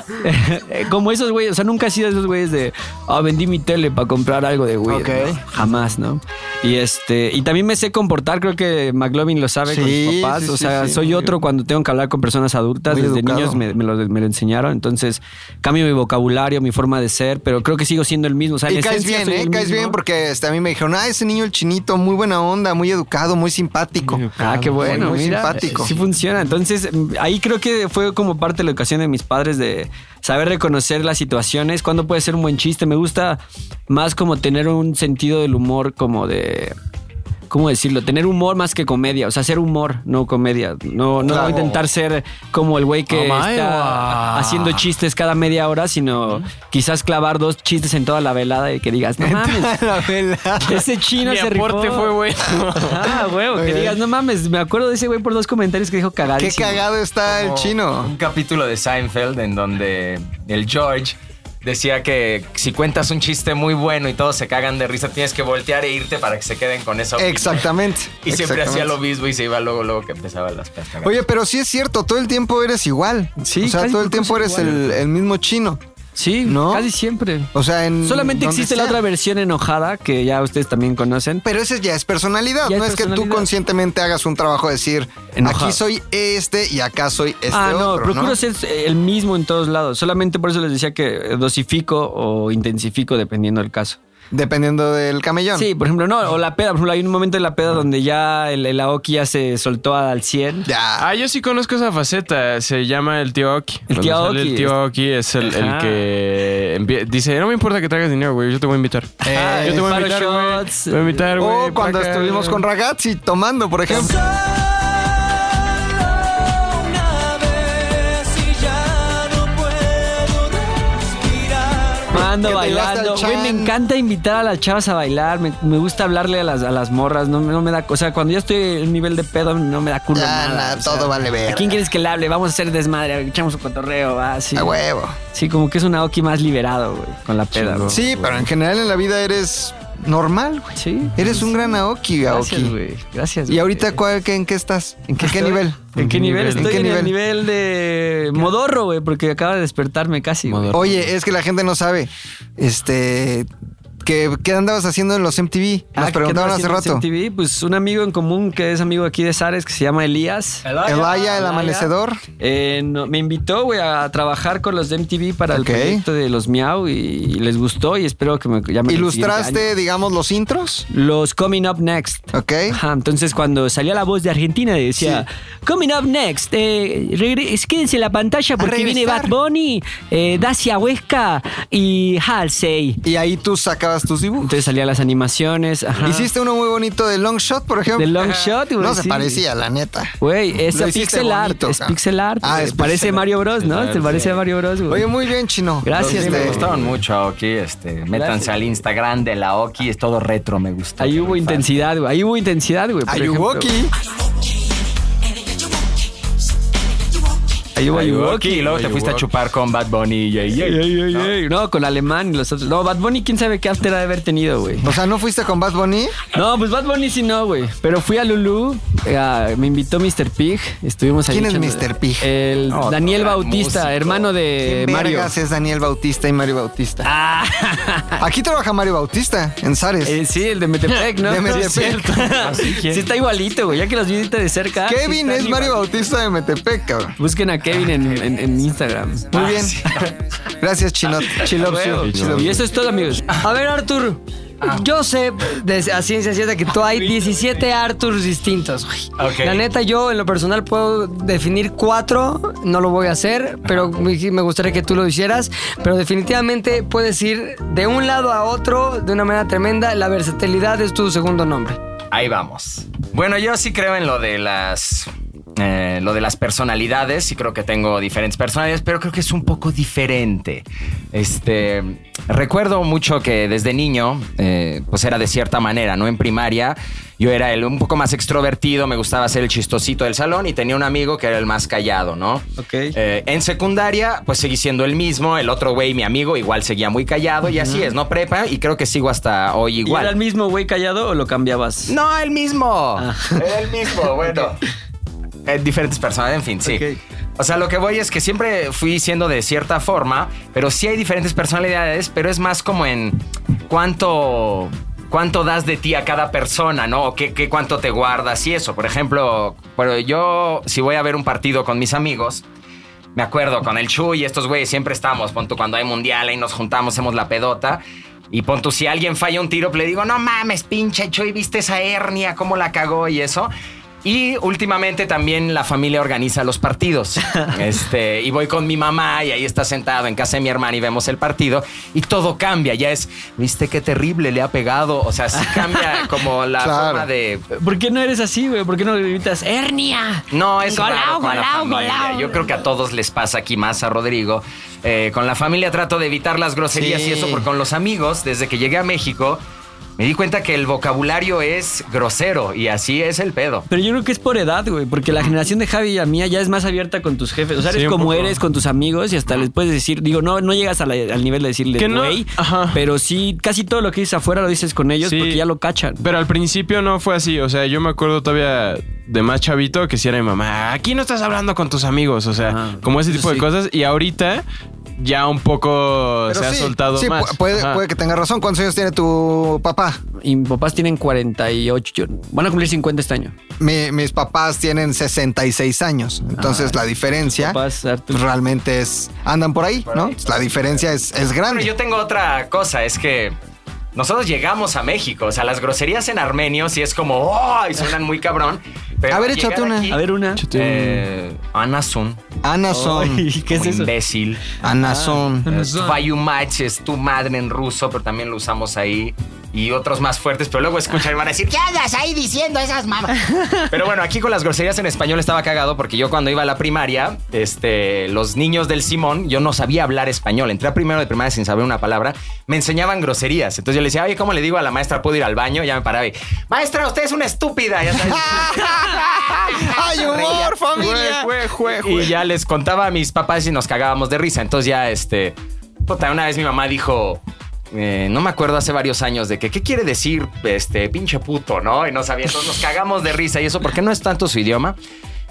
[SPEAKER 7] Como esos güeyes, o sea, nunca he sido de esos güeyes de, ah, vendí mi tele para comprar algo de güey.
[SPEAKER 11] Ok.
[SPEAKER 7] Jamás, ¿no? Y este, y también me sé comportar, creo que McLovin lo sabe con
[SPEAKER 11] Sí,
[SPEAKER 7] sus papás.
[SPEAKER 11] sí,
[SPEAKER 7] o
[SPEAKER 11] sí,
[SPEAKER 7] sea,
[SPEAKER 11] sí,
[SPEAKER 7] soy
[SPEAKER 11] muy
[SPEAKER 7] otro cuando tengo que hablar con personas adultas.
[SPEAKER 11] Muy
[SPEAKER 7] Desde
[SPEAKER 11] educado.
[SPEAKER 7] niños me, me lo, me lo enseñaron. Entonces, cambio mi vocabulario, mi forma de ser, pero creo que sigo siendo el mismo. O sea, en
[SPEAKER 11] y caes
[SPEAKER 7] esencia
[SPEAKER 11] bien,
[SPEAKER 7] soy
[SPEAKER 11] ¿eh?
[SPEAKER 7] el
[SPEAKER 11] Caes
[SPEAKER 7] mismo.
[SPEAKER 11] bien porque este, a mí me dijeron, ah, ese niño el chinito, muy buena onda, muy educado, muy simpático.
[SPEAKER 7] Ah, qué bueno,
[SPEAKER 11] muy, muy
[SPEAKER 7] mira,
[SPEAKER 11] simpático.
[SPEAKER 7] Sí funciona. Entonces, mm, ahí creo que fue como parte de la educación de mis padres de saber reconocer las situaciones, cuándo puede ser un buen chiste. Me gusta más como tener un sentido del humor como de ¿Cómo decirlo? Tener humor más que comedia. O sea, hacer humor, no comedia. No, no
[SPEAKER 15] Claro.
[SPEAKER 7] intentar ser como el güey que
[SPEAKER 15] Amaiwa.
[SPEAKER 7] está haciendo chistes cada media hora, sino quizás clavar dos chistes en toda la velada y que digas, no mames. Ese chino
[SPEAKER 6] Mi
[SPEAKER 7] se rifó.
[SPEAKER 6] aporte fue bueno.
[SPEAKER 7] Ah, huevo, que
[SPEAKER 6] Ok.
[SPEAKER 7] digas, no mames, me acuerdo de ese güey por dos comentarios que dijo cagadísimo.
[SPEAKER 4] Como Un capítulo de Seinfeld en donde el George decía que si cuentas un chiste muy bueno y todos se cagan de risa, tienes que voltear e irte para que se queden con eso.
[SPEAKER 11] Exactamente.
[SPEAKER 4] Y siempre
[SPEAKER 11] exactamente.
[SPEAKER 4] hacía lo mismo y se iba luego, luego que empezaba las pescas.
[SPEAKER 11] Oye, pero sí es cierto, todo el tiempo eres igual. Sí. O sea,
[SPEAKER 4] casi
[SPEAKER 11] todo
[SPEAKER 4] siempre
[SPEAKER 11] el tiempo
[SPEAKER 4] soy
[SPEAKER 11] eres
[SPEAKER 4] igual.
[SPEAKER 11] el, el mismo chino.
[SPEAKER 7] Sí,
[SPEAKER 11] ¿no?
[SPEAKER 7] Casi siempre.
[SPEAKER 11] O sea, en.
[SPEAKER 7] Solamente
[SPEAKER 11] donde
[SPEAKER 7] existe la
[SPEAKER 11] sea.
[SPEAKER 7] otra versión enojada que ya ustedes también conocen.
[SPEAKER 11] Pero ese ya es personalidad.
[SPEAKER 7] Ya
[SPEAKER 11] no
[SPEAKER 7] es
[SPEAKER 11] es, que tú
[SPEAKER 7] personalidad.
[SPEAKER 11] conscientemente hagas un trabajo de decir,
[SPEAKER 7] Enojado.
[SPEAKER 11] aquí soy este y acá soy este
[SPEAKER 7] ah, no,
[SPEAKER 11] otro.
[SPEAKER 7] procuro ser el mismo en todos lados. Solamente por eso les decía que dosifico o intensifico dependiendo del caso.
[SPEAKER 11] Dependiendo del camellón.
[SPEAKER 7] Sí, por ejemplo, no, o la peda. Por ejemplo, hay un momento en la peda donde ya el, el Aoki ya se soltó al 100.
[SPEAKER 6] Ah, yo sí conozco esa faceta. Se llama el tío Oki. Cuando
[SPEAKER 7] tío
[SPEAKER 6] sale
[SPEAKER 7] Oki.
[SPEAKER 6] El tío Oki es el, el
[SPEAKER 7] Ajá.
[SPEAKER 6] que empie- dice: No me importa que traigas dinero, güey. Yo te voy a invitar.
[SPEAKER 11] Ah,
[SPEAKER 6] yo te voy a
[SPEAKER 11] disparo
[SPEAKER 6] invitar, güey.
[SPEAKER 11] shots.
[SPEAKER 6] Te voy a invitar, güey.
[SPEAKER 11] O
[SPEAKER 6] para
[SPEAKER 11] cuando
[SPEAKER 6] acá.
[SPEAKER 11] estuvimos con Ragazzi tomando, por ejemplo.
[SPEAKER 7] Mando
[SPEAKER 11] Que te llevaste
[SPEAKER 7] bailando.
[SPEAKER 11] al
[SPEAKER 7] Güey, me
[SPEAKER 11] chan.
[SPEAKER 7] encanta invitar a las chavas a bailar. Me, me gusta hablarle a las, a las morras. No, no me da. O sea, cuando ya estoy en un nivel de pedo, no me da culo.
[SPEAKER 11] Ya,
[SPEAKER 7] nada,
[SPEAKER 11] nada,
[SPEAKER 7] o sea,
[SPEAKER 11] Ah, todo vale ver.
[SPEAKER 7] ¿A quién quieres que le hable? Vamos a hacer desmadre. Echamos un cotorreo. va, sí.
[SPEAKER 11] A huevo.
[SPEAKER 7] Sí, como que es un Aoki más liberado, güey, con la peda, güey.
[SPEAKER 11] Sí, pero en general en la vida eres normal, güey.
[SPEAKER 7] Sí.
[SPEAKER 11] Eres un gran Aoki, Aoki.
[SPEAKER 7] Gracias, güey. Gracias.
[SPEAKER 11] ¿Y ahorita cuál- qué- en qué estás? ¿En qué, qué nivel?
[SPEAKER 7] ¿En qué nivel?
[SPEAKER 11] ¿En
[SPEAKER 7] Estoy
[SPEAKER 11] qué
[SPEAKER 7] en el
[SPEAKER 11] nivel?
[SPEAKER 7] nivel de modorro, güey, porque acaba de despertarme casi. güey.
[SPEAKER 11] Oye, es que la gente no sabe. Este. ¿Qué, qué andabas haciendo en los MTV?
[SPEAKER 7] Ah,
[SPEAKER 11] Nos
[SPEAKER 7] ¿qué
[SPEAKER 11] preguntaron hace
[SPEAKER 7] andaba haciendo
[SPEAKER 11] rato.
[SPEAKER 7] en CMTV? Pues un amigo en común que es amigo aquí de Sares que se llama Elías.
[SPEAKER 11] Elaya, el amanecedor.
[SPEAKER 7] Eh, no, me invitó, güey, a trabajar con los de MTV para
[SPEAKER 11] Ok.
[SPEAKER 7] el proyecto de los Miau y, y les gustó y espero que me llamen. el siguiente año.
[SPEAKER 11] ¿Ilustraste, digamos, los intros?
[SPEAKER 7] Los Coming Up Next.
[SPEAKER 11] Ok.
[SPEAKER 7] Ajá, entonces cuando salía la voz de Argentina decía, Coming Up Next, eh, regre- quédense en la pantalla porque viene Bad
[SPEAKER 11] regresar.
[SPEAKER 7] Bunny, eh, Dacia Huesca y Halsey.
[SPEAKER 11] Y ahí tú sacabas tus dibujos.
[SPEAKER 7] Entonces salían las animaciones. Ajá.
[SPEAKER 11] Hiciste uno muy bonito de Long Shot, por ejemplo.
[SPEAKER 7] De Long Shot, güey,
[SPEAKER 11] No se
[SPEAKER 7] sí.
[SPEAKER 11] parecía, la neta.
[SPEAKER 7] Güey, es
[SPEAKER 11] Lo hiciste
[SPEAKER 7] pixel art,
[SPEAKER 11] bonito,
[SPEAKER 7] es
[SPEAKER 11] cabrón.
[SPEAKER 7] pixel art.
[SPEAKER 11] Ah,
[SPEAKER 7] güey.
[SPEAKER 11] es
[SPEAKER 7] parece
[SPEAKER 11] pixel
[SPEAKER 7] Mario Bros,
[SPEAKER 4] Pixel
[SPEAKER 7] ¿no?
[SPEAKER 4] art,
[SPEAKER 7] Te parece
[SPEAKER 4] sí.
[SPEAKER 7] a Mario Bros, güey.
[SPEAKER 11] Oye, muy bien, Chino. Este,
[SPEAKER 7] Gracias,
[SPEAKER 4] Sí, me
[SPEAKER 7] güey.
[SPEAKER 4] gustaban mucho Aoki. Este, métanse al Instagram de la Oki. Es todo retro, me gusta.
[SPEAKER 7] Ahí hubo intensidad, güey. Ahí hubo intensidad, güey. por ejemplo, güey. Ahí hubo Ayuwoki.
[SPEAKER 4] Y luego te fuiste a chupar con Bad Bunny. Yay, yay.
[SPEAKER 7] ¿no? No, con Alemán y los otros. No, Bad Bunny, quién sabe qué after ha de haber tenido, güey.
[SPEAKER 11] O sea, ¿no fuiste con Bad Bunny?
[SPEAKER 7] No, pues Bad Bunny sí no, güey. Pero fui a Lulú, eh, a- me invitó Mr. Pig, estuvimos ahí.
[SPEAKER 11] ¿Quién es
[SPEAKER 7] echando-
[SPEAKER 11] Mr. Pig?
[SPEAKER 7] El
[SPEAKER 11] Otro
[SPEAKER 7] Daniel
[SPEAKER 11] gran
[SPEAKER 7] Bautista,
[SPEAKER 11] músico.
[SPEAKER 7] hermano de
[SPEAKER 11] ¿Quién
[SPEAKER 7] Eh, Mario. Ah,
[SPEAKER 11] vergas es Daniel Bautista y Mario Bautista? Aquí trabaja Mario Bautista, en Zares.
[SPEAKER 7] Eh, sí, el de Metepec, ¿no?
[SPEAKER 11] De
[SPEAKER 7] Sí,
[SPEAKER 11] Metepec.
[SPEAKER 7] es cierto. Sí, está igualito, güey. Ya que los vi de cerca. sí
[SPEAKER 11] Kevin
[SPEAKER 7] están
[SPEAKER 11] es Mario
[SPEAKER 7] igual.
[SPEAKER 11] Bautista de Metepec, cabrón.
[SPEAKER 7] Busquen a Kevin en, en- en Instagram.
[SPEAKER 11] Muy bien. Gracias, Chinot. Chill loves you. She loves
[SPEAKER 7] Y
[SPEAKER 11] you.
[SPEAKER 7] eso es todo, amigos.
[SPEAKER 2] A ver, Arthur. Yo sé de- a ciencia cierta que tú hay 17 Arthurs distintos, güey.
[SPEAKER 8] Ok.
[SPEAKER 2] La neta, yo en lo personal puedo definir cuatro, no lo voy a hacer, pero me me gustaría que tú lo hicieras. Pero definitivamente puedes ir de un lado a otro de una manera tremenda. La versatilidad es tu segundo nombre.
[SPEAKER 4] Ahí vamos. Bueno, yo sí creo en lo de las. eh, lo de las personalidades, sí creo que tengo diferentes personalidades, pero creo que es un poco diferente. Este, recuerdo mucho que desde niño, eh, pues era de cierta manera, ¿no? En primaria, yo era el un poco más extrovertido, me gustaba ser el chistosito del salón y tenía un amigo que era el más callado, ¿no? Ok. en secundaria, pues seguí siendo el mismo, el otro güey, mi amigo, igual seguía muy callado y así es, ¿no? Prepa, y creo que sigo hasta hoy
[SPEAKER 7] ¿Y
[SPEAKER 4] igual.
[SPEAKER 7] era el mismo güey callado o lo cambiabas?
[SPEAKER 4] No, el mismo. Era el mismo, bueno. Eh, diferentes personas, en fin, sí. O sea, lo que voy es que siempre fui siendo de cierta forma, pero sí hay diferentes personalidades, pero es más como en cuánto. ¿Cuánto das de ti a cada persona, no? O ¿Qué, qué cuánto te guardas y eso? Por ejemplo, pero yo, si voy a ver un partido con mis amigos, me acuerdo, con el Chu y estos güeyes siempre estamos. Pon tú, cuando hay mundial, ahí nos juntamos, hacemos la pedota. Y pon tú, si alguien falla un tiro, le digo, no mames, pinche Chuy, viste esa hernia, cómo la cagó y eso. Y últimamente también la familia organiza los partidos. Este, y voy con mi mamá y ahí está sentado en casa de mi hermana y vemos el partido. Y todo cambia. Ya es, viste qué terrible le ha pegado. O sea, sí cambia como la
[SPEAKER 7] Claro.
[SPEAKER 4] forma de.
[SPEAKER 7] ¿Por qué no eres así, güey? ¿Por qué no gritas hernia?
[SPEAKER 4] No, es
[SPEAKER 7] Golao,
[SPEAKER 4] raro con la
[SPEAKER 7] golao,
[SPEAKER 4] familia.
[SPEAKER 7] golao.
[SPEAKER 4] Yo creo que a todos les pasa aquí más a Rodrigo. Eh, con la familia trato de evitar las groserías
[SPEAKER 7] Sí.
[SPEAKER 4] y eso, porque con los amigos, desde que llegué a México, me di cuenta que el vocabulario es grosero y así es el pedo.
[SPEAKER 7] Pero yo creo que es por edad, güey, porque la generación de Javi y la mía ya es más abierta con tus jefes. O sea, eres
[SPEAKER 4] Sí, un
[SPEAKER 7] como
[SPEAKER 4] poco.
[SPEAKER 7] eres con tus amigos y hasta les puedes decir, digo, no, no llegas a la- al nivel de decirle
[SPEAKER 6] Que no-
[SPEAKER 7] güey, pero sí, casi todo lo que dices afuera lo dices con ellos
[SPEAKER 6] Sí.
[SPEAKER 7] porque ya lo cachan.
[SPEAKER 6] Pero al principio no fue así. O sea, yo me acuerdo todavía de más chavito que si era mi mamá, aquí no estás hablando con tus amigos. O sea, como ese tipo de cosas. Y ahorita ya un poco
[SPEAKER 11] Pero
[SPEAKER 6] se ha
[SPEAKER 11] sí,
[SPEAKER 6] soltado
[SPEAKER 11] sí,
[SPEAKER 6] más.
[SPEAKER 11] pu- Puede,
[SPEAKER 6] Ajá.
[SPEAKER 11] puede que tenga razón. ¿Cuántos años tiene tu papá?
[SPEAKER 7] Y mis papás tienen 48. Van a cumplir 50 este año.
[SPEAKER 11] Mi- mis papás tienen 66 años. Entonces la diferencia pues, realmente es. Andan por ahí, ¿no? La diferencia es, es grande.
[SPEAKER 4] Pero yo tengo otra cosa, es que nosotros llegamos a México, o sea, las groserías en armenio sí es como, ¡ay! suenan muy cabrón. pero
[SPEAKER 11] A ver,
[SPEAKER 4] llegar
[SPEAKER 11] échate una.
[SPEAKER 4] aquí,
[SPEAKER 11] A ver, una. Échate una.
[SPEAKER 4] eh, Anasun.
[SPEAKER 11] Anason. Ay, ¿qué es
[SPEAKER 4] Como
[SPEAKER 11] eso?
[SPEAKER 4] Imbécil.
[SPEAKER 11] Anason.
[SPEAKER 4] Ah,
[SPEAKER 11] Anason.
[SPEAKER 4] Tvayumach es tu madre en ruso, pero también lo usamos ahí. Y otros más fuertes, pero luego escuchan y van a decir,
[SPEAKER 16] ¿Qué andas ahí diciendo esas mamas?
[SPEAKER 4] pero bueno, aquí con las groserías en español estaba cagado porque yo cuando iba a la primaria, este, los niños del Simón, yo no sabía hablar español. Entré a primero de primaria sin saber una palabra. Me enseñaban groserías. Entonces yo le decía, oye, ¿cómo le digo a la maestra? ¿Puedo ir al baño? Ya me paraba y, maestra, usted es una estúpida. Ya sabes.
[SPEAKER 8] ¡Ay, humor, familia!
[SPEAKER 4] Jue, jue, jue. Y ya les contaba a mis papás y nos cagábamos de risa. Entonces ya, este, puta, una vez mi mamá dijo... eh, no me acuerdo hace varios años de que qué quiere decir este pinche puto, ¿no? Y no sabía, entonces nos cagamos de risa y eso porque no es tanto su idioma.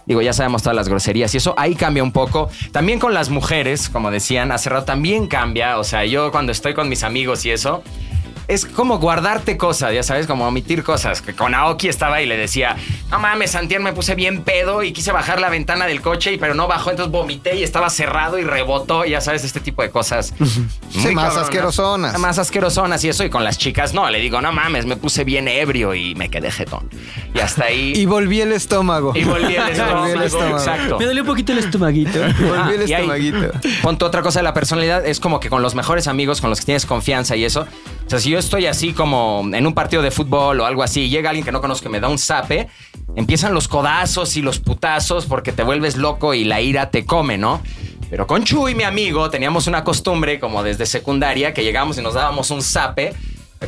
[SPEAKER 4] Digo, ya sabemos todas las groserías y eso ahí cambia un poco. También con las mujeres, como decían hace rato, también cambia. O sea, yo cuando estoy con mis amigos y eso, es como guardarte cosas, ya sabes, como omitir cosas. Que con Aoki estaba y le decía, no mames, Santier, me puse bien pedo y quise bajar la ventana del coche, y, pero no bajó, entonces vomité y estaba cerrado y rebotó, y ya sabes, este tipo de cosas.
[SPEAKER 11] Sí, más asquerosonas.
[SPEAKER 4] Más asquerosonas y eso, y con las chicas no, le digo, no mames, me puse bien ebrio y me quedé jetón. Y hasta ahí...
[SPEAKER 11] Y volví el estómago.
[SPEAKER 4] Y volví el estómago, exacto.
[SPEAKER 7] Me dolió un poquito el estomaguito.
[SPEAKER 4] Ah, y ahí, Ponte otra cosa de la personalidad, es como que con los mejores amigos, con los que tienes confianza y eso. O sea, si yo estoy así como en un partido de fútbol o algo así, y llega alguien que no conozco y me da un zape, empiezan los codazos y los putazos porque te vuelves loco y la ira te come, ¿no? Pero con Chuy, mi amigo, teníamos una costumbre como desde secundaria que llegábamos y nos dábamos un zape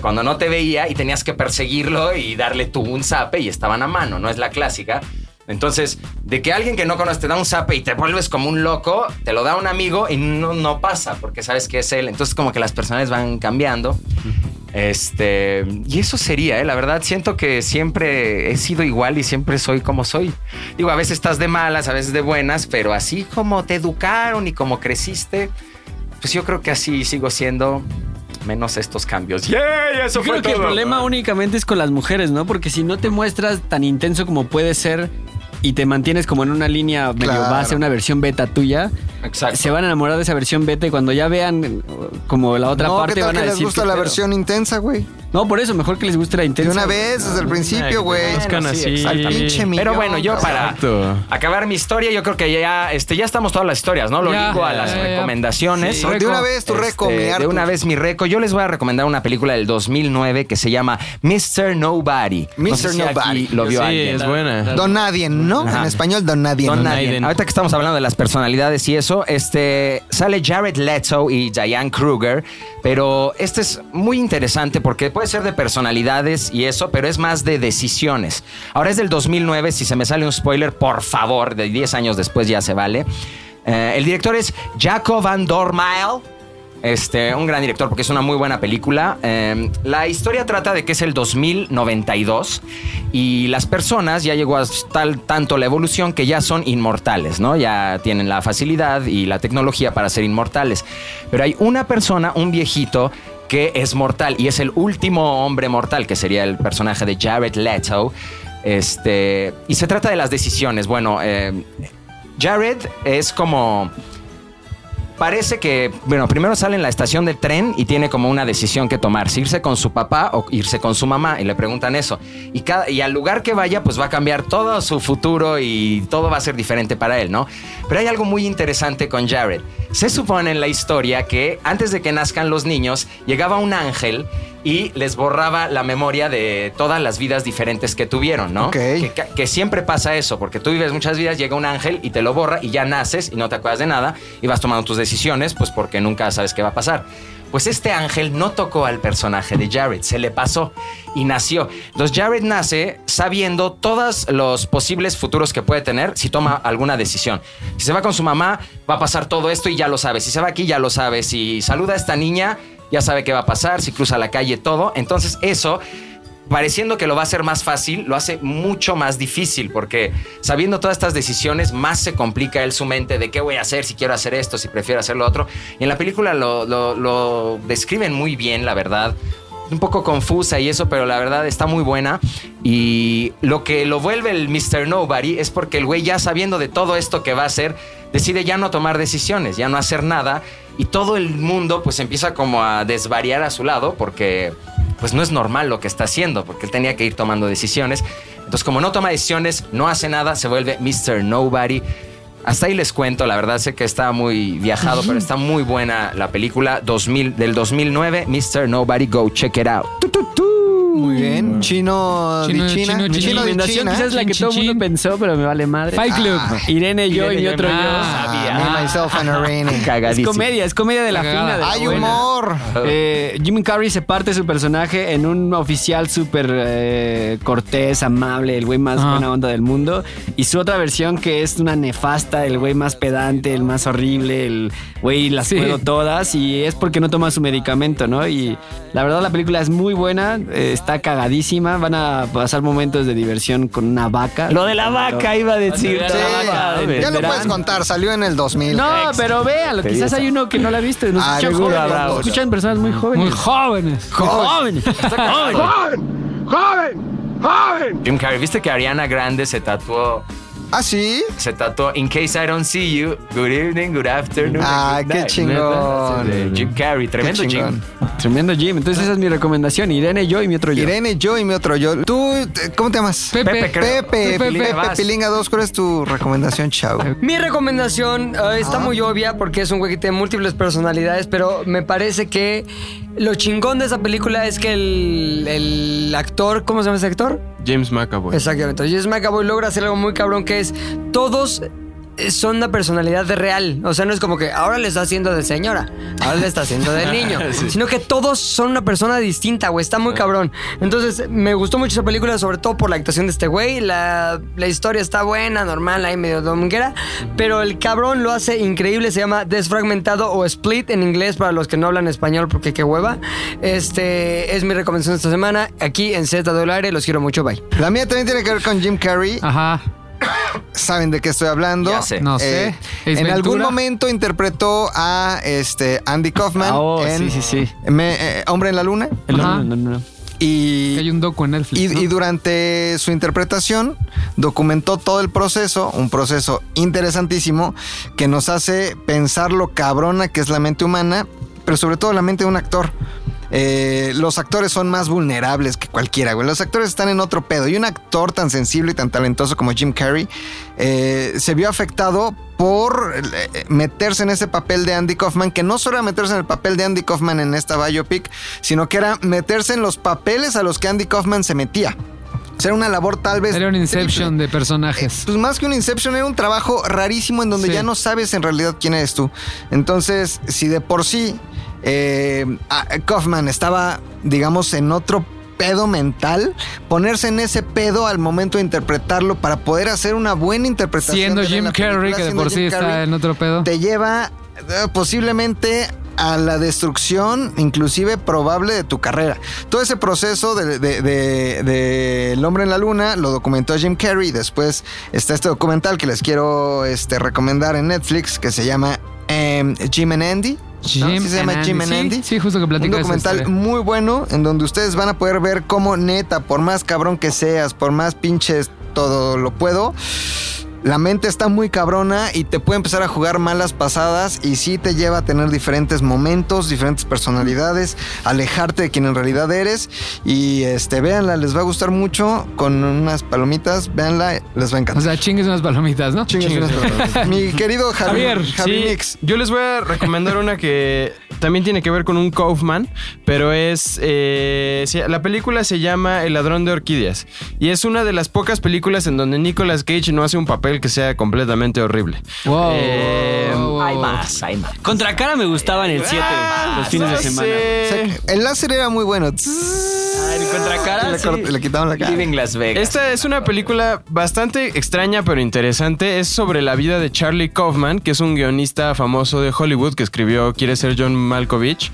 [SPEAKER 4] cuando no te veía y tenías que perseguirlo y darle tú un zape y estaban a mano, no es la clásica. Entonces, de que alguien que no conoces te da un zape y te vuelves como un loco, te lo da un amigo y no, no pasa porque sabes que es él. Entonces, como que las personas van cambiando. Este, y eso sería, ¿eh? la verdad, siento que siempre he sido igual y siempre soy como soy. Digo, a veces estás de malas, a veces de buenas, pero así como te educaron y como creciste, pues yo creo que así sigo siendo menos estos cambios. ¡Yay! Eso
[SPEAKER 7] Yo creo
[SPEAKER 4] fue
[SPEAKER 7] que el
[SPEAKER 4] todo.
[SPEAKER 7] problema únicamente es con las mujeres, ¿no? Porque si no te muestras tan intenso como puede ser y te mantienes como en una línea medio
[SPEAKER 4] Claro.
[SPEAKER 7] base, una versión beta tuya, se van a enamorar de esa versión beta y cuando ya vean eh, como la otra
[SPEAKER 11] no,
[SPEAKER 7] parte
[SPEAKER 11] ¿qué tal
[SPEAKER 7] van a
[SPEAKER 11] que
[SPEAKER 7] decir
[SPEAKER 11] les gusta
[SPEAKER 7] "¿Qué
[SPEAKER 11] la
[SPEAKER 7] pedo?".
[SPEAKER 11] versión intensa, güey?
[SPEAKER 7] No, por eso, mejor que les guste la intensa.
[SPEAKER 11] De una vez, desde el principio, güey. Al pinche millón.
[SPEAKER 4] Pero bueno, yo para
[SPEAKER 6] Exacto.
[SPEAKER 4] acabar mi historia, yo creo que ya, este, ya estamos todas las historias, ¿no? Lo
[SPEAKER 11] Ya.
[SPEAKER 4] ligo a
[SPEAKER 11] Ya,
[SPEAKER 4] las
[SPEAKER 11] ya, ya.
[SPEAKER 4] recomendaciones.
[SPEAKER 11] Sí. De una vez tu reco, mi
[SPEAKER 4] Este, De
[SPEAKER 11] Arthur.
[SPEAKER 4] una vez mi reco. Yo les voy a recomendar una película del 2009 que se llama Mr. Nobody. No sé
[SPEAKER 11] Mr.
[SPEAKER 4] si aquí
[SPEAKER 11] Nobody.
[SPEAKER 4] Lo vio
[SPEAKER 11] Sí,
[SPEAKER 4] alguien.
[SPEAKER 11] es buena. Don Nadie, ¿no? En español, Don Nadie.
[SPEAKER 4] Don Nadie. Ahorita que estamos hablando de las personalidades y eso, este sale Jared Leto y Diane Kruger, pero este es muy interesante porque puede ser de personalidades y eso, pero es más de decisiones. Ahora es del 2009, si se me sale un spoiler, por favor, de 10 años después ya se vale. Eh, el director es Jacob Van Dormael. Este, un gran director porque es una muy buena película. Eh, la historia trata de que es el 2092 y las personas ya llegó a tal tanto la evolución que ya son inmortales, ¿no? Ya tienen la facilidad y la tecnología para ser inmortales. Pero hay una persona, un viejito que es mortal y es el último hombre mortal que sería el personaje de Jared Leto. Este, y se trata de las decisiones. Bueno, eh, Jared es como parece que, bueno, primero sale en la estación del tren y tiene como una decisión que tomar, si irse con su papá o irse con su mamá, y le preguntan eso. Y, cada, y al lugar que vaya, pues va a cambiar todo su futuro y todo va a ser diferente para él, ¿no? Pero hay algo muy interesante con Jared. Se supone en la historia que antes de que nazcan los niños, llegaba un ángel y les borraba la memoria de todas las vidas diferentes que tuvieron, ¿no?
[SPEAKER 11] Ok.
[SPEAKER 4] Que, ca- que siempre pasa eso, porque tú vives muchas vidas, llega un ángel y te lo borra y ya naces y no te acuerdas de nada y vas tomando tus decisiones, pues porque nunca sabes qué va a pasar. Pues este ángel no tocó al personaje de Jared, se le pasó y nació. Entonces Jared nace sabiendo todos los posibles futuros que puede tener si toma alguna decisión. Si se va con su mamá, va a pasar todo esto y ya lo sabe. Si se va aquí, ya lo sabe. Si saluda a esta niña, ya sabe qué va a pasar. Si cruza la calle, todo. Entonces eso pareciendo que lo va a hacer más fácil, lo hace mucho más difícil, porque sabiendo todas estas decisiones, más se complica él su mente de qué voy a hacer, si quiero hacer esto, si prefiero hacer lo otro. Y en la película lo, lo- lo describen muy bien, la verdad. Un poco confusa y eso, pero la verdad está muy buena. Y lo que lo vuelve el Mr. Nobody es porque el güey ya sabiendo de todo esto que va a hacer, decide ya no tomar decisiones, ya no hacer nada. Y todo el mundo pues empieza como a desvariar a su lado porque pues no es normal lo que está haciendo, porque él tenía que ir tomando decisiones. Entonces, como no toma decisiones, no hace nada, se vuelve Mr. Nobody. Hasta ahí les cuento, la verdad sé que está muy viajado, pero está muy buena la película 2000, del 2009, Mr. Nobody, go check it out.
[SPEAKER 11] Muy bien. Chino, de China. Chino,
[SPEAKER 7] Mi
[SPEAKER 11] de
[SPEAKER 7] recomendación
[SPEAKER 11] China.
[SPEAKER 7] quizás es la que todo el mundo pensó, pero me vale madre.
[SPEAKER 11] Fight Club. ah,
[SPEAKER 7] Ah, Irene, yo y mi otro yo.
[SPEAKER 11] Me, myself, and Irene.
[SPEAKER 7] Es comedia, es comedia de la
[SPEAKER 11] Cagada.
[SPEAKER 7] fina. de la
[SPEAKER 11] Hay
[SPEAKER 7] buena.
[SPEAKER 11] humor.
[SPEAKER 7] Eh, Jim Carrey se parte su personaje en un oficial súper eh, cortés, amable, el güey más
[SPEAKER 5] Ajá.
[SPEAKER 7] buena onda del mundo. Y su otra versión que es una nefasta, el güey más pedante, el más horrible, el güey las
[SPEAKER 5] Sí.
[SPEAKER 7] puedo todas. Y es porque no toma su medicamento, ¿no? Y la verdad la película es muy buena, eh, está cagadísima. Van a pasar momentos de diversión con una vaca.
[SPEAKER 11] Lo de la vaca iba
[SPEAKER 7] a
[SPEAKER 11] Sí, ya lo puedes contar, salió en el 2000.
[SPEAKER 7] No, pero véalo, quizás hay uno que no la ha visto. y Nos
[SPEAKER 11] Ah,
[SPEAKER 7] escuchan
[SPEAKER 11] seguro
[SPEAKER 7] jóvenes,
[SPEAKER 11] habrá
[SPEAKER 7] nos
[SPEAKER 11] otro.
[SPEAKER 7] escuchan personas muy jóvenes.
[SPEAKER 5] Muy jóvenes.
[SPEAKER 7] Joven.
[SPEAKER 8] ¡Joven! ¡Joven! ¡Joven!
[SPEAKER 4] Jim Carrey, ¿viste que Ariana Grande se tatuó?
[SPEAKER 11] ¿Ah, sí?
[SPEAKER 4] Se tatuó In Case I Don't See You, Good Evening, Good Afternoon.
[SPEAKER 11] Ah,
[SPEAKER 4] and good
[SPEAKER 11] qué
[SPEAKER 4] night".
[SPEAKER 11] chingón.
[SPEAKER 4] De Jim Carrey, tremendo Jim.
[SPEAKER 7] Tremendo Jim. Entonces esa es mi recomendación. Irene, yo y mi otro yo.
[SPEAKER 11] Irene, yo y mi otro yo. ¿Tú eh, cómo te llamas?
[SPEAKER 2] Pepe. Pepe, creo.
[SPEAKER 11] Pepe,
[SPEAKER 2] Tú, Pepe,
[SPEAKER 11] Pepe,
[SPEAKER 2] vas.
[SPEAKER 11] Pilinga 2, ¿cuál es tu recomendación, chavo?
[SPEAKER 2] Mi recomendación eh, está muy obvia porque es un güey que tiene múltiples personalidades, pero me parece que lo chingón de esa película es que el, el actor, ¿cómo se llama ese actor?
[SPEAKER 6] James McAvoy.
[SPEAKER 2] Exactamente. James McAvoy logra hacer algo muy cabrón que es todos eh, son una personalidad de real. O sea, no es como que ahora le está haciendo de señora, ahora le está haciendo de niño.
[SPEAKER 8] Sí.
[SPEAKER 2] Sino que todos son una persona distinta, güey. Está muy cabrón. Entonces, me gustó mucho esa película, sobre todo por la actuación de este güey. La, la historia está buena, normal, ahí medio dominguera. Pero el cabrón lo hace increíble. Se llama Desfragmentado o Split en inglés para los que no hablan español porque qué hueva. Este es mi recomendación esta semana. Aquí en Z del Aire. Los quiero mucho. Bye.
[SPEAKER 11] La mía también tiene que ver con Jim Carrey.
[SPEAKER 5] Ajá.
[SPEAKER 11] Saben de qué estoy hablando. Eh,
[SPEAKER 4] Ya sé. No sé.
[SPEAKER 5] ¿Es
[SPEAKER 11] en
[SPEAKER 5] Ventura?
[SPEAKER 11] algún momento interpretó a este Andy Kaufman
[SPEAKER 7] Ah, oh,
[SPEAKER 11] en
[SPEAKER 7] sí, sí, sí.
[SPEAKER 11] Me- eh, Hombre en la Luna.
[SPEAKER 7] El hombre, no, no, no.
[SPEAKER 11] Y,
[SPEAKER 5] Hay un docu en Netflix.
[SPEAKER 11] y, y durante su interpretación documentó todo el proceso, un proceso interesantísimo que nos hace pensar lo cabrona que es la mente humana, pero sobre todo la mente de un actor. Eh, los actores son más vulnerables que cualquiera, güey. Los actores están en otro pedo. Y un actor tan sensible y tan talentoso como Jim Carrey eh, se vio afectado por eh, meterse en ese papel de Andy Kaufman, que no solo era meterse en el papel de Andy Kaufman en esta biopic, sino que era meterse en los papeles a los que Andy Kaufman se metía. O sea, Era una labor tal vez...
[SPEAKER 5] Era un Inception de personajes.
[SPEAKER 11] Pues más que un Inception, era un trabajo rarísimo en donde
[SPEAKER 5] Sí.
[SPEAKER 11] ya no sabes en realidad quién eres tú. Entonces, si de por sí eh, a- Kaufman estaba, digamos, en otro pedo mental, ponerse en ese pedo al momento de interpretarlo para poder hacer una buena interpretación.
[SPEAKER 5] Siendo
[SPEAKER 11] de él en
[SPEAKER 5] Jim
[SPEAKER 11] la
[SPEAKER 5] Carrey,
[SPEAKER 11] película,
[SPEAKER 5] que de
[SPEAKER 11] siendo
[SPEAKER 5] por sí
[SPEAKER 11] Jim
[SPEAKER 5] está
[SPEAKER 11] Carrey,
[SPEAKER 5] en otro pedo.
[SPEAKER 11] te lleva eh, posiblemente a la destrucción, inclusive probable, de tu carrera. Todo ese proceso de, de- de- de El hombre en la luna lo documentó Jim Carrey. Después está este documental que les quiero este, recomendar en Netflix que se llama em, Jim and Andy. ¿no?
[SPEAKER 5] Jim
[SPEAKER 11] Sí, se llama
[SPEAKER 5] and
[SPEAKER 11] Jim
[SPEAKER 5] Andy.
[SPEAKER 11] and
[SPEAKER 5] Sí,
[SPEAKER 11] Andy.
[SPEAKER 5] sí, justo que platica
[SPEAKER 11] Un
[SPEAKER 5] esa
[SPEAKER 11] documental
[SPEAKER 5] historia.
[SPEAKER 11] muy bueno en donde ustedes van a poder ver cómo neta, por más cabrón que seas, por más pinches todo lo puedo, la mente está muy cabrona y te puede empezar a jugar malas pasadas y sí te lleva a tener diferentes momentos, diferentes personalidades, alejarte de quien en realidad eres y este, véanla, les va a gustar mucho con unas palomitas, véanla, les va a
[SPEAKER 5] O
[SPEAKER 11] encantar.
[SPEAKER 5] sea, chingues unas palomitas, ¿no?
[SPEAKER 11] Chingues unas palomitas. Mi querido Javier, Javi
[SPEAKER 6] sí,
[SPEAKER 11] Mix.
[SPEAKER 6] Yo les voy a recomendar una que también tiene que ver con un Kaufman, pero es. eh, se- la película se llama El ladrón de orquídeas. Y es una de las pocas películas en donde Nicolas Cage no hace un papel que sea completamente horrible. Eh,
[SPEAKER 5] Wow.
[SPEAKER 11] Eh,
[SPEAKER 7] Hay más, hay más. Contra cara me gustaba en el 7, los fines
[SPEAKER 11] no
[SPEAKER 7] de semana.
[SPEAKER 11] sé. El láser era muy bueno.
[SPEAKER 7] Contra cara.
[SPEAKER 11] Le, cort- le quitaron la cara.
[SPEAKER 4] Las
[SPEAKER 6] Esta es una película bastante extraña pero interesante. Es sobre la vida de Charlie Kaufman, que es un guionista famoso de Hollywood que escribió Quiere ser John Malkovich.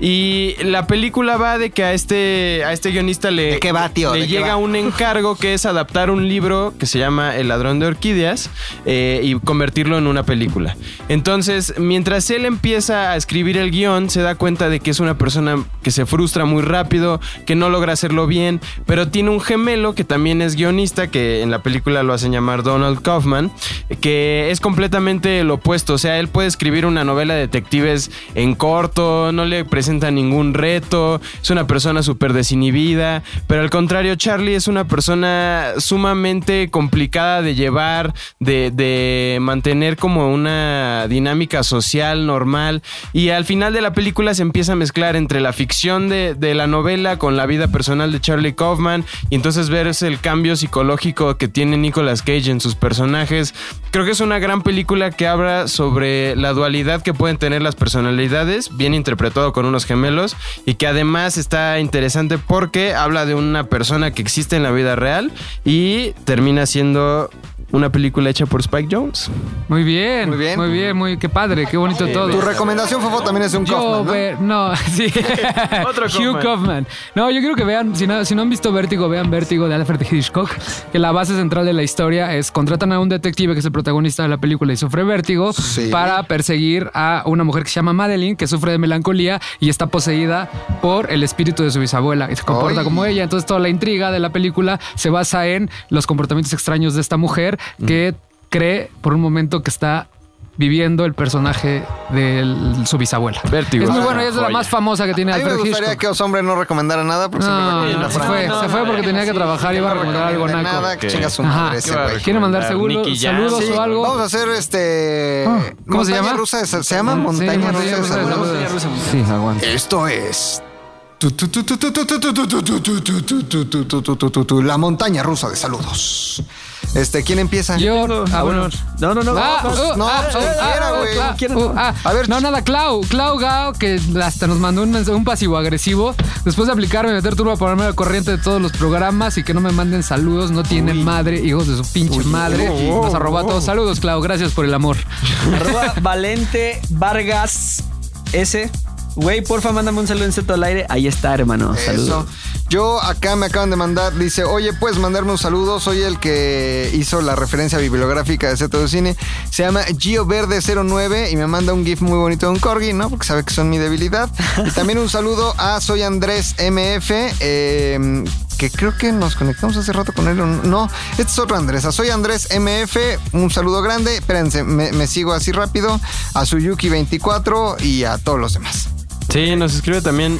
[SPEAKER 6] Y la película va de que a este, a este guionista le, le
[SPEAKER 11] ¿De qué
[SPEAKER 6] llega
[SPEAKER 11] va?
[SPEAKER 6] un encargo que es adaptar un libro que se llama El ladrón de orquídeas eh, y convertirlo en una película. Entonces, mientras él empieza a escribir el guión, se da cuenta de que es una persona que se frustra muy rápido, que no logra hacerlo bien, pero tiene un gemelo que también es guionista, que en la película lo hacen llamar Donald Kaufman, que es completamente lo opuesto. O sea, él puede escribir una novela de detectives en corto, no le presenta ningún reto, es una persona súper desinhibida, pero al contrario, Charlie es una persona sumamente complicada de llevar, de, de mantener como una dinámica social normal. Y al final de la película se empieza a mezclar entre la ficción de, de la novela con la vida personal de Charlie Kaufman. Y entonces ver ese- el cambio psicológico que tiene Nicolas Cage en sus personajes. Creo que es una gran película que habla sobre la dualidad que pueden tener las personalidades, bien interpretado con unos gemelos. Y que además está interesante porque habla de una persona que existe en la vida real y termina siendo una película hecha por Spike Jones.
[SPEAKER 5] Muy bien, muy
[SPEAKER 6] Muy
[SPEAKER 5] bien,
[SPEAKER 6] bien.
[SPEAKER 5] muy qué padre, qué bonito
[SPEAKER 6] Sí,
[SPEAKER 5] todo.
[SPEAKER 6] tu recomendación,
[SPEAKER 11] Fofo, también es un
[SPEAKER 5] yo
[SPEAKER 11] Kaufman, ¿no?
[SPEAKER 5] ver- no, sí.
[SPEAKER 6] Otro
[SPEAKER 5] Hugh
[SPEAKER 6] Kaufman.
[SPEAKER 5] Kaufman. No, yo quiero que vean, si no, si no han visto Vértigo, vean Vértigo de Alfred Hitchcock, que la base central de la historia es contratan a un detective que es el protagonista de la película y sufre vértigo para perseguir a una mujer que se llama Madeline, que sufre de melancolía y está poseída por el espíritu de su bisabuela y se comporta
[SPEAKER 7] Ay.
[SPEAKER 5] como ella. Entonces toda la intriga de la película se basa en los comportamientos extraños de esta mujer
[SPEAKER 11] Mm.
[SPEAKER 5] que cree por un momento que está viviendo el personaje de el- su bisabuela. Es muy bueno, y es de la más famosa que tiene
[SPEAKER 11] A mí me
[SPEAKER 5] Alfred
[SPEAKER 11] gustaría
[SPEAKER 5] Hitchcock.
[SPEAKER 11] que los hombres no recomendara nada porque siempre
[SPEAKER 5] No,
[SPEAKER 11] recomiendan
[SPEAKER 5] no,
[SPEAKER 11] una
[SPEAKER 5] se
[SPEAKER 11] frase.
[SPEAKER 5] fue, se fue porque tenía que trabajar, iba a recomendar algo
[SPEAKER 11] De
[SPEAKER 5] naco.
[SPEAKER 11] nada, que chinga su
[SPEAKER 5] Ajá.
[SPEAKER 11] madre ese güey.
[SPEAKER 5] ¿Quiere mandar seguro, saludos
[SPEAKER 11] Sí,
[SPEAKER 5] o algo?
[SPEAKER 11] Vamos a hacer este.
[SPEAKER 5] ¿Cómo se
[SPEAKER 11] montaña
[SPEAKER 5] llama?
[SPEAKER 11] rusa de sal- se llama
[SPEAKER 5] Sí,
[SPEAKER 11] Montaña
[SPEAKER 5] montaña
[SPEAKER 11] Rusa de
[SPEAKER 5] rusa de
[SPEAKER 11] Saludos.
[SPEAKER 5] saludos.
[SPEAKER 17] Sí, aguanta.
[SPEAKER 11] Esto es. tu, tu, tu, tu, tu, tu, tu, tu, tu, tu, tu, tu, tu, tu, tu, tu, tu, tu, tu, tu, La montaña rusa de saludos. Este, ¿quién empieza?
[SPEAKER 5] Yo, ah, bueno.
[SPEAKER 11] No, no, no.
[SPEAKER 5] Ah,
[SPEAKER 11] pues,
[SPEAKER 5] uh,
[SPEAKER 11] No,
[SPEAKER 5] ah,
[SPEAKER 11] pues,
[SPEAKER 5] uh,
[SPEAKER 11] quien
[SPEAKER 5] ah,
[SPEAKER 11] quiera,
[SPEAKER 5] uh,
[SPEAKER 11] güey.
[SPEAKER 5] ah,
[SPEAKER 11] Quien-
[SPEAKER 5] uh, ah. No, nada, Clau. Clau Gao, que hasta nos mandó un, mensaje- un pasivo agresivo. Después de aplicarme meter turbo para ponerme al corriente de todos los programas y que no me manden saludos, no tienen madre, hijos de su pinche madre.
[SPEAKER 7] oh,
[SPEAKER 5] nos arroba a todos. Saludos, Clau. Gracias por el amor.
[SPEAKER 17] Arroba Valente Vargas S.
[SPEAKER 7] Güey, porfa, mándame un saludo en Zeto al aire. Ahí está, hermano.
[SPEAKER 11] Eso.
[SPEAKER 7] Saludos.
[SPEAKER 11] Yo acá me acaban de mandar, dice, oye, puedes mandarme un saludo. Soy el que hizo la referencia bibliográfica de Zeto de Cine. Se llama Gio Verde 09 y me manda un GIF muy bonito de un corgi, ¿no? Porque sabe que son mi debilidad. Y también un saludo a Soy Andrés MF. eh, que creo que nos conectamos hace rato con él. ¿o No, No, este es otro Andrés. A Soy Andrés MF, un saludo grande. Espérense, me, me sigo así rápido. A Suyuki24 y a todos los demás.
[SPEAKER 6] Sí, nos escribe también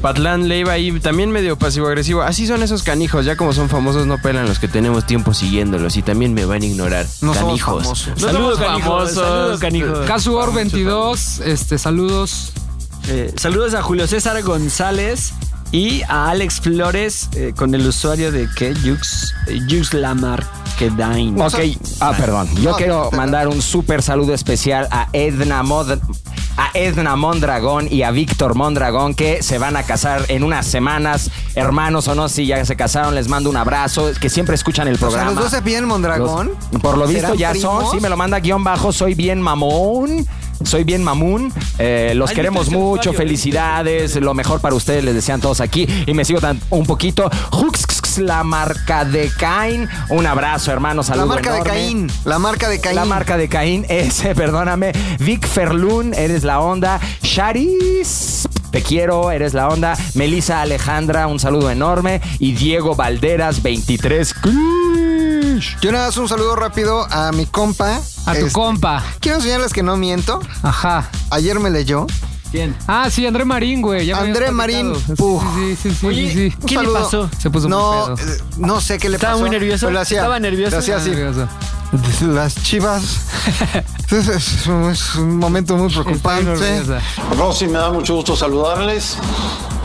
[SPEAKER 6] Patlán Leiva y también medio pasivo-agresivo. Así son esos canijos, ya como son famosos no pelan los que tenemos tiempo siguiéndolos y también me van a ignorar.
[SPEAKER 5] No somos
[SPEAKER 6] canijos.
[SPEAKER 5] famosos. No somos famosos. Saludos, canijos. Casu Or 22, este, saludos.
[SPEAKER 7] Eh, saludos a Julio César González y a Alex Flores eh, con el usuario de que Yux, Yux Lamar Kedine.
[SPEAKER 4] Ok, ah, perdón. Yo quiero mandar un súper saludo especial a Edna Mod- A Edna Mondragón y a Víctor Mondragón que se van a casar en unas semanas. Hermanos o no, si ya se casaron, les mando un abrazo. Que siempre escuchan el
[SPEAKER 11] O sea,
[SPEAKER 4] programa.
[SPEAKER 11] los dos se piden Mondragón.
[SPEAKER 4] Los- por lo visto
[SPEAKER 11] ¿Serán
[SPEAKER 4] ya son.
[SPEAKER 11] primos?
[SPEAKER 4] Sí, me lo manda guión bajo. Soy bien mamón. Soy bien mamón. Eh, los
[SPEAKER 7] Ay,
[SPEAKER 4] queremos
[SPEAKER 7] viste ese
[SPEAKER 4] mucho. Felicidades. Lo mejor para ustedes. Les desean todos aquí. Y me sigo tan, un poquito. Huxx, la marca de Cain. Un abrazo, hermano. Saludos.
[SPEAKER 11] marca de Caín, La marca de Caín.
[SPEAKER 4] La marca de Caín. Ese, perdóname. Vic Ferlun. Eres la onda. Sharis. Te quiero, eres la onda. Melissa Alejandra, un saludo enorme. Y Diego Valderas, 23.
[SPEAKER 11] Yo nada más un saludo rápido a mi compa.
[SPEAKER 5] A
[SPEAKER 11] Este.
[SPEAKER 5] tu compa.
[SPEAKER 11] Quiero enseñarles que no miento.
[SPEAKER 5] Ajá.
[SPEAKER 11] Ayer me leyó.
[SPEAKER 5] ¿Quién? Ah, sí, André Marín, güey. ya me
[SPEAKER 11] André
[SPEAKER 5] habías
[SPEAKER 11] Marín.
[SPEAKER 5] platicado.
[SPEAKER 11] Puj.
[SPEAKER 5] Sí, sí, sí.
[SPEAKER 11] Oye,
[SPEAKER 5] sí, sí.
[SPEAKER 11] un saludo.
[SPEAKER 5] Se puso
[SPEAKER 11] no,
[SPEAKER 5] muy pedo.
[SPEAKER 11] eh, No sé qué le
[SPEAKER 5] Estaba
[SPEAKER 11] pasó.
[SPEAKER 5] muy nervioso.
[SPEAKER 11] pero le hacía-
[SPEAKER 5] Estaba nervioso. Ah,
[SPEAKER 11] le hacía así.
[SPEAKER 5] Estaba nervioso.
[SPEAKER 11] Las chivas. es un- es un momento muy preocupante.
[SPEAKER 17] Rosy, me da mucho gusto saludarles.